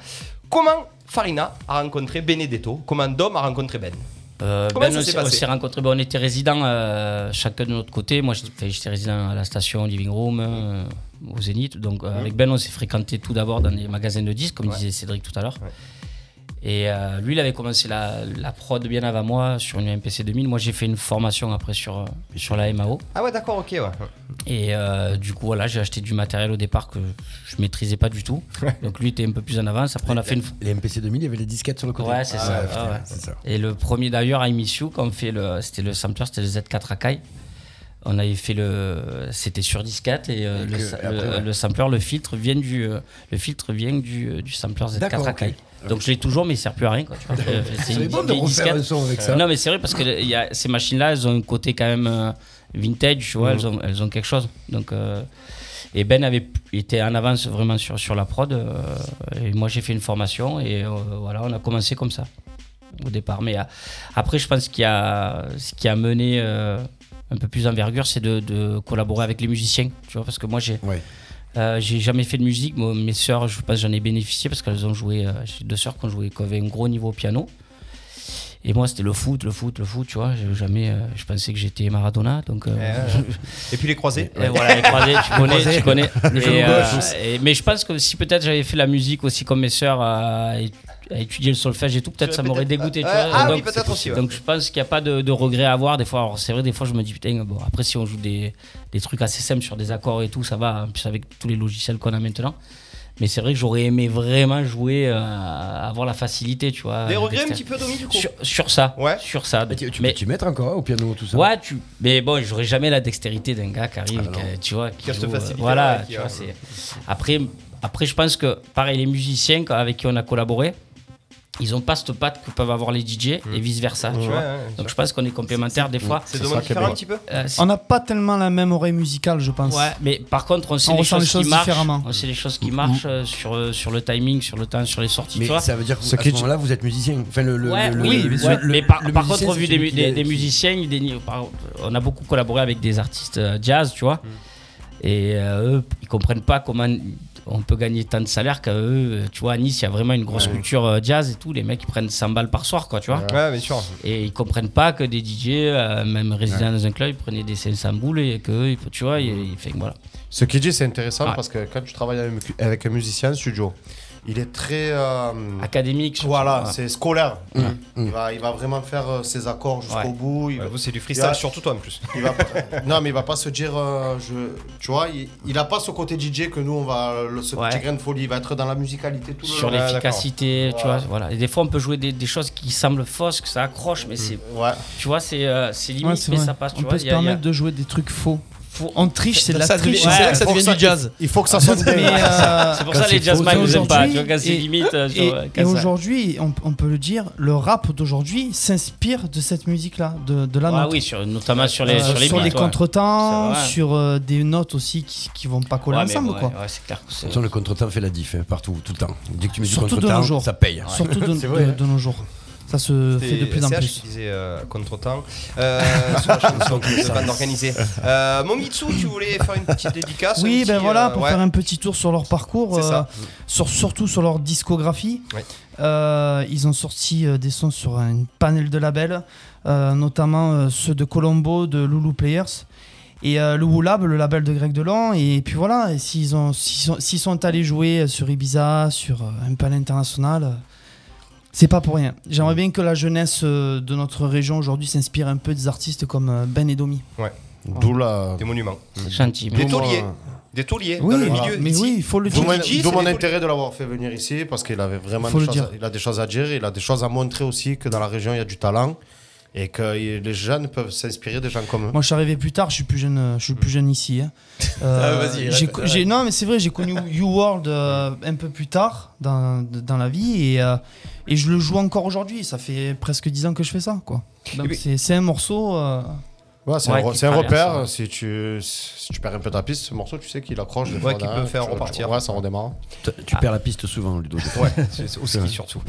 A: Comment Farina a rencontré Benedetto Comment Dom a rencontré Ben
E: Euh,
A: Comment
E: ben,
A: ça
E: on
A: s'est
E: s'est- on
A: passé
E: s'est rencontrés, ben, on était résidents euh, chacun de notre côté. Moi, j'étais enfin, j'étais résident à la station Living Room, euh, au Zénith. Donc, euh,
A: Mhm.
E: avec Ben, on s'est fréquenté tout d'abord dans les magasins de disques, comme
A: Ouais.
E: disait Cédric tout à l'heure. Et euh, lui, il avait commencé la, la prod bien avant moi sur une MPC 2000. Moi, j'ai fait une formation après sur, euh, sur la MAO.
A: Ah ouais, d'accord, ok, ouais.
E: Et euh, du coup, voilà, j'ai acheté du matériel au départ que je maîtrisais pas du tout. Donc lui était un peu plus en avance. Après, on a fait une.
D: Les MPC 2000, il y avait les disquettes sur le côté.
E: Ouais, c'est
D: Ah
E: ça.
D: ouais, putain,
E: ah ouais.
D: c'est ça.
E: Et le premier d'ailleurs, I Miss You, quand on fait le, c'était le sampler, c'était le Z4 Akai. On avait fait le, c'était sur disquette et, euh,
D: Et
E: le,
D: que-
E: sa-
D: et après,
E: le-
D: ouais.
E: le sampler, le filtre vient du, euh, le filtre vient du, euh, du sampler
D: D'accord,
E: Z4
D: ok. Ah
E: Akai. Donc je l'ai toujours, mais il sert plus à rien. Quoi, tu vois. Euh,
D: C'est bon de
E: vieille
D: refaire
E: disquette.
D: un son avec ça.
E: Non, mais c'est vrai parce que le- il y a, ces machines-là, elles ont un côté quand même euh, vintage, tu vois,
D: Mhm.
E: elles, ont, elles ont quelque chose. Donc, euh, et Ben avait p- était en avance vraiment sur, sur la prod. euh, et moi, j'ai fait une formation et euh, voilà, on a commencé comme ça au départ. Mais euh, après, je pense qu'il y a ce qui a mené euh, un peu plus d'envergure, c'est de, de collaborer avec les musiciens, tu vois, parce que moi, j'ai. euh, j'ai jamais fait de musique, moi, mes sœurs, je pense que j'en ai bénéficié parce qu'elles ont joué, euh, j'ai deux sœurs qui ont joué, qui avaient un gros niveau au piano. Et moi, c'était le foot, le foot, le foot, tu vois. J'ai Jamais, euh, je pensais que j'étais Maradona. Donc, euh,
A: Et puis les croisés.
E: Et voilà, les croisés, tu
A: Les
E: connais.
A: croisés.
E: tu connais.
A: Le
E: Et,
A: genou
E: euh,
A: gauche.
E: et- mais je pense que si peut-être j'avais fait la musique aussi comme mes sœurs euh, à, à étudier le solfège et tout, peut-être ça m'aurait dégoûté. tu
A: Ah,
E: vois.
A: ah
E: donc,
A: oui, peut-être
E: c'est
A: aussi,
E: possible.
A: ouais.
E: Donc je pense qu'il n'y a pas de, de regret à avoir. Des fois, alors, c'est vrai, des fois je me dis putain, bon, après si on joue des, des trucs assez simples sur des accords et tout, ça va, en plus avec tous les logiciels qu'on a maintenant. Mais c'est vrai que j'aurais aimé vraiment jouer, euh, avoir la facilité, tu vois.
A: Des regrets un
E: d'extérieur.
A: petit peu, Domi, du coup Bah,
E: Sur, sur ça. Ouais. Sur ça.
D: tu, tu peux t'y mettre encore au piano, tout ça
E: Ouais, tu. Mais bon, j'aurais jamais la dextérité d'un gars qui arrive,
B: Ah
E: qui- tu vois, qui
D: Qui a cette
E: joue, euh,
D: facilité-là,
E: voilà,
D: qui
E: tu
D: a-
E: vois, c'est- Après, après, je pense que pareil, les musiciens quand- avec qui on a collaboré. Ils ont pas cette patte que peuvent avoir les DJ
B: Mm.
E: et vice versa.
A: Ouais,
E: tu vois.
A: ouais, bien sûr.
E: Donc je pense qu'on est complémentaires des fois.
A: C'est dommage de faire un petit peu
E: Euh, c'est-
B: On n'a pas tellement la même oreille musicale, je pense.
E: Ouais, mais par contre, on sait
B: On
E: les
B: ressent
E: choses,
B: les choses
E: qui marchent.
B: différemment.
E: On sait les choses qui marchent euh, sur, euh, sur le timing, sur le temps, sur les sorties.
D: Mais
E: tu vois.
D: ça veut dire que vous- à ce moment-là, vous êtes musicien. Enfin, le, le,
E: Ouais,
D: le-
E: oui,
D: le-
E: ouais,
D: le-
E: mais par,
D: le
E: par
D: musicien,
E: contre,
D: c'est
E: au vu des,
D: celui
E: mu-
D: qui
E: des-
D: a-
E: des musiciens, des- par- on a beaucoup collaboré avec des artistes euh, jazz, tu vois. Et euh, eux, ils comprennent pas comment on peut gagner tant de salaire qu'à eux. euh, Tu vois, à Nice, il y a vraiment une grosse
A: Ouais.
E: culture euh, jazz et tout. Les mecs, ils prennent 100 balles par soir, quoi, tu vois.
A: Ouais, bien sûr.
E: Et ils comprennent pas que des DJ, euh, même résidents dans un club, ils prenaient des 500 boules et que, ils- tu vois, ils, ils font- voilà.
C: Ce qu'il dit, c'est intéressant
A: Ah.
E: Ouais.
C: parce que quand tu travailles avec- avec un musicien de studio, il est très. euh,
E: Académique. hein.
C: Voilà,
A: Ouais.
C: c'est scolaire.
A: Mm.
C: Il, va, il va vraiment faire euh, ses accords jusqu'au
A: Ouais.
C: bout. Il
A: Ouais,
C: va-
A: vous, c'est du
C: il
A: freestyle, surtout toi, en plus.
C: il va pas- non, mais il va pas se dire. euh, je, tu vois, il, il a pas ce côté DJ que nous, on va. le- ce petit grain de folie. Il va être dans la musicalité tout le
E: sur
C: long. Ouais,
E: l'efficacité, tu
C: d'accord.
E: vois, voilà. Et des fois, on peut jouer des, des choses qui semblent fausses, que ça accroche, mais c'est, tu vois, c'est, euh, c'est limite,
B: Ouais, c'est
E: mais
B: vrai.
E: ça passe, tu
B: On
E: vois.
B: peut se
E: il y a- il y a-
B: permettre de jouer des trucs faux.
E: Faut-
B: On triche, c'est de la
E: Ça devient-
B: triche.
E: ouais, c'est là que ça devient du jazz.
C: Il faut
E: que ça sonne bien.
B: Mais, euh,
E: C'est pour ça, les
B: c'est
E: jazzman,
B: faux.
E: ils aiment pas, tu vois,
B: Aujourd'hui,
E: quand c'est
B: et-
E: limite, euh,
B: Et,
E: genre, euh,
B: et
E: quand ça-
B: aujourd'hui, on, on peut le dire, le rap d'aujourd'hui s'inspire de cette musique-là, de, de la
E: Ah
B: nôtre.
E: oui, sur- notamment sur les-
B: Euh,
E: sur les beats, ouais.
B: contretemps,
E: C'est vrai.
B: sur euh, des notes aussi qui, qui vont pas coller
D: Ouais, mais
B: ensemble,
D: ouais,
B: quoi.
D: ouais,
E: c'est clair que
D: De toute façon, le contretemps fait la diff hein, partout, tout le temps. Dès que tu mets du
B: Surtout de nos
D: contretemps,
B: jours.
D: ça paye.
B: Surtout de, de- de nos jours. Ça se fait de
A: C'était
B: plus en
A: SH
B: plus.
A: qui disait euh, contre-temps euh, sur la chanson de bande organisée. Euh, Momitsu, tu voulais faire une petite dédicace un
B: Oui,
A: petit,
B: ben voilà,
A: euh,
B: pour
A: ouais.
B: faire un petit tour sur leur parcours,
A: C'est
B: euh,
A: ça.
B: sur, surtout sur leur discographie.
A: Ouais.
B: Euh, ils ont sorti euh, des sons sur un panel de labels, euh, notamment euh, ceux de Colombo, de Lulu Players. Et euh, le Woolab, le label de Greg Delon, et puis voilà, et s'ils ont- s'ils sont, s'ils sont allés jouer sur Ibiza, sur euh, un panel international, euh, c'est pas pour rien. J'aimerais bien que la jeunesse euh, de notre région aujourd'hui s'inspire un peu des artistes comme euh, Ben et Domi.
A: Ouais.
C: D'où la.
A: Des monuments.
E: gentil,
A: Des
C: D'où mon-
A: tauliers. Des tauliers
B: Oui,
A: dans le
B: voilà.
A: milieu.
B: Mais
A: ici.
B: oui, il faut le
C: D'où
B: dire.
C: mon,
A: Gigi, c'est
C: d'où mon
A: des
C: intérêt de l'avoir fait venir ici parce qu'il avait vraiment
B: Faut
C: des
B: le
C: choses,
B: dire.
C: il a des choses à dire, il a des choses à montrer aussi que dans la région il y a du talent et que y- les jeunes peuvent s'inspirer des gens comme eux.
B: Moi, je suis arrivé plus tard, je suis plus jeune, euh, je suis plus jeune ici. hein. Euh,
C: Hmm. Ah, vas-y,
B: j'ai
C: ouais,
B: co-
C: ouais.
B: j'ai- non, mais c'est vrai, j'ai connu You World euh, un peu plus tard dans, dans la vie et, euh, et je le joue encore aujourd'hui. Ça fait presque 10 ans que je fais ça, quoi. Donc, c'est c'est un morceau. euh,
C: Ouais, c'est
B: ouais,
C: un, re-
B: qui
C: c'est un
B: traverse,
C: repère.
B: ouais.
C: Si tu, si tu perds un peu ta piste, ce morceau, tu sais qu'il accroche. des
A: Ouais,
C: fois
A: qui
C: derrière,
A: peut faire
C: tu- tu-
A: repartir.
C: Ouais, ça redémarre.
D: Tu, tu perds la piste souvent, Ludo.
A: Ouais, c'est c'est aussi surtout.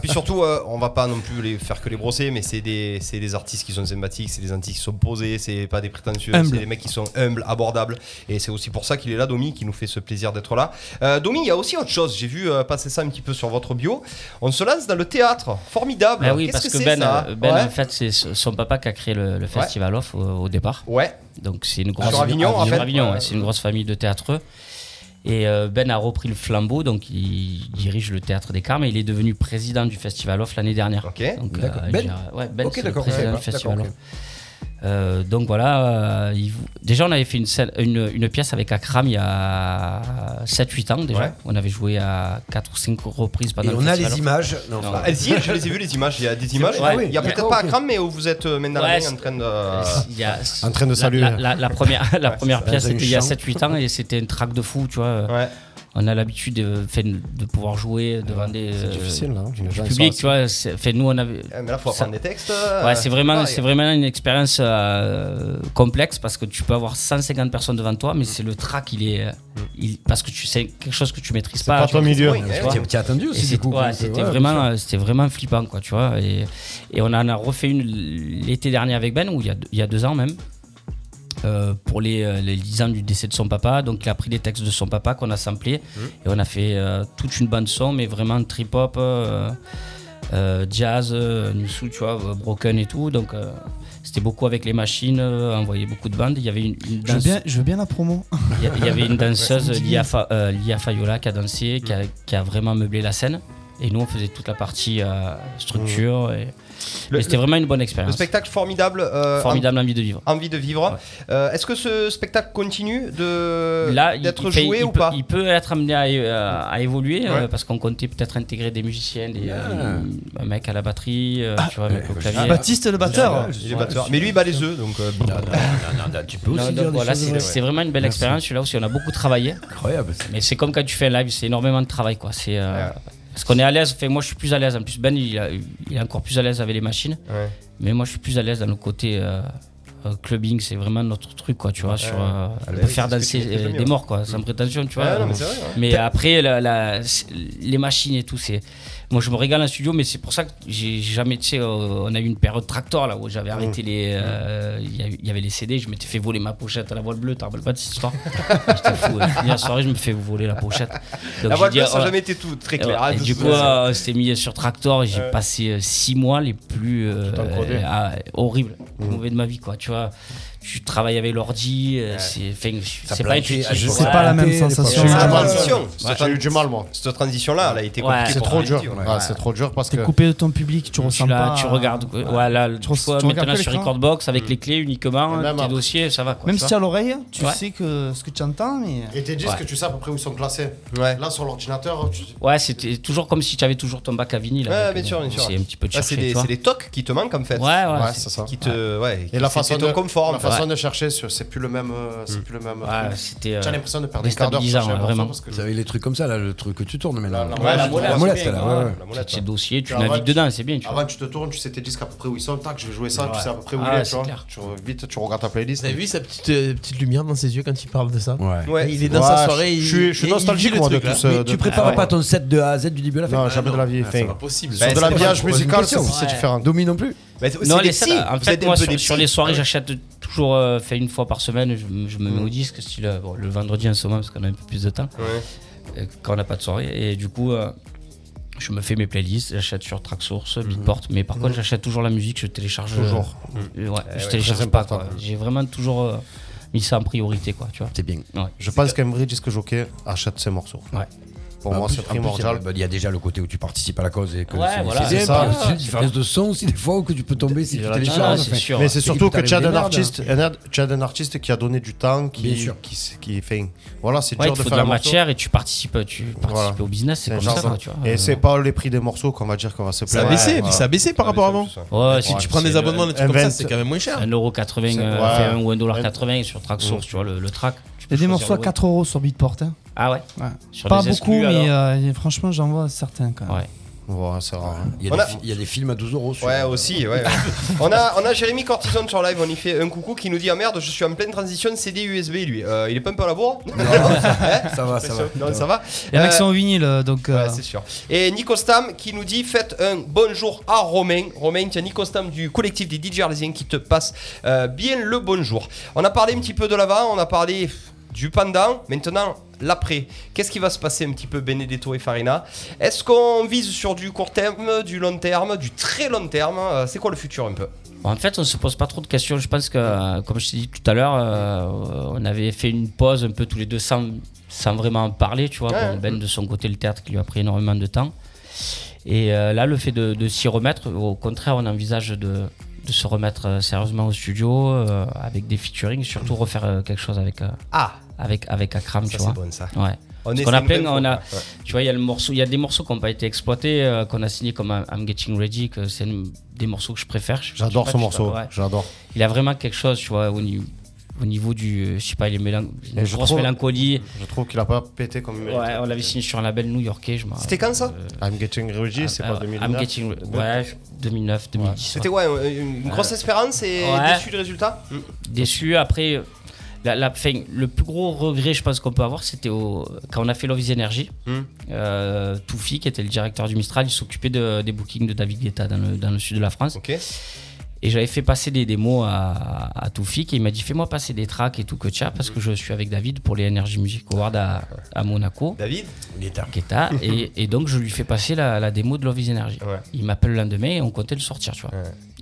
A: Puis surtout, euh, on va pas non plus les faire que les brosser, mais c'est des, c'est des artistes qui sont sympathiques, c'est des artistes qui sont posés, c'est pas des prétentieux,
B: Humbles.
A: c'est des mecs qui sont humbles, abordables. Et c'est aussi pour ça qu'il est là, Domi, qui nous fait ce plaisir d'être là. Euh, Domi, il y a aussi autre chose, j'ai vu euh, passer ça un petit peu sur votre bio. On se lance dans le théâtre, formidable.
E: Ah oui,
A: Qu'est-ce
E: parce
A: que,
E: que,
A: c'est,
E: Ben,
A: ça
E: euh, ben
A: Ouais.
E: en fait, c'est son papa qui a créé le, le festival Off au, au départ.
A: Ouais.
E: Donc c'est une grosse
A: Sur Avignon, en fait.
E: Sur Avignon, ouais,
A: Ouais.
E: c'est une grosse famille de théâtreux. Et euh, Ben a repris le flambeau, donc il dirige le théâtre des Carmes et il est devenu président du festival Off l'année dernière.
A: Ok.
E: Donc,
A: D'accord.
E: il
A: Ben
E: gère- ouais, Ben,
A: Ok,
E: c'est le
A: d'accord,
E: président
A: ouais,
E: du festival
A: d'accord,
E: Off. Euh, donc voilà, euh, il vous- déjà on avait fait une, scène- une, une pièce avec Akram il y a 7-8 ans déjà.
A: Ouais.
E: On avait joué à 4 ou 5 reprises pendant
D: Et
E: le
D: on a
E: festival
D: les
E: Off.
D: images. Non,
E: euh,
D: euh,
A: Ah, si, je les ai vues, les images. Il y a des images.
E: Ouais.
A: il y a
E: Ah oui.
A: peut-être pas à cram, mais vous êtes euh, maintenant
E: Ouais,
A: en train de.
E: Euh,
A: euh,
E: Il y a-
C: En train de
E: la-
C: saluer.
E: La, la- la première, la
A: Ouais,
E: première
A: c'est ça.
E: pièce,
A: Dans une
E: c'était il y a
A: chambre.
E: 7-8 ans et c'était une track de fou, tu vois. On a l'habitude de, fait, de pouvoir jouer devant des euh,
C: difficile, hein.
E: du
C: Les gens, ils
E: public,
C: sont
E: tu vois. c'est- Fait, nous, on avait.
A: Eh, Mais là, faut
E: ça-
A: apprendre des textes. euh,
E: Ouais, c'est vraiment,
A: pareil.
E: c'est vraiment une expérience euh, complexe parce que tu peux avoir 150 personnes devant toi, mais
D: Mm.
E: c'est le track, il est, euh, il- parce que tu sais quelque chose que tu maîtrises pas.
D: pas
E: tu
D: ton
E: maîtrises
D: milieu.
E: pas, tu
D: Oui,
E: vois.
D: t'y- t'y as attendu aussi,
E: Et
D: du
E: c'était-
D: coup,
E: ouais,
D: donc,
E: c'était
D: ouais,
E: vraiment,
D: bien
E: euh, c'était vraiment flippant, quoi, tu vois. Et, et on en a refait une l'été dernier avec Ben, ou il y a deux- il y a deux ans même. euh, pour les, euh, les 10 ans du décès de son papa, donc il a pris des textes de son papa
D: Mmh.
E: qu'on a samplés
A: Mhm.
E: et on a fait euh, toute une bande son, mais vraiment trip hop, euh, jazz, euh, Newsou, tu vois, euh, Broken et tout. Donc euh, c'était beaucoup avec les machines, euh, envoyer beaucoup de bandes. Il y avait une, une
B: Je veux,
E: danse-
B: bien, je veux bien la promo.
E: il y a- il y avait une danseuse,
B: Ouais.
E: Lia, Fa- euh, Lia Fayola, qui a dansé, qui a,
A: Mm.
E: qui a vraiment meublé la scène. Et nous, on faisait toute la partie euh, structure. Et...
A: Le-
E: mais c'était
A: Mm. le-
E: vraiment une bonne
A: Le
E: expérience.
A: spectacle formidable. euh,
E: Formidable envie de vivre.
A: Envie de vivre. Euh, Est-ce que ce spectacle continue de
E: Là, il-
A: euh, d'être
E: il fait-
A: joué
E: il
A: ou
E: peut-
A: pas
E: Il peut être amené à, é- à- à évoluer euh,
A: Ouais. Ah.
E: parce qu'on comptait peut-être intégrer des musiciens, des, euh, un mec à la batterie, euh, tu vois, un mec au
A: bah,
E: clavier.
B: Baptiste, le batteur.
A: Il est batteur. Mais lui, il bat les œufs, donc. euh,
D: tu
E: Non, donc voilà, c'est c'est vraiment une belle
A: Merci.
E: expérience. Celui-là aussi, on a beaucoup travaillé.
D: Incroyable.
E: Mais c'est comme quand tu fais un live, c'est énormément de travail, quoi. C'est euh, parce qu'on est à l'aise. Enfin, moi, je suis plus à l'aise. En plus, Ben, il, a- il est encore plus à l'aise avec les machines.
A: Ouais.
E: Mais moi, je suis plus à l'aise dans le côté euh, euh, clubbing. C'est vraiment notre truc, quoi. Tu vois, sur
A: Ouais.
E: euh,
A: Ah,
E: on
A: bah
E: peut
A: oui,
E: faire
A: c'est ce que
E: danser
A: tu fais le
E: euh,
A: mieux.
E: des morts, quoi. Sans
A: Mm.
E: prétention, tu vois.
A: Ouais, non, mais c'est vrai, hein. ouais.
E: Mais après, la- la- les machines et tout, c'est. Moi, je me régale en studio, mais c'est pour ça que j'ai jamais. Tu sais, euh, on a eu une période tractor là où j'avais arrêté
A: Mm.
E: les. euh, Il y a- il y avait les CD, je m'étais fait voler ma pochette à la voile bleue, t'en rappelles pas de cette histoire J'étais fou. ouais. Fini la soirée, je me fais voler la pochette.
A: La
E: j'ai
A: voile bleue, ça a
E: ouais.
A: jamais été tout très
E: Et
A: clair,
E: ouais.
A: hein,
E: Et
A: tout
E: du
A: ça,
E: coup,
A: c'est-
E: euh, on s'était mis sur tractor et j'ai
A: Ouais.
E: passé euh, six mois les plus euh,
A: encodé.
E: euh, ah, horribles, mauvais de ma vie, quoi. Tu vois, tu travailles avec l'ordi, euh, c'est. enfin,
A: Ça
E: C'est pas
A: planquait,
E: intuitif,
A: ah, je
E: quoi.
A: sais pas la même sensation.
C: J'ai eu du
A: Ah,
C: mal.
A: ouais, ouais.
C: Ouais, J'ai eu du mal, moi.
A: Cette transition-là, elle a été compliquée.
C: C'est
A: pour
C: trop
A: la
C: dur.
A: vie, ouais.
C: Ouais, C'est trop dur parce que.
B: T'es coupé de ton public, tu
E: Tu,
B: ressens
E: l'as-
B: pas.
E: tu regardes, euh, voilà, tu vois,
B: tu regardes
E: maintenant
B: que
E: sur
B: l'écran.
E: Recordbox
A: Mmh.
E: avec les clés uniquement,
C: même
E: tes
C: après.
E: dossiers, ça va quoi.
B: Même
E: tu
B: si
E: vois.
B: t'as l'oreille, tu
E: Ouais.
B: sais que ce que tu entends, mais.
C: Et tes disques,
E: Ouais.
C: tu sais à peu près où ils sont classés.
A: Ouais.
C: Là, sur l'ordinateur, tu-
E: Ouais, c'était toujours comme si tu avais toujours ton bac à vinyle.
A: Ouais,
E: avec,
A: bien
E: euh,
A: sûr, bien sûr.
E: C'est un petit peu de
A: Ah, c'est
E: chercher,
A: des-
E: tu vois.
A: c'est les tocs qui te manquent en fait.
E: Ouais, ouais,
C: Ouais,
E: c'est-
C: c'est ça.
A: Qui te, ouais.
C: Et la façon de
A: conforme.
C: la façon de chercher, sur- c'est plus le même, euh, c'est plus le même.
E: Ouais,
C: truc.
E: c'était,
C: T'as
E: euh,
C: l'impression de perdre des quarts d'heure. sur
E: déstabilisant,
C: chaque
E: ouais,
C: morceau
E: vraiment.
C: parce que-
D: Vous avez les trucs comme ça, là, le truc que tu tournes maintenant.
C: La- la- Ouais, la molette,
D: la molette,
C: c'est
D: là,
C: bien,
D: ouais.
C: ouais, la molette,
E: Tes
C: ouais.
E: dossiers, tu
C: Avant,
E: navigues
C: tu- Ah,
E: dedans, c'est bien. Tu vois.
C: Avant, tu te tournes, tu sais tes disques à peu près où ils sont. Tac, je vais jouer ça, tu
E: Ouais.
C: sais à peu près où
E: Ah,
C: il est.
E: c'est
C: Tu vois.
E: clair.
C: Tu re- vite, tu regardes ta playlist.
G: Vous avez vu sa petite, euh, petite lumière dans ses yeux quand il parle de ça
D: Ouais.
G: Il est dans sa
C: Ouais,
G: soirée.
C: je-
G: il-
C: je suis- je suis
G: il- il
C: nostalgique,
G: vit le
C: moi, de
G: truc,
C: tout
G: là.
C: ce-
D: Mais
C: de-
D: tu prépares
C: Ah ouais.
D: pas ton set de A à Z du début à la fin
C: Non, jamais de la vie.
D: Ah, c'est
C: Enfin, Bah,
D: pas possible.
C: Sur
D: Ben,
C: de
D: c'est
C: la
D: pas
C: viage
D: possible.
C: musicale, c'est
D: Question.
C: c'est
D: Ouais.
C: différent.
D: Domi non plus.
A: Mais
E: Non,
A: c'est
E: les
A: des
E: sets,
A: psys.
E: en
A: Vous
E: fait,
A: êtes un
E: moi,
A: peu
E: sur,
A: des
E: sur
A: psys.
E: les soirées, j'achète toujours euh, fait une fois par semaine. Je, me- je me mets
C: Mm.
E: au disque, style euh, bon, le vendredi en ce moment, parce qu'on a un peu plus de temps, euh, quand on n'a pas de soirée. Et du coup, euh, je me fais mes playlists, j'achète sur Tracksource, Beatport, mais par contre, j'achète toujours la musique, je télécharge. euh,
C: Mm. Toujours.
E: euh, ouais,
C: Eh
E: je
C: ouais,
E: télécharge
C: très
E: pas.
C: important.
E: quoi. J'ai vraiment toujours euh, mis ça en priorité, quoi, tu vois.
D: C'est bien.
E: Ouais.
C: Je pense qu'un vrai disque jockey achète ses morceaux.
E: Ouais.
C: Pour
D: Bah, en
C: moi,
D: plus-
C: c'est
D: en plus,
C: primordial.
D: Il y a- bah, il y a déjà le côté où tu participes à la cause et que
E: Ouais,
D: c'est-
E: voilà.
D: c'est
E: C'est
D: c'est
E: ça.
D: pas- c'est une différence de son aussi des fois où que tu peux tomber si tu télécharges. enfin.
C: Mais c'est surtout que
D: t'arrive
C: tu as
D: des
C: un
D: merdes.
C: artiste, un ad- tu as un artiste qui a donné du temps,
D: Bien
C: qui,
D: sûr.
C: qui, s- qui fait. Voilà, c'est
E: Ouais, il
C: dur
E: te
C: de
E: faut
C: faire
E: de la
C: un morceau.
E: matière et tu participes, tu participes
C: Voilà.
E: au business, c'est
C: un
E: comme
C: genre
E: ça,
C: ça.
E: quoi, tu vois.
C: Et
E: Euh,
C: c'est pas les prix des morceaux qu'on va dire qu'on va se
G: Ça a
C: plaindre.
G: baissé,
C: Ouais,
G: puis
C: voilà.
G: ça a baissé par rapport à avant.
E: Ouais,
G: si tu prends des abonnements, des trucs comme ça, c'est quand même moins cher.
E: 1,80€
G: C'est-
E: euh,
G: ouais.
E: enfin, ou 1,80$ sur Tracksource, tu vois, le, le track. Tu peux
B: Il y a des
E: choisir
B: morceaux à
E: le-
B: 4 euros sur Beatport. hein.
E: Ah ouais, Sur
B: Pas
E: des
B: beaucoup,
E: exclus,
B: mais
E: alors
B: euh, franchement, j'en vois certains quand même.
E: Ouais.
C: Ouais, c'est rare. hein.
D: Il y a
A: On
D: des
A: a-
D: fi- il y a des films à 12 euros. sur-
A: Ouais, aussi, ouais. on, a, on a Jérémy Cortison sur live, on y fait un coucou qui nous dit Ah merde, je suis en pleine transition CD USB, lui. Euh, il est pas un peu à la bourre
D: Ça va, ça va.
A: Non, ça va.
B: Il y en a
A: Euh,
B: qui sont au vinyle, donc. euh,
A: Ouais, c'est sûr. Et Nico Stam qui nous dit Faites un bonjour à Romain. Romain, tiens, Nico Stam du collectif des DJ Arlésiens qui te passe euh, bien le bonjour. On a parlé un petit peu de l'avant, on a parlé du pendant, maintenant l'après. Qu'est-ce qui va se passer un petit peu, Benedetto et Farina Est-ce qu'on vise sur du court terme, du long terme, du très long terme Euh, C'est quoi le futur un peu
E: Bon, en fait, on se pose pas trop de questions. Je pense que, euh, comme je t'ai dit tout à l'heure, euh, on avait fait une pause un peu tous les deux sans, sans vraiment en parler, tu vois.
A: Ouais.
E: Bon, ben, de son côté, le théâtre qui lui a pris énormément de temps. Et euh, là, le fait de, de s'y remettre, au contraire, on envisage de, de se remettre euh, sérieusement au studio euh, avec des featuring, surtout refaire euh, quelque chose avec, euh,
A: Ah
E: avec, avec Akram, tu
A: c'est
E: vois.
A: bon, ça.
E: Ouais.
A: On
E: Parce
A: essaie
E: qu'on a
A: une
E: plein,
A: bonne
E: on a,
A: fois, ouais.
E: tu vois, il y a le morceau, il y a des morceaux qui n'ont pas été exploités, euh, qu'on a signé comme I'm I'm Getting Ready, que c'est une- des morceaux que je préfère. Je- je sais
C: J'adore
E: pas,
C: ce
E: tu
C: morceau.
E: vois, ouais.
C: J'adore.
E: Il a vraiment quelque chose, tu vois, au niveau, au niveau du, euh, je sais pas, il est mélan- une
C: Et je
E: grosse
C: trouve-
E: mélancolie.
C: Je trouve qu'il a pas pété comme il méritait.
E: Ouais, on l'avait signé sur un label new-yorkais, je m'en
A: C'était quand ça
C: I'm Getting Ready, c'est pas
E: Ah,
C: 2009.
E: I'm Getting, ouais, 2009, 2010.
A: C'était ouais, une une grosse
E: Ouais.
A: espérance et
E: Ouais.
A: déçu du résultat Mm.
E: déçu. Après, euh, la, la- fin, le plus gros regret, je pense, qu'on peut avoir, c'était au- quand on a fait Love is Energy.
C: Hmm.
E: Euh, Toufi, qui était le directeur du Mistral, il s'occupait de- des bookings de David Guetta dans le, dans le sud de la France.
A: Ok.
E: Et j'avais fait passer des démos à, à Toufik et il m'a dit fais-moi passer des tracks et tout que tcha parce que je suis avec David pour les Energy Music Awards à, à Monaco.
A: David
E: Guetta. et, et donc je lui fais passer la, la démo de Love is Energy. Il m'appelle le lendemain et on comptait le sortir, tu vois.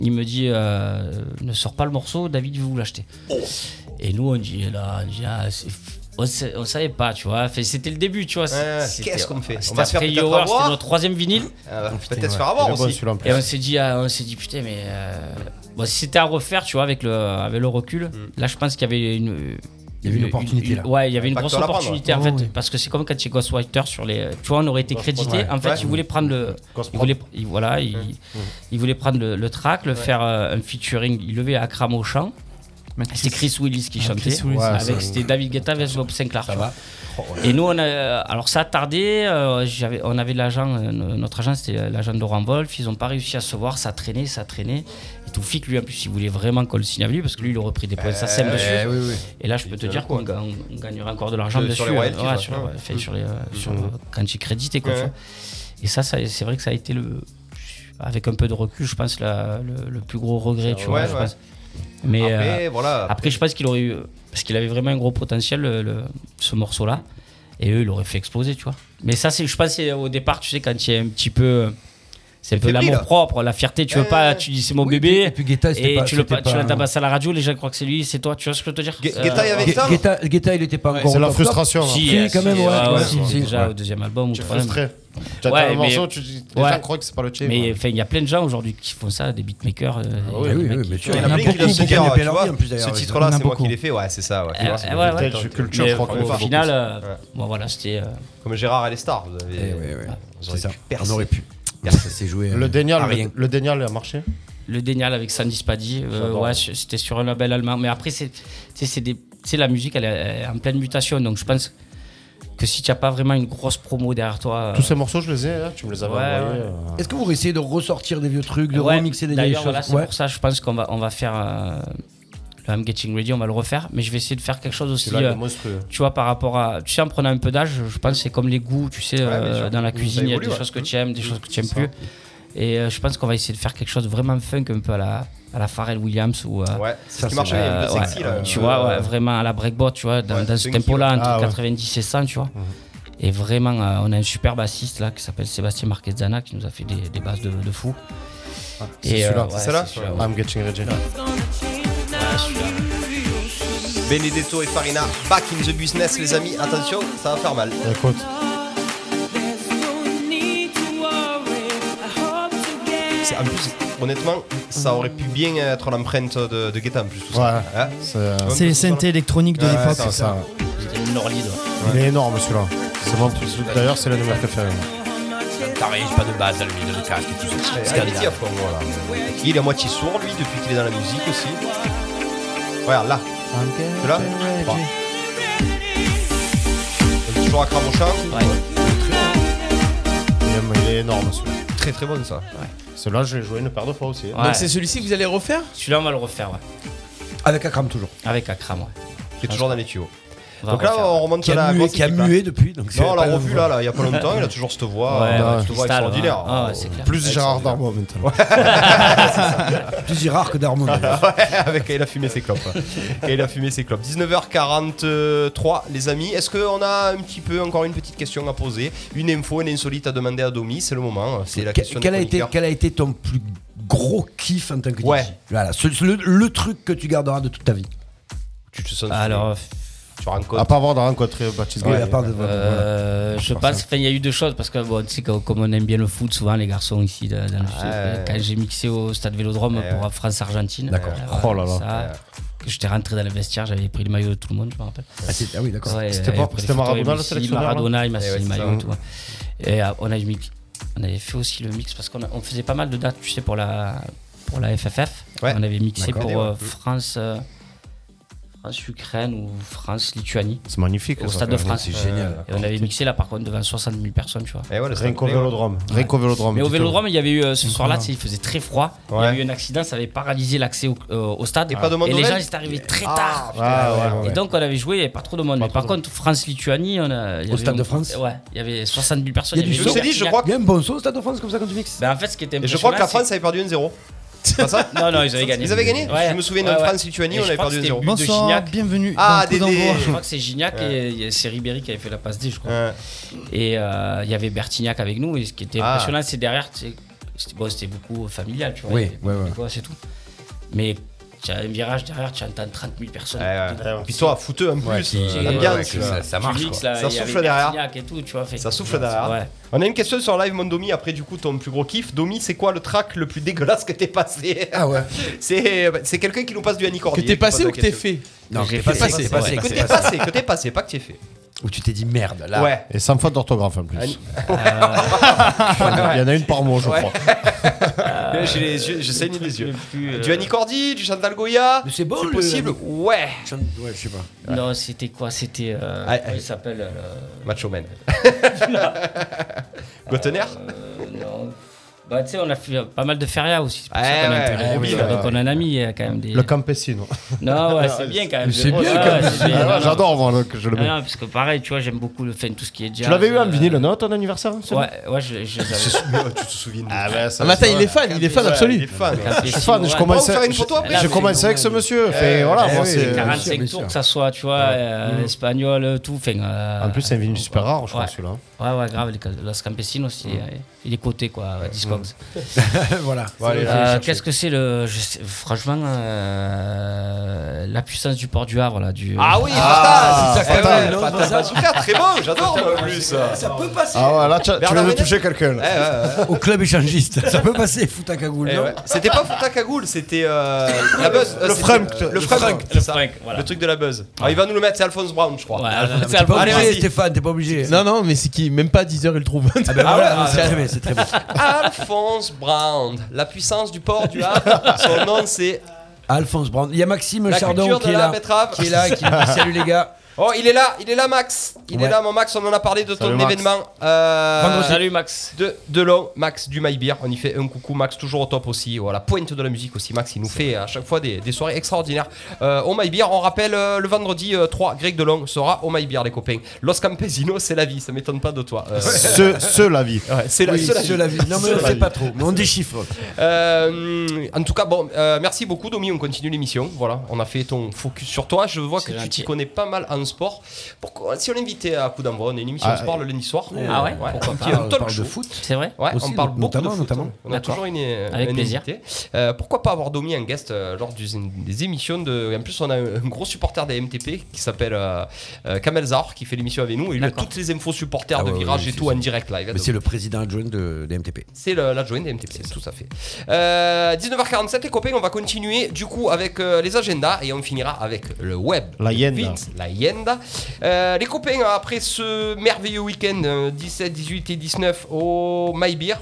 E: Il me dit euh, ne sors pas le morceau, David veut vous l'acheter.
A: Oh.
E: Et nous on dit là, on dit, ah, c'est- on, sa- on savait pas, tu vois. Fait, C'était le début, tu vois.
A: Ouais,
E: C'était-
A: qu'est-ce qu'on fait On
E: C'était
A: va se faire
E: après
A: peut-être
E: Your Hour,
A: avoir
E: c'était notre troisième vinyle.
A: Ah,
E: Oh, putain,
A: peut-être se
E: ouais.
A: faire avoir Il est bon, aussi. celui-là, en plus.
E: Et on s'est dit, ah, on s'est dit putain, mais euh, bon, si c'était à refaire, tu vois, avec le, avec le recul,
D: Mm.
E: là, je pense qu'il y avait une.
D: Il y avait une opportunité, là.
E: ouais, il y avait une
D: Pas que
E: grosse
D: toi, la prendre,
E: opportunité
D: ouais.
E: en fait,
D: Oh, oui.
E: parce que c'est comme quand chez Ghostwriter sur les. Tu vois, on aurait été
D: Ghostprod,
E: crédité.
D: ouais.
E: En fait,
D: Ouais. Mm.
E: ils voulaient prendre le. Ils voulaient, ils- voilà, ils, ils voulaient prendre le, le track, le faire euh, un featuring. Ils levaient Akram au chant. C'était Chris Willis qui
D: Ah,
E: chantait.
D: Chris Willis, Ouais, c'est-
E: avec c'était David Guetta versus Bob Sinclair. tu vois.
D: Oh, ouais.
E: Et nous, on a, euh, alors ça a tardé. euh, j'avais- on avait l'agent, euh, no- notre agent, c'était l'agent d'Oran Wolf. Ils n'ont pas réussi à se voir. Ça traînait, ça traînait. Et tout fic, lui, en plus, il voulait vraiment qu'on le signe à lui parce que lui, il aurait pris des points
A: Euh,
E: de sa scène
A: ouais,
E: dessus.
A: oui, oui.
E: Et là, je peux te
A: Il
E: dire
A: te
E: qu'on
A: le
E: ga- on gagnerait encore de l'argent
A: De-
E: dessus. euh,
A: sur les royalties,
E: Ouais,
A: ouais.
E: sur- ouais,
A: Mm.
E: fait sur les, euh, sur-
A: Mm.
E: quand tu es crédité, quoi.
A: Ouais.
E: tu vois. Et ça, ça- c'est vrai que ça a été le. Avec un peu de recul, je pense, la- le, le plus gros regret, tu
A: Ouais,
E: vois. je
A: ouais.
E: pense. Mais
A: Après,
E: euh,
A: voilà,
E: après, je pense qu'il aurait eu. Parce qu'il avait vraiment un gros potentiel, le- le- ce morceau-là. Et eux, il aurait fait exploser, tu vois. Mais ça, c'est, je pense, c'est au départ, tu sais, quand il y a un petit peu. C'est un peu
D: fébrile. Euh,
E: l'amour propre, la fierté. Tu veux pas, tu dis c'est mon bébé. Et puis
D: Guetta, c'était pas-
E: tu le
D: c'était
E: pa- tu
D: pas-
E: la tabasses à la radio, les gens croient que c'est lui, c'est toi. Tu vois ce que je veux te dire Euh,
D: Guetta, il y avait ça Guetta- Guetta, il était pas encore
E: C'est
D: au top top.
C: hein.
D: Si,
E: euh,
D: quand même, ouais, ouais, si, si.
E: déjà
D: Ouais.
E: au deuxième album ou
D: Tu es
E: troisième.
D: frustré. Tu attends le morceau, tu dis- les gens croient que c'est pas le tien,
E: Mais
C: hein.
D: ouais.
E: enfin, il y a plein de gens aujourd'hui qui font ça, des beatmakers. euh,
A: Ah
D: oui,
E: des
D: oui,
E: mecs
D: oui,
E: qui-
D: mais tu
A: Il y en a plein qui doivent se dire, tu vois, ce titre-là, c'est moi qui l'ai fait, ouais, c'est ça. Ouais,
E: Euh, euh, ouais, ouais. Mais au final, euh, bon, voilà, c'était. euh,
A: Comme Gérard et les stars, vous avez. Ah,
E: Eh ouais, ouais.
A: vous auriez
E: C'est ça.
A: percer.
E: On aurait pu.
A: Percer.
E: euh,
C: Le
E: ah,
C: Dénial, le, le Dénial a marché
E: Le Dénial avec Sandy Spadi, euh,
C: J'adore.
E: ouais, sur- c'était sur un label allemand. Mais après, c'est, tu sais, c'est des- tu sais, la musique, elle est- elle est en pleine mutation. Donc je pense que si tu n'as pas vraiment une grosse promo derrière toi.
C: Tous ces morceaux, je les ai, hein, tu me les avais
E: Ouais,
C: envoyés.
E: ouais.
C: euh.
D: Est-ce que vous essayez de ressortir des vieux trucs, de
E: euh, Ouais,
D: remixer des vieilles
E: D'ailleurs,
D: choses
E: voilà, c'est
D: Ouais.
E: pour ça, je pense qu'on va, on va faire euh, le I'm Getting Ready, on va le refaire, mais je vais essayer de faire quelque chose aussi.
C: Celui-là, il est
E: euh,
C: monstrueux.
E: tu vois, par rapport à. Tu sais, en prenant un peu d'âge, je pense que c'est comme les goûts, tu sais, euh,
C: bien sûr.
E: dans la
C: Ça
E: cuisine, il y a
C: évolue,
E: des
C: ouais.
E: choses que tu aimes, des choses que tu aimes
C: Ça.
E: plus. Et euh, je pense qu'on va essayer de faire quelque chose de vraiment funk, un peu à la, à la Pharrell Williams ou. euh,
A: Ouais, c'est ce
E: ça,
A: qui marchait, il y avait un peu
E: ouais,
A: sexy, là,
E: Tu
A: euh,
E: vois, ouais, vraiment à la breakbot, tu vois, dans,
A: Ouais,
E: dans ce
A: funky,
E: tempo-là,
A: ouais.
E: entre
A: Ah, ouais. Mhm.
E: 90 et 100, tu vois. Et vraiment, euh, on a un super bassiste là qui s'appelle Sébastien Marquezana qui nous a fait des, des basses de, de fou.
A: Ah,
C: C'est celui-là,
E: euh, ouais,
C: c'est celui-là
E: c'est celui-là, ouais.
C: I'm getting ready.
A: Ah, Benedetto et Farina, back in the business, les amis. Attention, ça va faire mal.
C: Écoute.
A: C'est- En plus, honnêtement, ça aurait pu bien être l'empreinte de, de Guetta en plus. Tout ça. Hein
C: euh,
B: C'est les synthés électroniques de
A: Ouais,
B: l'époque.
A: c'est ça.
E: C'était une Norlid.
C: Il est énorme celui-là. C'est mon petit- D'ailleurs, c'est la nouvelle préférée.
D: T'arrives pas de base à l'huile de casque et tout ça.
A: Ouais, allez-y, à fond, voilà. Il est à moitié sourd, lui, depuis qu'il est dans la musique aussi. Regarde, là. De là Trois. Donc, Toujours à Cramochin.
C: Il est- Il est énorme celui-là.
A: Très très bon ça.
C: Celui-là, je l'ai joué une paire de fois aussi. hein.
E: Ouais. Donc, c'est
G: celui-ci que vous allez refaire
E: Celui-là, on va le refaire, ouais.
D: Avec Akram toujours.
E: Avec Akram, ouais.
A: Qui est toujours dans les tuyaux.
E: On va
A: donc là, oh,
E: refaire.
A: on remonte
E: Qui
A: à
E: a
A: la
E: mué-
A: grosse
E: qui a
A: équipe, hein.
E: mué depuis, donc c'est
A: non, on l'a
E: pas
A: revu
E: nouveau.
A: là, là, il y a pas longtemps, il a toujours cette voix, euh,
E: Ouais, ouais,
A: cette voix
E: cristal,
A: extraordinaire. Oh.
E: ouais. Ah ouais, c'est clair.
C: Plus
A: Ouais,
C: Gérard
A: c'est clair.
C: Darmon en même temps.
D: Plus Gérard que Darmon.
A: ouais, avec il a fumé ses clopes. Et il a fumé ses clopes. 19h43, les amis. Est-ce qu'on a un petit peu encore une petite question à poser Une info, une insolite à demander à Domi C'est le moment. C'est la
D: Que-
A: question
D: quel,
A: des
D: a été,
A: chroniqueurs.
D: quel a été ton plus gros kiff en tant que DJ
A: Ouais.
D: Voilà, ce- ce- le, le truc que tu garderas de toute ta vie.
A: Tu te sens
E: Alors,
A: tu rencontres.
C: À part avoir rencontré Baptiste
D: Ouais,
C: Gay.
D: à part de-
E: Euh, je
C: Forcément.
E: pense, enfin, il y a eu deux choses parce que bon, tu sais, comme comme on aime bien le foot, souvent les garçons ici, de- dans le-
A: ouais.
E: quand j'ai mixé au stade Vélodrome
A: Ouais,
E: pour
A: ouais.
E: France-Argentine,
A: D'accord.
E: euh,
A: Oh là là.
E: ça, que j'étais rentré dans le vestiaire, j'avais pris le maillot de tout le monde, je me rappelle.
D: Ah, c'est- ah oui, d'accord. C'était
E: j'avais
D: pas-
E: pris des
D: c'était
E: photos,
D: Maradona,
E: il m'a
D: le
E: signé
D: sélectionneur, là
E: Maradona, il m'a
D: Eh ouais,
E: signé le
D: c'est ça.
E: maillot, tu vois. Et euh, on a eu mix- on avait fait aussi le mix parce qu'on a- on faisait pas mal de dates, tu sais, pour la pour la FFF.
A: Ouais.
E: On avait mixé
A: D'accord.
E: pour
A: Ouais.
E: euh, France. euh, France-Ukraine ou France-Lituanie.
C: C'est magnifique,
E: Au
C: ça,
E: Stade
C: quand
E: de
C: même.
E: France.
C: C'est génial.
E: Et on avait mixé là par contre devant 60 000 personnes, tu vois.
D: Ah,
A: Et voilà,
C: Rien qu'au vélodrome. Rien qu'au vélodrome.
E: Mais au
C: dis-toi.
E: vélodrome, il y avait eu euh, ce soir-là,
C: Incroyable.
D: hein.
E: tu sais, il faisait très froid. Il y
C: Ouais.
E: a eu un accident, ça avait paralysé l'accès au, euh, au stade.
A: Et pas de monde
E: Et
A: aux
E: les gens,
A: raids
E: ils étaient arrivés très
A: Ah,
E: tard.
A: putain, ouais, ouais, ouais.
E: Et donc, on avait joué, il n'y avait pas trop de monde. Mais par contre, France-Lituanie, on a. il y
D: Au
E: avait
D: Stade
E: une-
D: de France
E: Ouais, il y avait 60 000 personnes.
D: Il y a du
E: avait
D: saut.
E: une
D: Il y a un bon saut au Stade de France comme ça quand tu mixes.
E: Ben, en fait, ce qui était
A: Et je crois que la
E: impressionnant,
A: France avait perdu 1-0. C'est pas ça
E: Non, non, ils avaient gagné.
A: Ils avaient gagné
E: Ouais.
A: Je me souviens de
E: Ouais, ouais.
A: France-Lituanie,
E: Et
A: on
E: je
A: avait
E: crois
A: perdu
E: que
A: 2-0.
E: c'était le but de Gignac.
A: Ah, Dédé
E: Je crois que c'est Gignac et il y a- c'est Ribéry qui avait fait la passe D, je crois. Et euh, il y avait Bertignac avec nous. Et ce qui était
D: Ah.
E: impressionnant, c'est derrière, c'est- c'était bon, c'était beaucoup familial, tu vois.
D: Oui,
E: Il y avait
D: ouais, ouais.
E: des gosses et tout. Mais tu as un virage derrière, tu entends 30 000 personnes.
A: Puis toi, fouteux en plus,
E: Ouais,
A: euh,
E: qui-
A: l'ambiance,
E: ouais, qui-
A: là.
E: ça- ça marche,
A: Tu mixes,
E: quoi.
A: là,
E: Ça
A: il y
E: souffle
A: avait
E: derrière.
A: Bertignac et tout, tu vois, fait- ça souffle
E: Ouais.
A: derrière.
E: Ouais.
A: On a une question sur live, mon Domi. Après, du coup, ton plus gros kiff. Domi, c'est quoi le track le plus dégueulasse que t'es passé
D: Ah ouais.
A: C'est euh, c'est quelqu'un qui nous passe du Annie Cordy.
G: Que t'es
A: qui pose
G: passé
A: la
G: ou que t'es
A: question.
G: fait
D: Non,
A: Que
D: que t'es passé,
A: ouais.
D: que t'es
A: Que
D: passé.
A: t'es passé, que t'es passé, pas que t'es fait.
D: Où tu t'es dit merde, là.
A: Ouais.
C: Et sans faute d'orthographe en plus.
A: Annie-
C: Il y en a une par mois, je
A: Ouais.
C: crois.
D: Ah.
A: Là, J'ai les yeux, je saigne les yeux.
E: euh,
A: Du Annie Cordy, du Chantal Goya.
D: C'est bon, le-
A: possible. Ouais.
D: Ouais, je sais pas.
E: euh, Non, c'était quoi C'était. euh,
A: Ah,
E: comment il s'appelle euh,
A: Macho Man.
E: Gottener
A: Gottener
E: Non. Bah, tu sais, on a fait euh, pas mal de feria aussi. C'est pour
A: Ouais,
E: ça qu'on a
A: ouais,
E: intégré
A: ouais,
E: Ruby,
A: oui,
E: là.
A: ouais,
E: Donc,
A: ouais.
E: on a un ami euh, quand même. Des...
C: Le campesino.
E: Non, ouais, c'est bien quand même.
C: C'est bien,
E: Ouais,
C: quand même.
E: c'est bien.
C: Ah ouais,
E: Non, non.
C: J'adore, moi, le- que je le
E: Non,
C: mets.
E: Ah non, parce que pareil, tu vois, j'aime beaucoup le fun, tout ce qui est jazz.
C: Tu l'avais eu en
E: euh,
C: vinyle, non, à ton anniversaire c'est bon
E: Ouais, ouais, je, je les avais.
A: tu te souviens de
C: Ah, bah, ça,
G: Ah, mais attends,
C: c'est
G: il
C: vrai.
G: est
C: Ah,
G: fan, il est fan absolu.
A: Il est fan.
C: Je suis fan, je commence euh,
A: faire
C: à-
A: une photo après
C: je commence avec ce monsieur. fait, voilà, moi, c'est-
E: 45 tours, que ça soit, tu vois, euh,
C: Mhm.
E: espagnol, euh, tout. Enfin, euh,
C: En plus, c'est un vinyle super rare, je Mm.
E: ouais.
C: crois, celui-là.
E: Ouais, ouais, grave, les- Los Campesinos, c'est, euh, il est coté, quoi, à Discogs.
C: Mm.
D: Voilà.
E: Euh, Qu'est-ce que c'est le. je sais- franchement, euh, la puissance du port du Havre, là. Du,
A: Ah oui, Fatal,
E: Ah, c'est
A: Fatal,
E: ça,
A: Fatal
E: Fatal.
A: Bazooka, très bon, j'adore moi, en plus.
D: Ça peut passer.
C: Ah ouais, là, tu, tu viens
A: Bernard
C: de
A: Ménez
C: toucher quelqu'un. là.
D: Au club échangiste. Ça peut passer, fout à cagoule.
A: Eh
D: non
A: ouais. C'était pas Fouta Cagoule, c'était euh, la buzz.
D: Le
A: euh, c'était,
D: Frank,
A: euh,
D: le
A: le Frank.
D: Frank,
A: c'est ça. Le truc de la buzz. Alors, il va nous le mettre, c'est Alphonse Brown, je crois.
D: Ah, mais T'es pas
A: Allez,
D: obligé,
A: vas-y.
D: Stéphane, t'es pas obligé.
G: Non, non, mais c'est qui Même pas 10 heures, il le trouve.
D: Ah ben voilà,
A: ouais,
D: c'est
A: ah,
D: très bien, c'est très bien.
A: Alphonse Brown, la puissance du port du Havre. Son nom, c'est
D: Alphonse Brand. Il y a Maxime
A: La
D: Chardon
A: culture
D: qui
A: de
D: est
A: la
D: là.
A: betterave.
D: Qui est là, qui nous dit salut les gars.
A: Oh, il est là, il est là, Max. Il
D: Ouais.
A: est là, mon Max. On en a parlé de
D: Salut,
A: ton
D: Max.
A: événement. euh,
E: Vendredi. Salut, Max.
A: De, de long, Max du My Beer. On y fait un coucou, Max, toujours au top aussi. Voilà, pointe de la musique aussi, Max. Il nous fait à chaque fois des, des soirées extraordinaires. Euh, au My Beer, on rappelle euh, le vendredi euh, 3, Greg Delon sera au My Beer, les copains. Los Campesinos, c'est la vie, ça m'étonne pas de toi. Euh,
C: Ce, ce, la vie.
A: Ouais, c'est la,
D: Oui,
A: c'est la
D: ceux la vie. Non, mais
A: C'est
D: on
A: la
D: sait
A: vie.
D: pas trop, mais on déchiffre.
A: Euh, en tout cas, bon, euh, merci beaucoup, Domi. On continue l'émission. Voilà, on a fait ton focus sur toi. Je vois que tu t'y connais pas mal en sport. Pourquoi Si on l'invitait à coup d'envoi, on a une émission
D: Ah,
A: sport le lundi soir.
E: Ah ouais,
A: un
E: pourquoi
A: petit-
E: pas.
A: un
E: On
A: talk
D: parle
A: show.
D: de foot.
E: C'est vrai
A: Ouais,
D: Aussi,
A: on parle beaucoup de
D: notamment,
A: foot. hein.
D: notamment.
A: On a
E: D'accord.
A: toujours une,
E: Avec
A: un
E: plaisir.
A: invité. Euh, pourquoi pas avoir Domi en guest euh, lors du- des émissions de. En plus, on a un gros supporter des MTP qui s'appelle euh, euh, Kamel Zahor qui fait l'émission avec nous. Il a toutes les infos supporters
D: Ah
A: de
D: ouais,
A: virage
D: ouais,
A: et
D: c'est-
A: tout en direct live. hein,
D: Mais c'est le président adjoint de, des MTP.
A: C'est le- l'adjoint des MTP, tout à fait. Euh, 19h47, les copains, on va continuer du coup avec euh, les agendas et on finira avec le web.
C: La hyène.
A: Vite, la Yenda. Euh, les copains, après ce merveilleux week-end euh, 17, 18 et 19 au My Beer,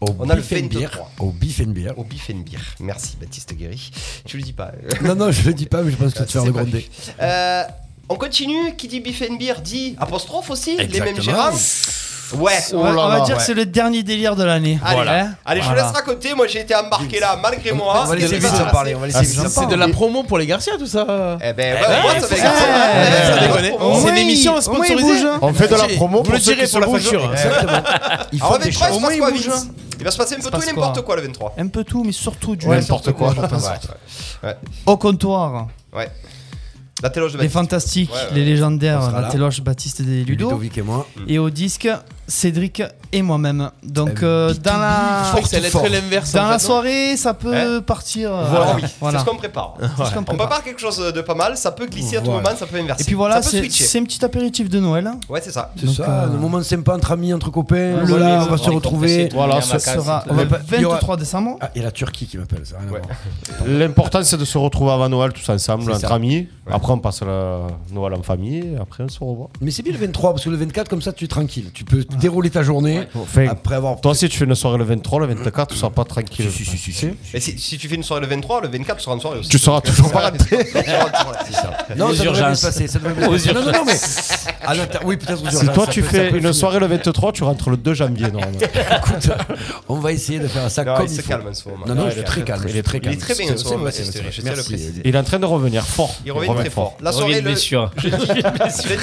D: Au
A: on a le
D: Beef and Beer.
A: 23.
D: Au Beef and Beer.
A: Au Beef and Beer. Merci Baptiste Guéry. Tu le dis pas.
D: Non, non, je le dis pas, mais je pense que tu vas
A: C'est pas
D: regronder.
A: lui. Euh, on continue. Qui dit Beef and Beer dit apostrophe aussi, les mêmes
D: Exactement.
A: gérants. Oh Ouais,
B: on va, on va dire que c'est le dernier délire de l'année.
A: Allez,
B: Voilà.
A: allez, je
B: Voilà.
A: vous laisse raconter. Moi, j'ai été embarqué là, malgré moi.
B: on va laisser Vincent parler, on va laisser
A: Ah,
B: Vincent
A: c'est-
G: C'est de la promo pour les Garcia, tout ça.
A: Eh ben,
G: ouais,
A: ouais,
G: ouais,
A: ça Eh
G: c'est
A: fait
G: ça.
A: Garcia.
G: Ouais,
A: Ouais,
G: sans
A: ouais.
G: déconner.
A: Oui,
G: C'est une émission
A: oui,
G: sponsorisée.
B: hein.
A: bouge.
C: On fait de la
G: Vous
C: promo pour
G: le
C: ceux
G: direz
C: qui se
G: pour la
C: bougent.
G: facture.
C: Exactement.
A: Il
B: font
A: Alors, 23,
B: des
A: il
B: choses.
A: se passe
B: Au
A: quoi,
B: moins,
A: Vince Il va se passer un peu tout et
B: passe
A: n'importe
B: quoi
A: quoi le 23.
B: Un peu tout, mais surtout du
C: Ouais, n'importe quoi.
B: je pense.
A: Ouais.
B: Au comptoir.
A: Ouais. La téloge de
B: Les
A: Baptiste.
B: fantastiques,
A: Ouais, ouais.
B: les
D: On
B: légendaires,
D: sera
B: la
D: là.
B: téloche Baptiste et Ludo.
D: Ludovic et moi.
B: Et au disque, Cédric et moi-même.
D: Eh,
B: Donc euh, dans la
G: Je crois que ça allait être l'inverse, en
B: dans
G: fait,
B: la
G: non
B: soirée, ça peut partir. euh,
A: Voilà, oui,
B: voilà.
A: c'est ce qu'on prépare.
B: C'est ce qu'on
A: On
B: prépare.
A: prépare quelque chose de pas mal, ça peut glisser à tout
D: Voilà.
A: moment, ça peut inverser.
B: Et puis voilà,
A: ça peut
B: c'est
A: switcher.
B: c'est un petit apéritif de Noël.
A: Ouais, c'est ça.
D: C'est
B: Donc,
D: ça,
B: euh,
D: le moment sympa entre amis, entre copains.
B: Voilà,
D: voilà, on va
B: on
D: se
B: est
D: retrouver.
E: compressé, Voilà, on est en ce vacances,
B: sera-
D: On va pas- il y aura-
B: 23 décembre.
D: Ah, et la Turquie qui m'appelle, ça n'a rien à voir.
C: L'important, c'est de se retrouver avant Noël tous ensemble,
D: C'est
C: entre
D: ça.
C: amis. Après, on passe la Noël en famille. et Après, on se revoit.
D: Mais c'est bien le 23, parce que le 24, comme ça, tu es tranquille. Tu peux dérouler ta journée.
C: Enfin,
D: Après avoir.
C: Toi, si tu fais une soirée le 23, le 24, tu seras pas tranquille.
D: Si, si, si, si.
A: Mais si, si tu fais une soirée le 23, le 24, tu seras en soirée aussi.
C: Tu seras
A: Donc,
C: toujours
A: tu seras
C: pas rentré.
A: tu seras en soirée.
D: Non,
E: Les
D: ça devrait bien
E: urgences.
D: se passer. Ça devrait bien se
E: Aux
D: passer. Non, non, non, mais Ah, non, t'as- oui, peut-être aux
C: Si
D: urgences,
C: toi
D: ça
C: tu
D: peut- ça
C: fais
D: peut
C: une
D: finir.
C: soirée le 23, tu rentres le 2 janvier. normalement.
D: Écoute, on va essayer de faire ça
C: Non,
D: comme
C: il
D: il,
C: se
D: faut.
C: calme en ce moment.
D: Non, non,
C: Ouais,
D: il est très calme. Il est très
C: il est
D: calme.
C: très bien en ce
D: C'est-
C: moment,
D: c'est-
C: Baptiste,
D: c'est-
C: je tiens à le
D: merci.
C: préciser. Il est en train de revenir fort.
A: Il revient très fort. La soirée, le jeudi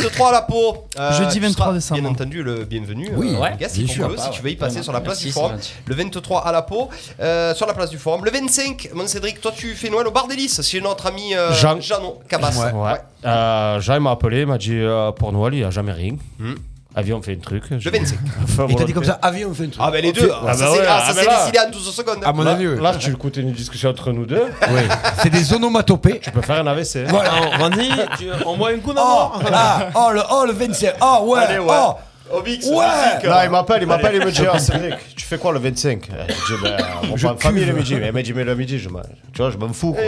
A: 23 à la peau.
B: Jeudi
A: tu seras,
B: 23 décembre.
A: Bien entendu, le bienvenu.
B: Oui,
A: euh,
B: ouais,
A: les gars, c'est
B: bien
A: pour
B: sûr.
A: eux,
B: Ah
A: si
B: ouais,
A: tu veux y passer
B: vraiment.
A: sur la place
B: Merci,
A: du
B: c'est
A: forum.
B: gentil.
A: Le 23 à la peau, euh, sur la place du forum. Le 25, mon Cédric, toi tu fais Noël au bar des Lys, chez notre ami euh,
C: Jean.
A: Jeannot Cabas.
C: Ouais. Euh, Jean il m'a appelé, il m'a dit euh, pour Noël, il n'y a jamais rien. Avion, on fait un truc. Je
A: vais essayer.
D: Il t'a dit comme ça, avion, on fait un truc.
A: Ah, ben les deux, ah, ça s'est ah, ça s'est décidé en 12 secondes.
D: À mon
C: Là-
D: avis, oui.
C: Euh, Là, tu écoutes une discussion entre nous deux.
D: Oui. C'est des onomatopées.
C: Tu peux faire un AVC.
D: Voilà.
G: Randy, tu envoies un coup
D: Oh, là, oh, le, oh, le 25. Oh, ouais.
C: Allez, ouais.
D: Oh.
A: Obix,
D: Ouais.
C: Là, il m'appelle, il m'appelle, il me dit
D: Allez.
C: Ah, Cédric, tu fais quoi le 25 Je dis Ben, on
D: Je
C: va en famille le
D: cuve.
C: midi. Il m'a dit Mais le midi, je m'en- tu vois, je m'en fous. quoi.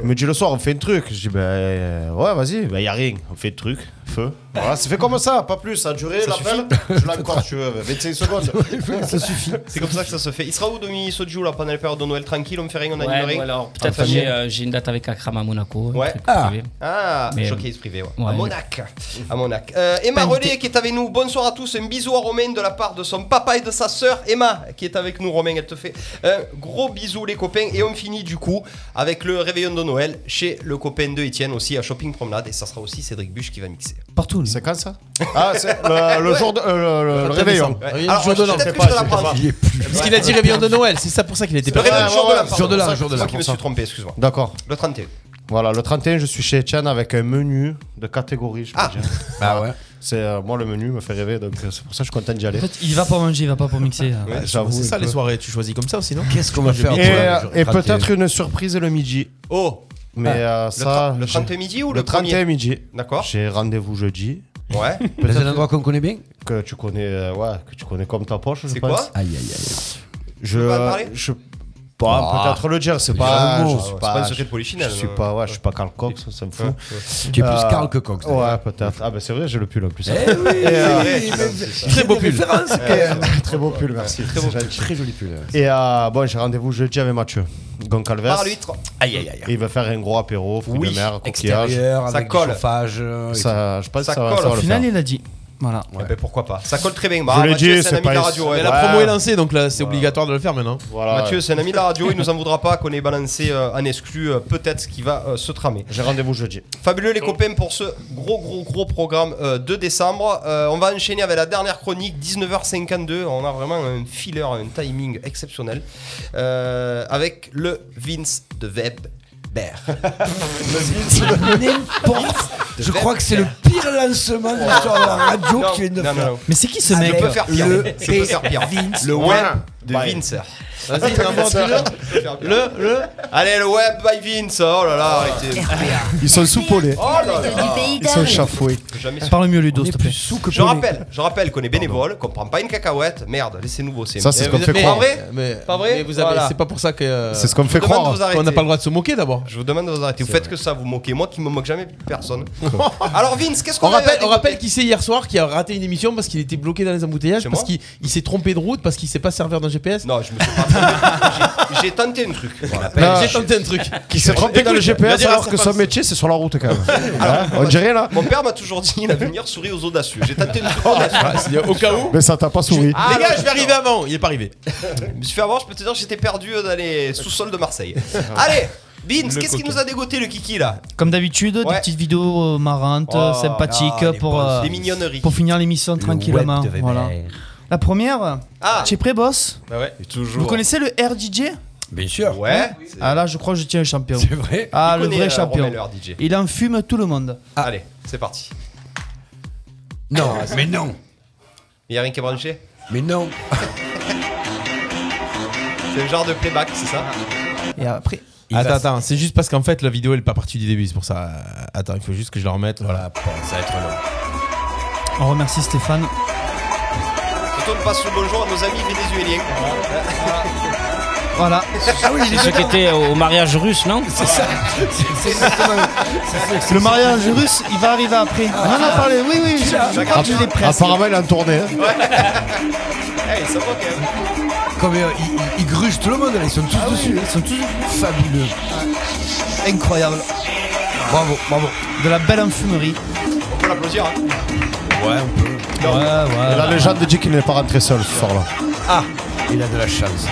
C: Il me dit Le soir, on fait un truc. Je dis Ben, euh, ouais, vas-y, ben, il n'y a rien. On fait un truc, feu. Voilà, c'est fait comme ça, pas plus. Ça a duré,
A: Ça
C: l'appel. Je l'ai encore, si tu veux, 25 secondes.
A: Ça suffit. C'est comme ça que ça se fait. Il sera où, Domi Sodju, là, pendant les périodes de Noël tranquille On fait rien, on
E: Ouais,
A: a rien.
E: ou alors peut-être j'ai euh, j'ai une date avec Akram à Monaco. un truc
A: Ah.
E: privé.
A: Ah,
E: Mais,
A: showcase privé, ouais.
E: ouais.
A: À Monac. À Monac. Euh, Emma Relais qui est avec nous. Bonsoir à tous. Un bisou à Romain de la part de son papa et de sa sœur Emma qui est avec nous. Romain, elle te fait un gros bisou, les copains. Et on finit du coup avec le réveillon de Noël chez le copain de Étienne aussi à Shopping Promenade. Et ça sera aussi Cédric Buche qui va mixer.
B: Partout.
C: C'est quand ça Ah, c'est le, le
A: Ouais.
C: jour de, euh, le- le,
A: Le
C: réveillon.
A: Ouais. Réveillon Alors, du jour de l'an. peut-être
C: C'est
A: que
C: pas,
A: je te la
C: c'est
A: prends.
C: pas.
A: Il est plus.
G: Parce qu'il a dit réveillon de Noël, c'est ça pour ça qu'il était
A: Le réveillon, jour de l'an,
G: Jour de l'an,
A: pardon.
G: jour de
A: C'est
G: l'an.
A: moi qui me suis trompé, excuse-moi.
C: D'accord.
A: Le 31.
C: Voilà, le 31, je suis chez Etienne avec un menu de catégorie.
A: Ah.
C: Je peux dire.
D: Bah ouais.
C: C'est euh, moi le menu me fait rêver, donc euh, c'est pour ça que je suis content d'y aller.
B: En fait, il va pas manger, il va pas pour mixer.
C: Ouais,
B: Ouais,
C: j'avoue,
G: C'est ça
A: Ah
C: il
G: les
C: peut.
G: soirées, tu choisis comme ça aussi, non
D: Qu'est-ce qu'on va
G: faire
C: Et, euh, et peut-être une surprise le midi.
A: Oh
C: Mais
A: Ah.
C: euh,
A: Le
C: ça.
A: tra- le 30
C: j'ai-
A: midi ou le
C: le 31
A: premier
C: midi.
A: D'accord.
C: J'ai rendez-vous jeudi.
A: Ouais.
D: Dans un endroit qu'on connaît bien
C: Que tu connais, euh, ouais, que tu connais comme ta poche, je
A: C'est
C: pense.
A: quoi
D: Aïe, aïe, aïe.
C: Je.
A: peux pas en parler
C: je pas
A: Ah.
C: peut-être le dire, c'est
A: C'est
C: pas.
A: un
C: Bah, je
A: mot.
C: suis
A: C'est pas une secret de polichinelle,
C: Je suis
A: euh.
C: pas, ouais, je suis pas Karl Cox, ça me fout.
D: Tu es plus
C: Euh,
D: Karl que Cox, d'ailleurs.
C: Ouais, peut-être. Ah, ben c'est vrai, j'ai le pull en plus.
D: Eh oh. oui,
C: Et, euh,
D: mais-
C: putain, c'est ça.
D: Très beau pull.
C: Euh, Très beau pull, merci.
D: Très beau
C: C'est
D: pull,
C: gentil.
D: très joli pull, ouais.
C: Et euh, bon, j'ai rendez-vous jeudi avec Mathieu. Goncalves.
A: Par l'huître.
D: Aïe, aïe, aïe.
C: Et il va faire un gros apéro, fruits
D: Oui,
C: de mer, coquillage.
D: extérieur,
A: Ça
D: avec
A: colle.
D: du chauffage. euh, et
C: Ça,
D: tout.
C: je pense
A: Ça
C: que ça va,
A: colle.
C: ça va
B: Au
C: le
B: final,
C: faire.
B: il a dit. Voilà.
A: Eh ben, pourquoi pas Ça colle très bien. Bah,
C: Je l'ai
A: Mathieu,
C: dit,
A: c'est
C: c'est
A: un ami
C: pas
A: de la
C: une-
A: radio.
C: Mais
A: ouais.
G: La
A: Ouais.
G: promo est lancée, donc là c'est obligatoire de le faire maintenant.
C: Voilà.
A: Mathieu, c'est un ami de la radio, il nous en voudra pas qu'on ait balancé euh, en exclu euh, peut-être ce qui va euh, se tramer.
C: J'ai rendez-vous jeudi.
A: Fabuleux les copains pour ce gros gros gros programme euh, de décembre. Euh, on va enchaîner avec la dernière chronique, 19h52. On a vraiment un filler, un timing exceptionnel euh, avec le Vince de Web.
D: N'importe. Je crois que c'est le pire lancement de l'histoire de la radio que tu viens de
A: non,
D: faire.
A: non.
B: Mais c'est qui ce
A: Ça
B: mec
A: peut faire pire.
D: Le
A: Ça peut faire pire.
D: Vince.
A: Le web de Vince.
G: Vas-y, invente-le. Le, le.
A: Allez, le web by Vince. Oh là là, arrêtez.
C: Ils sont sous-polés.
A: Oh là là.
C: Ils sont chafoués.
A: Jamais
B: Parle mieux, Ludo, s'il te plaît.
A: Je rappelle, je rappelle qu'on est bénévole, qu'on prend pas une cacahuète. Merde, laissez-nous bosser.
C: Ça, c'est ce
A: Eh,
C: qu'on
A: vous
C: fait
A: êtes-
C: croire.
A: Pas vrai
G: Mais,
A: Pas vrai
G: mais vous avez,
A: Voilà.
G: c'est pas pour ça que.
C: C'est ce qu'on me
A: Je
C: fait
A: vous demande
C: croire.
A: de vous arrêter.
G: On n'a pas le droit de se moquer d'abord.
A: Je vous demande de vous arrêter. Vous faites que ça, vous moquez. Moi qui me moque jamais de personne. Alors Vince, qu'est-ce qu'on
G: On
A: a
G: rappelle,
A: à
G: on rappelle qui c'est hier soir qui a raté une émission parce qu'il était bloqué dans les embouteillages, parce qu'il il s'est trompé de route, parce qu'il s'est pas serveur d'un GPS.
A: Non, je me suis pas J'ai tenté un truc. Voilà.
C: Non.
G: J'ai tenté un truc.
C: Qui s'est trompé dans le
G: Écoute, on va
C: GPS
G: dire à
C: alors
G: sa
C: que
G: femme.
C: son métier, c'est sur la route quand même. Hein, On dirait là.
A: Mon père m'a toujours dit l'avenir sourit aux audacieux. J'ai tenté un truc audacieux.
G: Il y a- Au cas où.
C: Mais ça t'a pas souri.
A: Ah,
G: les gars, je vais arriver avant. Il est pas arrivé.
A: Je me suis fait avoir, je peux te dire, j'étais perdu euh, dans les sous-sols de Marseille. Allez, Vince,
G: Le
A: qu'est-ce qui
G: coquin.
A: nous a dégoté le kiki là
B: Comme d'habitude, des
A: Ouais.
B: petites vidéos euh, marrantes,
A: Oh,
B: sympathiques
A: ah, les
B: pour,
A: bonnes,
B: euh,
A: les mignonneries.
B: pour finir l'émission tranquillement.
D: web de Weber.
B: Voilà. La première,
A: Ah.
B: chez Préboss.
A: Bah ouais, toujours.
B: Vous connaissez le RDJ
D: Bien sûr.
A: Ouais.
B: Ah là, je crois que je tiens le champion.
D: C'est vrai.
B: Ah,
A: Il
B: le
A: connaît,
B: vrai
A: euh,
B: champion.
A: Romain, le RDJ.
B: Il en fume tout le monde.
A: Allez, c'est parti.
D: Non,
A: Ah,
D: mais non.
A: Il y a rien qui est branché
D: Mais non.
A: C'est le genre de playback, c'est ça
B: Et après, il
G: Attends,
B: va-
G: attends, c'est juste parce qu'en fait la vidéo elle est pas partie du début, c'est pour ça. Euh, Attends, il faut juste que je la remette. Voilà, bon, ça va être long.
B: On remercie Stéphane.
A: Quand on passe le bonjour à nos amis vénézuéliens.
B: Voilà.
D: Ah
E: C'est ceux qui étaient au mariage russe, non
D: C'est ça. C'est exactement. Ah. c'est- c'est-
B: Le mariage russe, il va arriver après. On en a parlé. Oui, oui, je, je crois que je l'ai presque.
C: Apparemment, il a en tournée. hein.
A: Eh, ça va quand même.
D: Comme euh, ils, ils- ils grugent tout le monde, là, ils sont tous
A: Ah
D: dessus. Ils sont tous fabuleux.
B: Incroyable.
D: Bravo, bravo.
B: De la belle enfumerie.
A: On peut l'applaudir. hein.
D: Ouais, on peut.
A: Non.
C: Et la légende dit qu'il n'est pas rentré seul ce soir-là.
D: Ah, il a de la chance.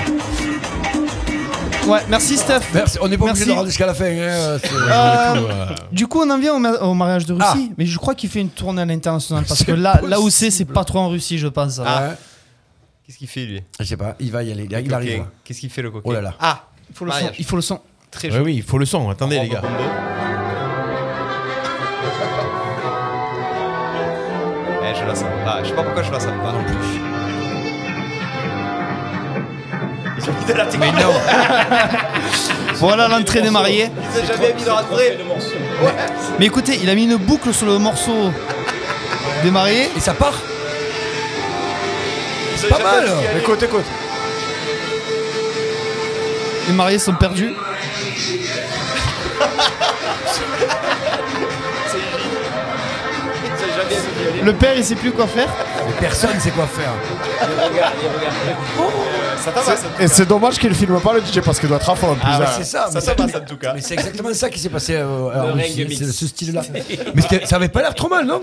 B: Ouais, merci Steph.
D: Merci. On n'est pas obligé
B: Merci.
D: de rendre jusqu'à la fin. hein,
A: Ah.
D: c'est-
B: Euh,
D: Ouais.
B: du coup, on en vient au, ma- au mariage de Russie,
D: Ah.
B: mais je crois qu'il fait une tournée à l'international parce que là, là où c'est, c'est pas trop en Russie, je pense.
A: Ah. Qu'est-ce qu'il fait lui
D: Je sais pas, il va y aller. Il,
A: Le
D: arrive.
A: coquin.
D: là.
A: Qu'est-ce qu'il fait le coquin
D: Oh là là.
A: Ah,
B: il faut le son.
A: mariage.
B: Il faut le son.
A: Très
G: Ouais,
A: joli.
G: oui, il faut le son. Attendez, les gars.
A: Eh, je la sens pas. Je sais pas pourquoi je la sens pas. Ils ont mis de la technique.
B: Mais non. Voilà l'entrée des mariés.
A: Ils ont jamais mis de rentrée.
B: Mais écoutez, il a mis une boucle sur le morceau des mariés.
D: Et ça part
A: Ils ont
D: Pas
A: jamais
D: mal.
A: mis à
C: Écoute, écoute.
B: Les mariés sont perdus.
A: Ils ont jamais mis à
B: Le père, il sait plus quoi faire.
D: Mais personne sait quoi faire.
A: Ah, Regarde, regarde. Euh, Ça t'avance.
C: Et c'est dommage qu'il filme pas le DJ parce qu'il doit être à fond en plus.
D: Ah ouais,
C: hein.
D: c'est ça.
A: Ça t'avance en tout cas.
D: Mais c'est exactement ça qui s'est passé euh, en
A: règne
D: Russie,
A: mix.
D: c'est ce style-là. Mais c'était- ça avait pas l'air trop mal, non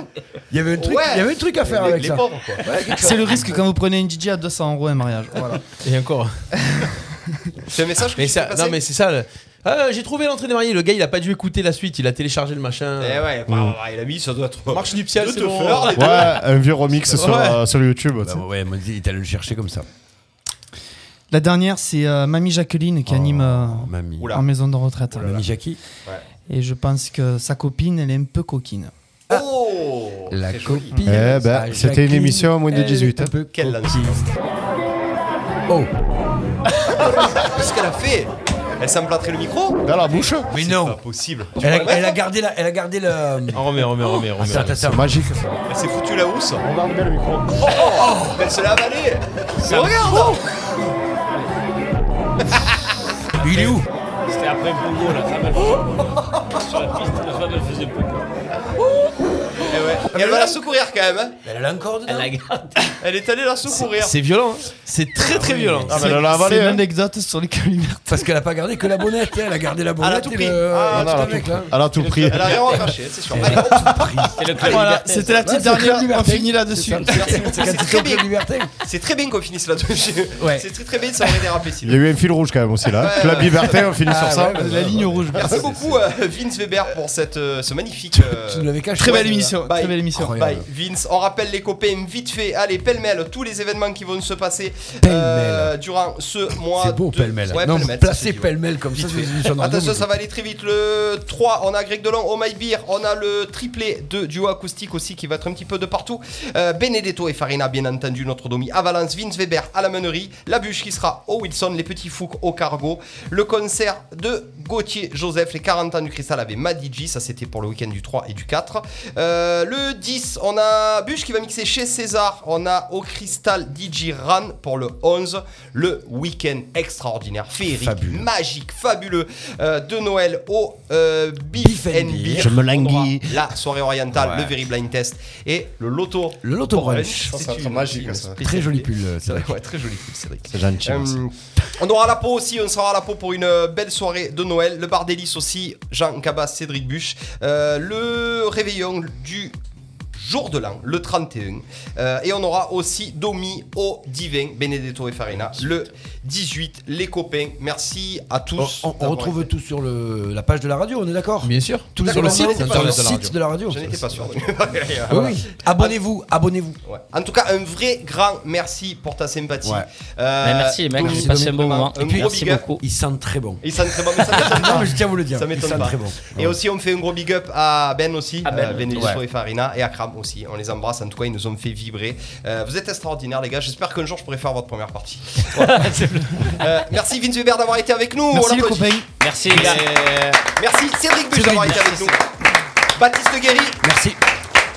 D: Il y avait un truc,
A: Ouais.
D: il y avait un truc à faire
A: Les-
D: avec
A: les
D: ça.
A: pauvres, quoi.
D: Ouais, quelque chose.
B: C'est le risque quand vous prenez une DJ à 200 euros un mariage. Voilà.
G: Et encore.
A: C'est un message que
G: Mais
A: tu
G: ça,
A: fais passer
G: non, mais c'est ça. le- Ah, J'ai trouvé l'entrée des mariés. Le gars, il a pas dû écouter la suite. Il a téléchargé le machin.
A: Eh ouais, bah,
C: Mm.
A: bah, il a mis, ça doit être.
G: Marche nuptiale,
A: De
G: c'est
A: te
G: bon.
A: faire, les-
C: Ouais, un vieux remix sur,
G: Ouais.
C: euh, sur YouTube. tu
D: Bah
C: sais.
D: ouais, mais il est allé le chercher comme ça.
B: La dernière, c'est euh, Mamie Jacqueline qui anime euh,
D: Mamie.
A: Ah. Oula.
B: en maison de retraite.
D: Mamie Jackie.
B: Et je pense que sa copine, elle est un peu coquine.
A: Oh
D: La
A: Très joli.
D: copine.
C: Eh ben,
D: Ah,
C: c'était
D: Jackie,
C: une émission à moins de
D: elle est Eh,
C: 18,
D: un
C: hein.
D: peu
A: Quelle
D: coquine.
A: lance.
D: Oh,
A: Qu'est-ce qu'elle a fait Elle s'est emplâtrée le micro
C: Dans la bouche.
D: mais non.
A: Pas possible.
D: Elle a, elle a gardé la, elle a gardé le.
G: Ah, remets, remets, remets. remets.
D: Attends, attends,
C: C'est
D: attends.
C: magique.
A: Elle s'est foutue la housse.
C: On va enlever le micro.
A: Oh, oh, mais Elle se l'a avalée Mais regarde
D: Il est où
K: C'était après Bongo, la femme. elle- Sur la piste, la femme, elle faisait Bongo.
A: Eh ouais. Et elle va la secourir quand même. hein.
D: Elle l'a encore dedans.
K: La garde.
A: Elle est allée la secourir.
G: C'est violent. hein. C'est très très violent.
C: Ah, mais elle l'a
B: C'est
C: avalé.
B: une
C: hein.
B: anecdote sur les culinaires.
D: Parce qu'elle a pas gardé que la bonnette, elle a gardé la bonnette.
A: tout
D: et
A: pris.
D: le-
A: Ah,
D: tout
C: Non,
D: le
C: elle a
D: mec,
C: tout-
D: là.
C: elle a tout pris.
A: Elle a rien recraché, c'est sûr. Allez, hop,
K: C'est le club
B: Voilà,
K: libertin,
B: Eh c'était la
D: Ouais,
B: petite
D: c'est le club
B: dernière. On
D: libertin.
B: finit là-dessus.
D: C'est ça, c'est- c'est quand
A: C'est
D: tu fais au
A: très
D: Club Libertin.
A: C'est très bien qu'on finisse là-dessus.
B: Ouais.
A: C'est très très bien, ça aurait dérapé
C: Il y a
A: sinon.
C: eu un fil rouge quand même aussi là.
A: Ouais,
C: Club
A: ouais.
C: Liberté, on finit sur
D: Ah,
C: ça.
D: ouais, ouais,
B: La ligne rouge.
A: Merci beaucoup euh, Vince Weber pour cette, euh, ce magnifique. euh,
D: Tu nous l'avais caché.
B: Très belle
D: Ouais,
B: émission.
A: Bye.
B: Très belle émission.
D: Incroyable.
A: Bye Vince, on rappelle les copains vite fait, allez pêle-mêle tous les événements qui vont se passer euh,
D: Pêle-mêle.
A: durant ce mois.
D: C'est beau,
A: de-
D: pêle-mêle.
A: Ouais,
D: Non,
A: pêle-mêle, ça,
D: placer
A: c'est
D: pêle-mêle comme
A: Vite
D: ça, c'est
A: fait.
D: une émission de radio,
A: Attention,
D: mais-
A: ça va aller très vite. Le 3, on a Greg Delon, Oh My Beer. On a le triplé de duo acoustique aussi qui va être un petit peu de partout. Euh, Benedetto et Farina, bien entendu, notre domi à Valence. Vince Weber à la meunerie. La bûche qui sera au Wilson. Les petits foucs au cargo. Le concert de Gauthier Joseph. Les 40 ans du cristal avec Madigi. Ça, c'était pour le week-end du 3 et du 4. Euh, le 10, on a Bûche qui va mixer chez César. On a au cristal DJ Ran pour le 11. Le week-end extraordinaire, féerique,
D: Fabuleux.
A: magique, fabuleux euh, de Noël au euh, Beef,
D: Beef and
A: and
D: Beer.
A: Beer.
C: Je me
A: On aura
C: languis.
A: La soirée orientale,
D: Ouais.
A: le Very Blind Test et le Loto.
D: Le Loto
A: Orange.
D: Brunch.
A: C'est
C: Ça, ça va être
A: une-
C: magique,
A: une
C: ça.
A: spécialité.
D: Très joli pull. euh,
A: C'est
D: c'est vrai.
A: vrai, ouais, très joli pull, Cédric.
C: C'est gentil.
A: Euh,
C: merci.
A: on aura la peau aussi, on sera à la peau pour une euh, belle soirée de Noël. Le bar d'hélice aussi, Jean Cabas, Cédric Buche. Euh, le réveillon du jour de l'an, le 31. Euh, et on aura aussi Domi au Divin, Benedetto et Farina, le 18. Les copains, merci à
D: On,
A: tous.
D: on- on
A: d'avoir
D: retrouve
A: été-
D: tout sur le, la page de la radio, on est d'accord
G: Bien sûr.
D: Tout
A: D'accord,
D: sur le
A: on
D: site,
A: est
D: sur
A: sur
D: le
A: la
D: site de la radio.
A: J'en étais pas sûr.
D: Oui,
A: Voilà.
D: oui. Abonnez-vous, abonnez-vous.
A: Ouais. En tout cas, un vrai grand merci pour ta sympathie.
D: Ouais.
A: Euh,
E: Ben, merci, mec,
A: Domi,
E: j'ai passé un bon
A: vraiment,
E: moment.
A: Un gros
E: merci
A: big up.
E: beaucoup.
D: Il sent très bon.
A: Il s'en très bon, mais ça m'étonne pas.
D: Non, mais je tiens à vous le dire.
A: Ah. Ça
D: il
A: m'étonne
D: sent
A: pas.
D: très bon.
A: Et aussi, on fait un gros big up à Ben aussi,
E: À Ben.
A: euh, Benedetto
E: Ouais.
A: et Farina, et à Kram aussi. On les embrasse, en tout cas, ils nous ont fait vibrer. Euh, vous êtes extraordinaires, les gars. J'espère qu'un jour, je pourrai faire votre première partie. Voilà. Euh, merci Vince Weber d'avoir été avec nous.
B: Merci
A: On
B: les
A: l'applaudit.
B: copains.
C: Ah.
E: Merci, les gars.
A: Euh, Merci Cédric Buch d'avoir été avec nous. Baptiste Guéry,
D: Merci.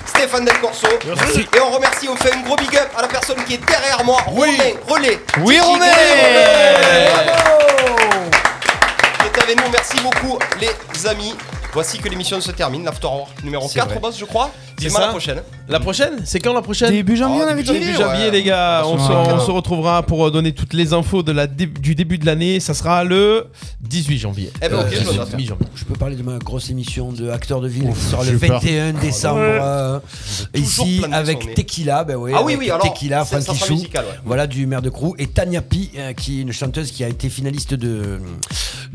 A: Stéphane Del Corso.
D: Merci.
A: Et on remercie, on fait un gros big up à la personne qui est derrière moi,
D: Oui.
A: Romain Relais.
B: Oui,
A: Titi
B: Romain.
A: Relais. Qui est avec nous. Merci beaucoup, les les amis. Voici que l'émission se termine. L'Afterwork numéro 4, boss, je crois.
G: C'est
A: Demain,
G: ça
A: la prochaine. hein.
G: La prochaine C'est quand la prochaine
A: Début janvier, on
G: on
A: avait dit.
G: Début janvier,
A: Ouais.
G: les gars. On,
A: Ouais.
G: se, on
A: Ouais.
G: se retrouvera pour euh, donner toutes les infos de la dé- du début de l'année. Ça sera le 18 janvier.
A: Eh ben, ok, je
G: Euh,
A: le note.
G: mi-janvier.
D: Je peux parler de ma grosse émission de Acteurs de Ville
G: Ouf,
D: qui sera
G: j'ai
D: le
G: eu peur.
D: 21 décembre
G: Ouais.
D: euh,
A: Oh, Toujours
D: ici
A: plein de
D: avec
A: personnes, mais-
D: Tequila, ben oui,
A: Ah oui,
D: avec
A: oui, alors,
D: Tequila,
A: c'est- ça
D: Frankie
A: sera
D: Chou,
A: musical, ouais.
D: voilà du maire de Crou et Tania Pi, euh, qui est une chanteuse qui a été finaliste de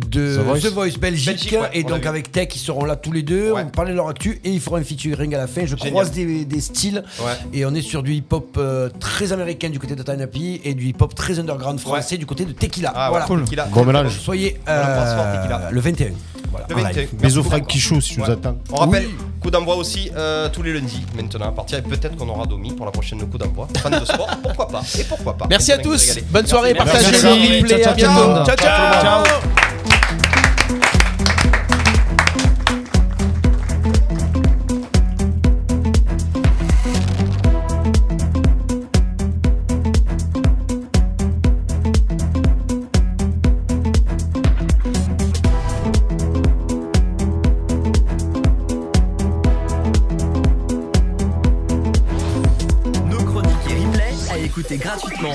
D: de
G: The Voice.
D: Belgique,
G: Belgique, ouais,
D: et
G: on
D: donc
G: l'a
D: avec Tech ils seront là tous les deux, on parlait de leur actu et ils feront un featuring à la fin. Je
A: Génial.
D: croise des, des styles et on est sur du hip hop très américain du côté de Tania Pi et du hip hop très underground français du côté de Tequila.
A: Ah,
D: voilà.
A: cool. Tequila.
C: Bon mélange.
D: Soyez
A: On l'embrasse fort,
D: euh,
A: Tequila.
D: le 21. Voilà,
A: Le
D: en
A: 21.
D: live.
A: Merci
C: Bisous
A: beaucoup.
C: Franck Quichou si tu nous
A: Ouais.
C: attends.
A: On rappelle, coup d'envoi aussi euh, tous les lundis maintenant à partir. Et peut-être qu'on aura Domi pour la prochaine coup d'envoi. Fan de sport, pourquoi pas Et pourquoi pas
G: Merci à
A: On est
G: tous.
A: régalés.
G: Bonne soirée,
A: Merci.
G: partagez
A: Merci.
G: le replay.
A: Ciao, ciao,
G: À bientôt.
A: ciao.
G: ciao. ciao. ciao.
H: Nos chroniques et replays à écouter gratuitement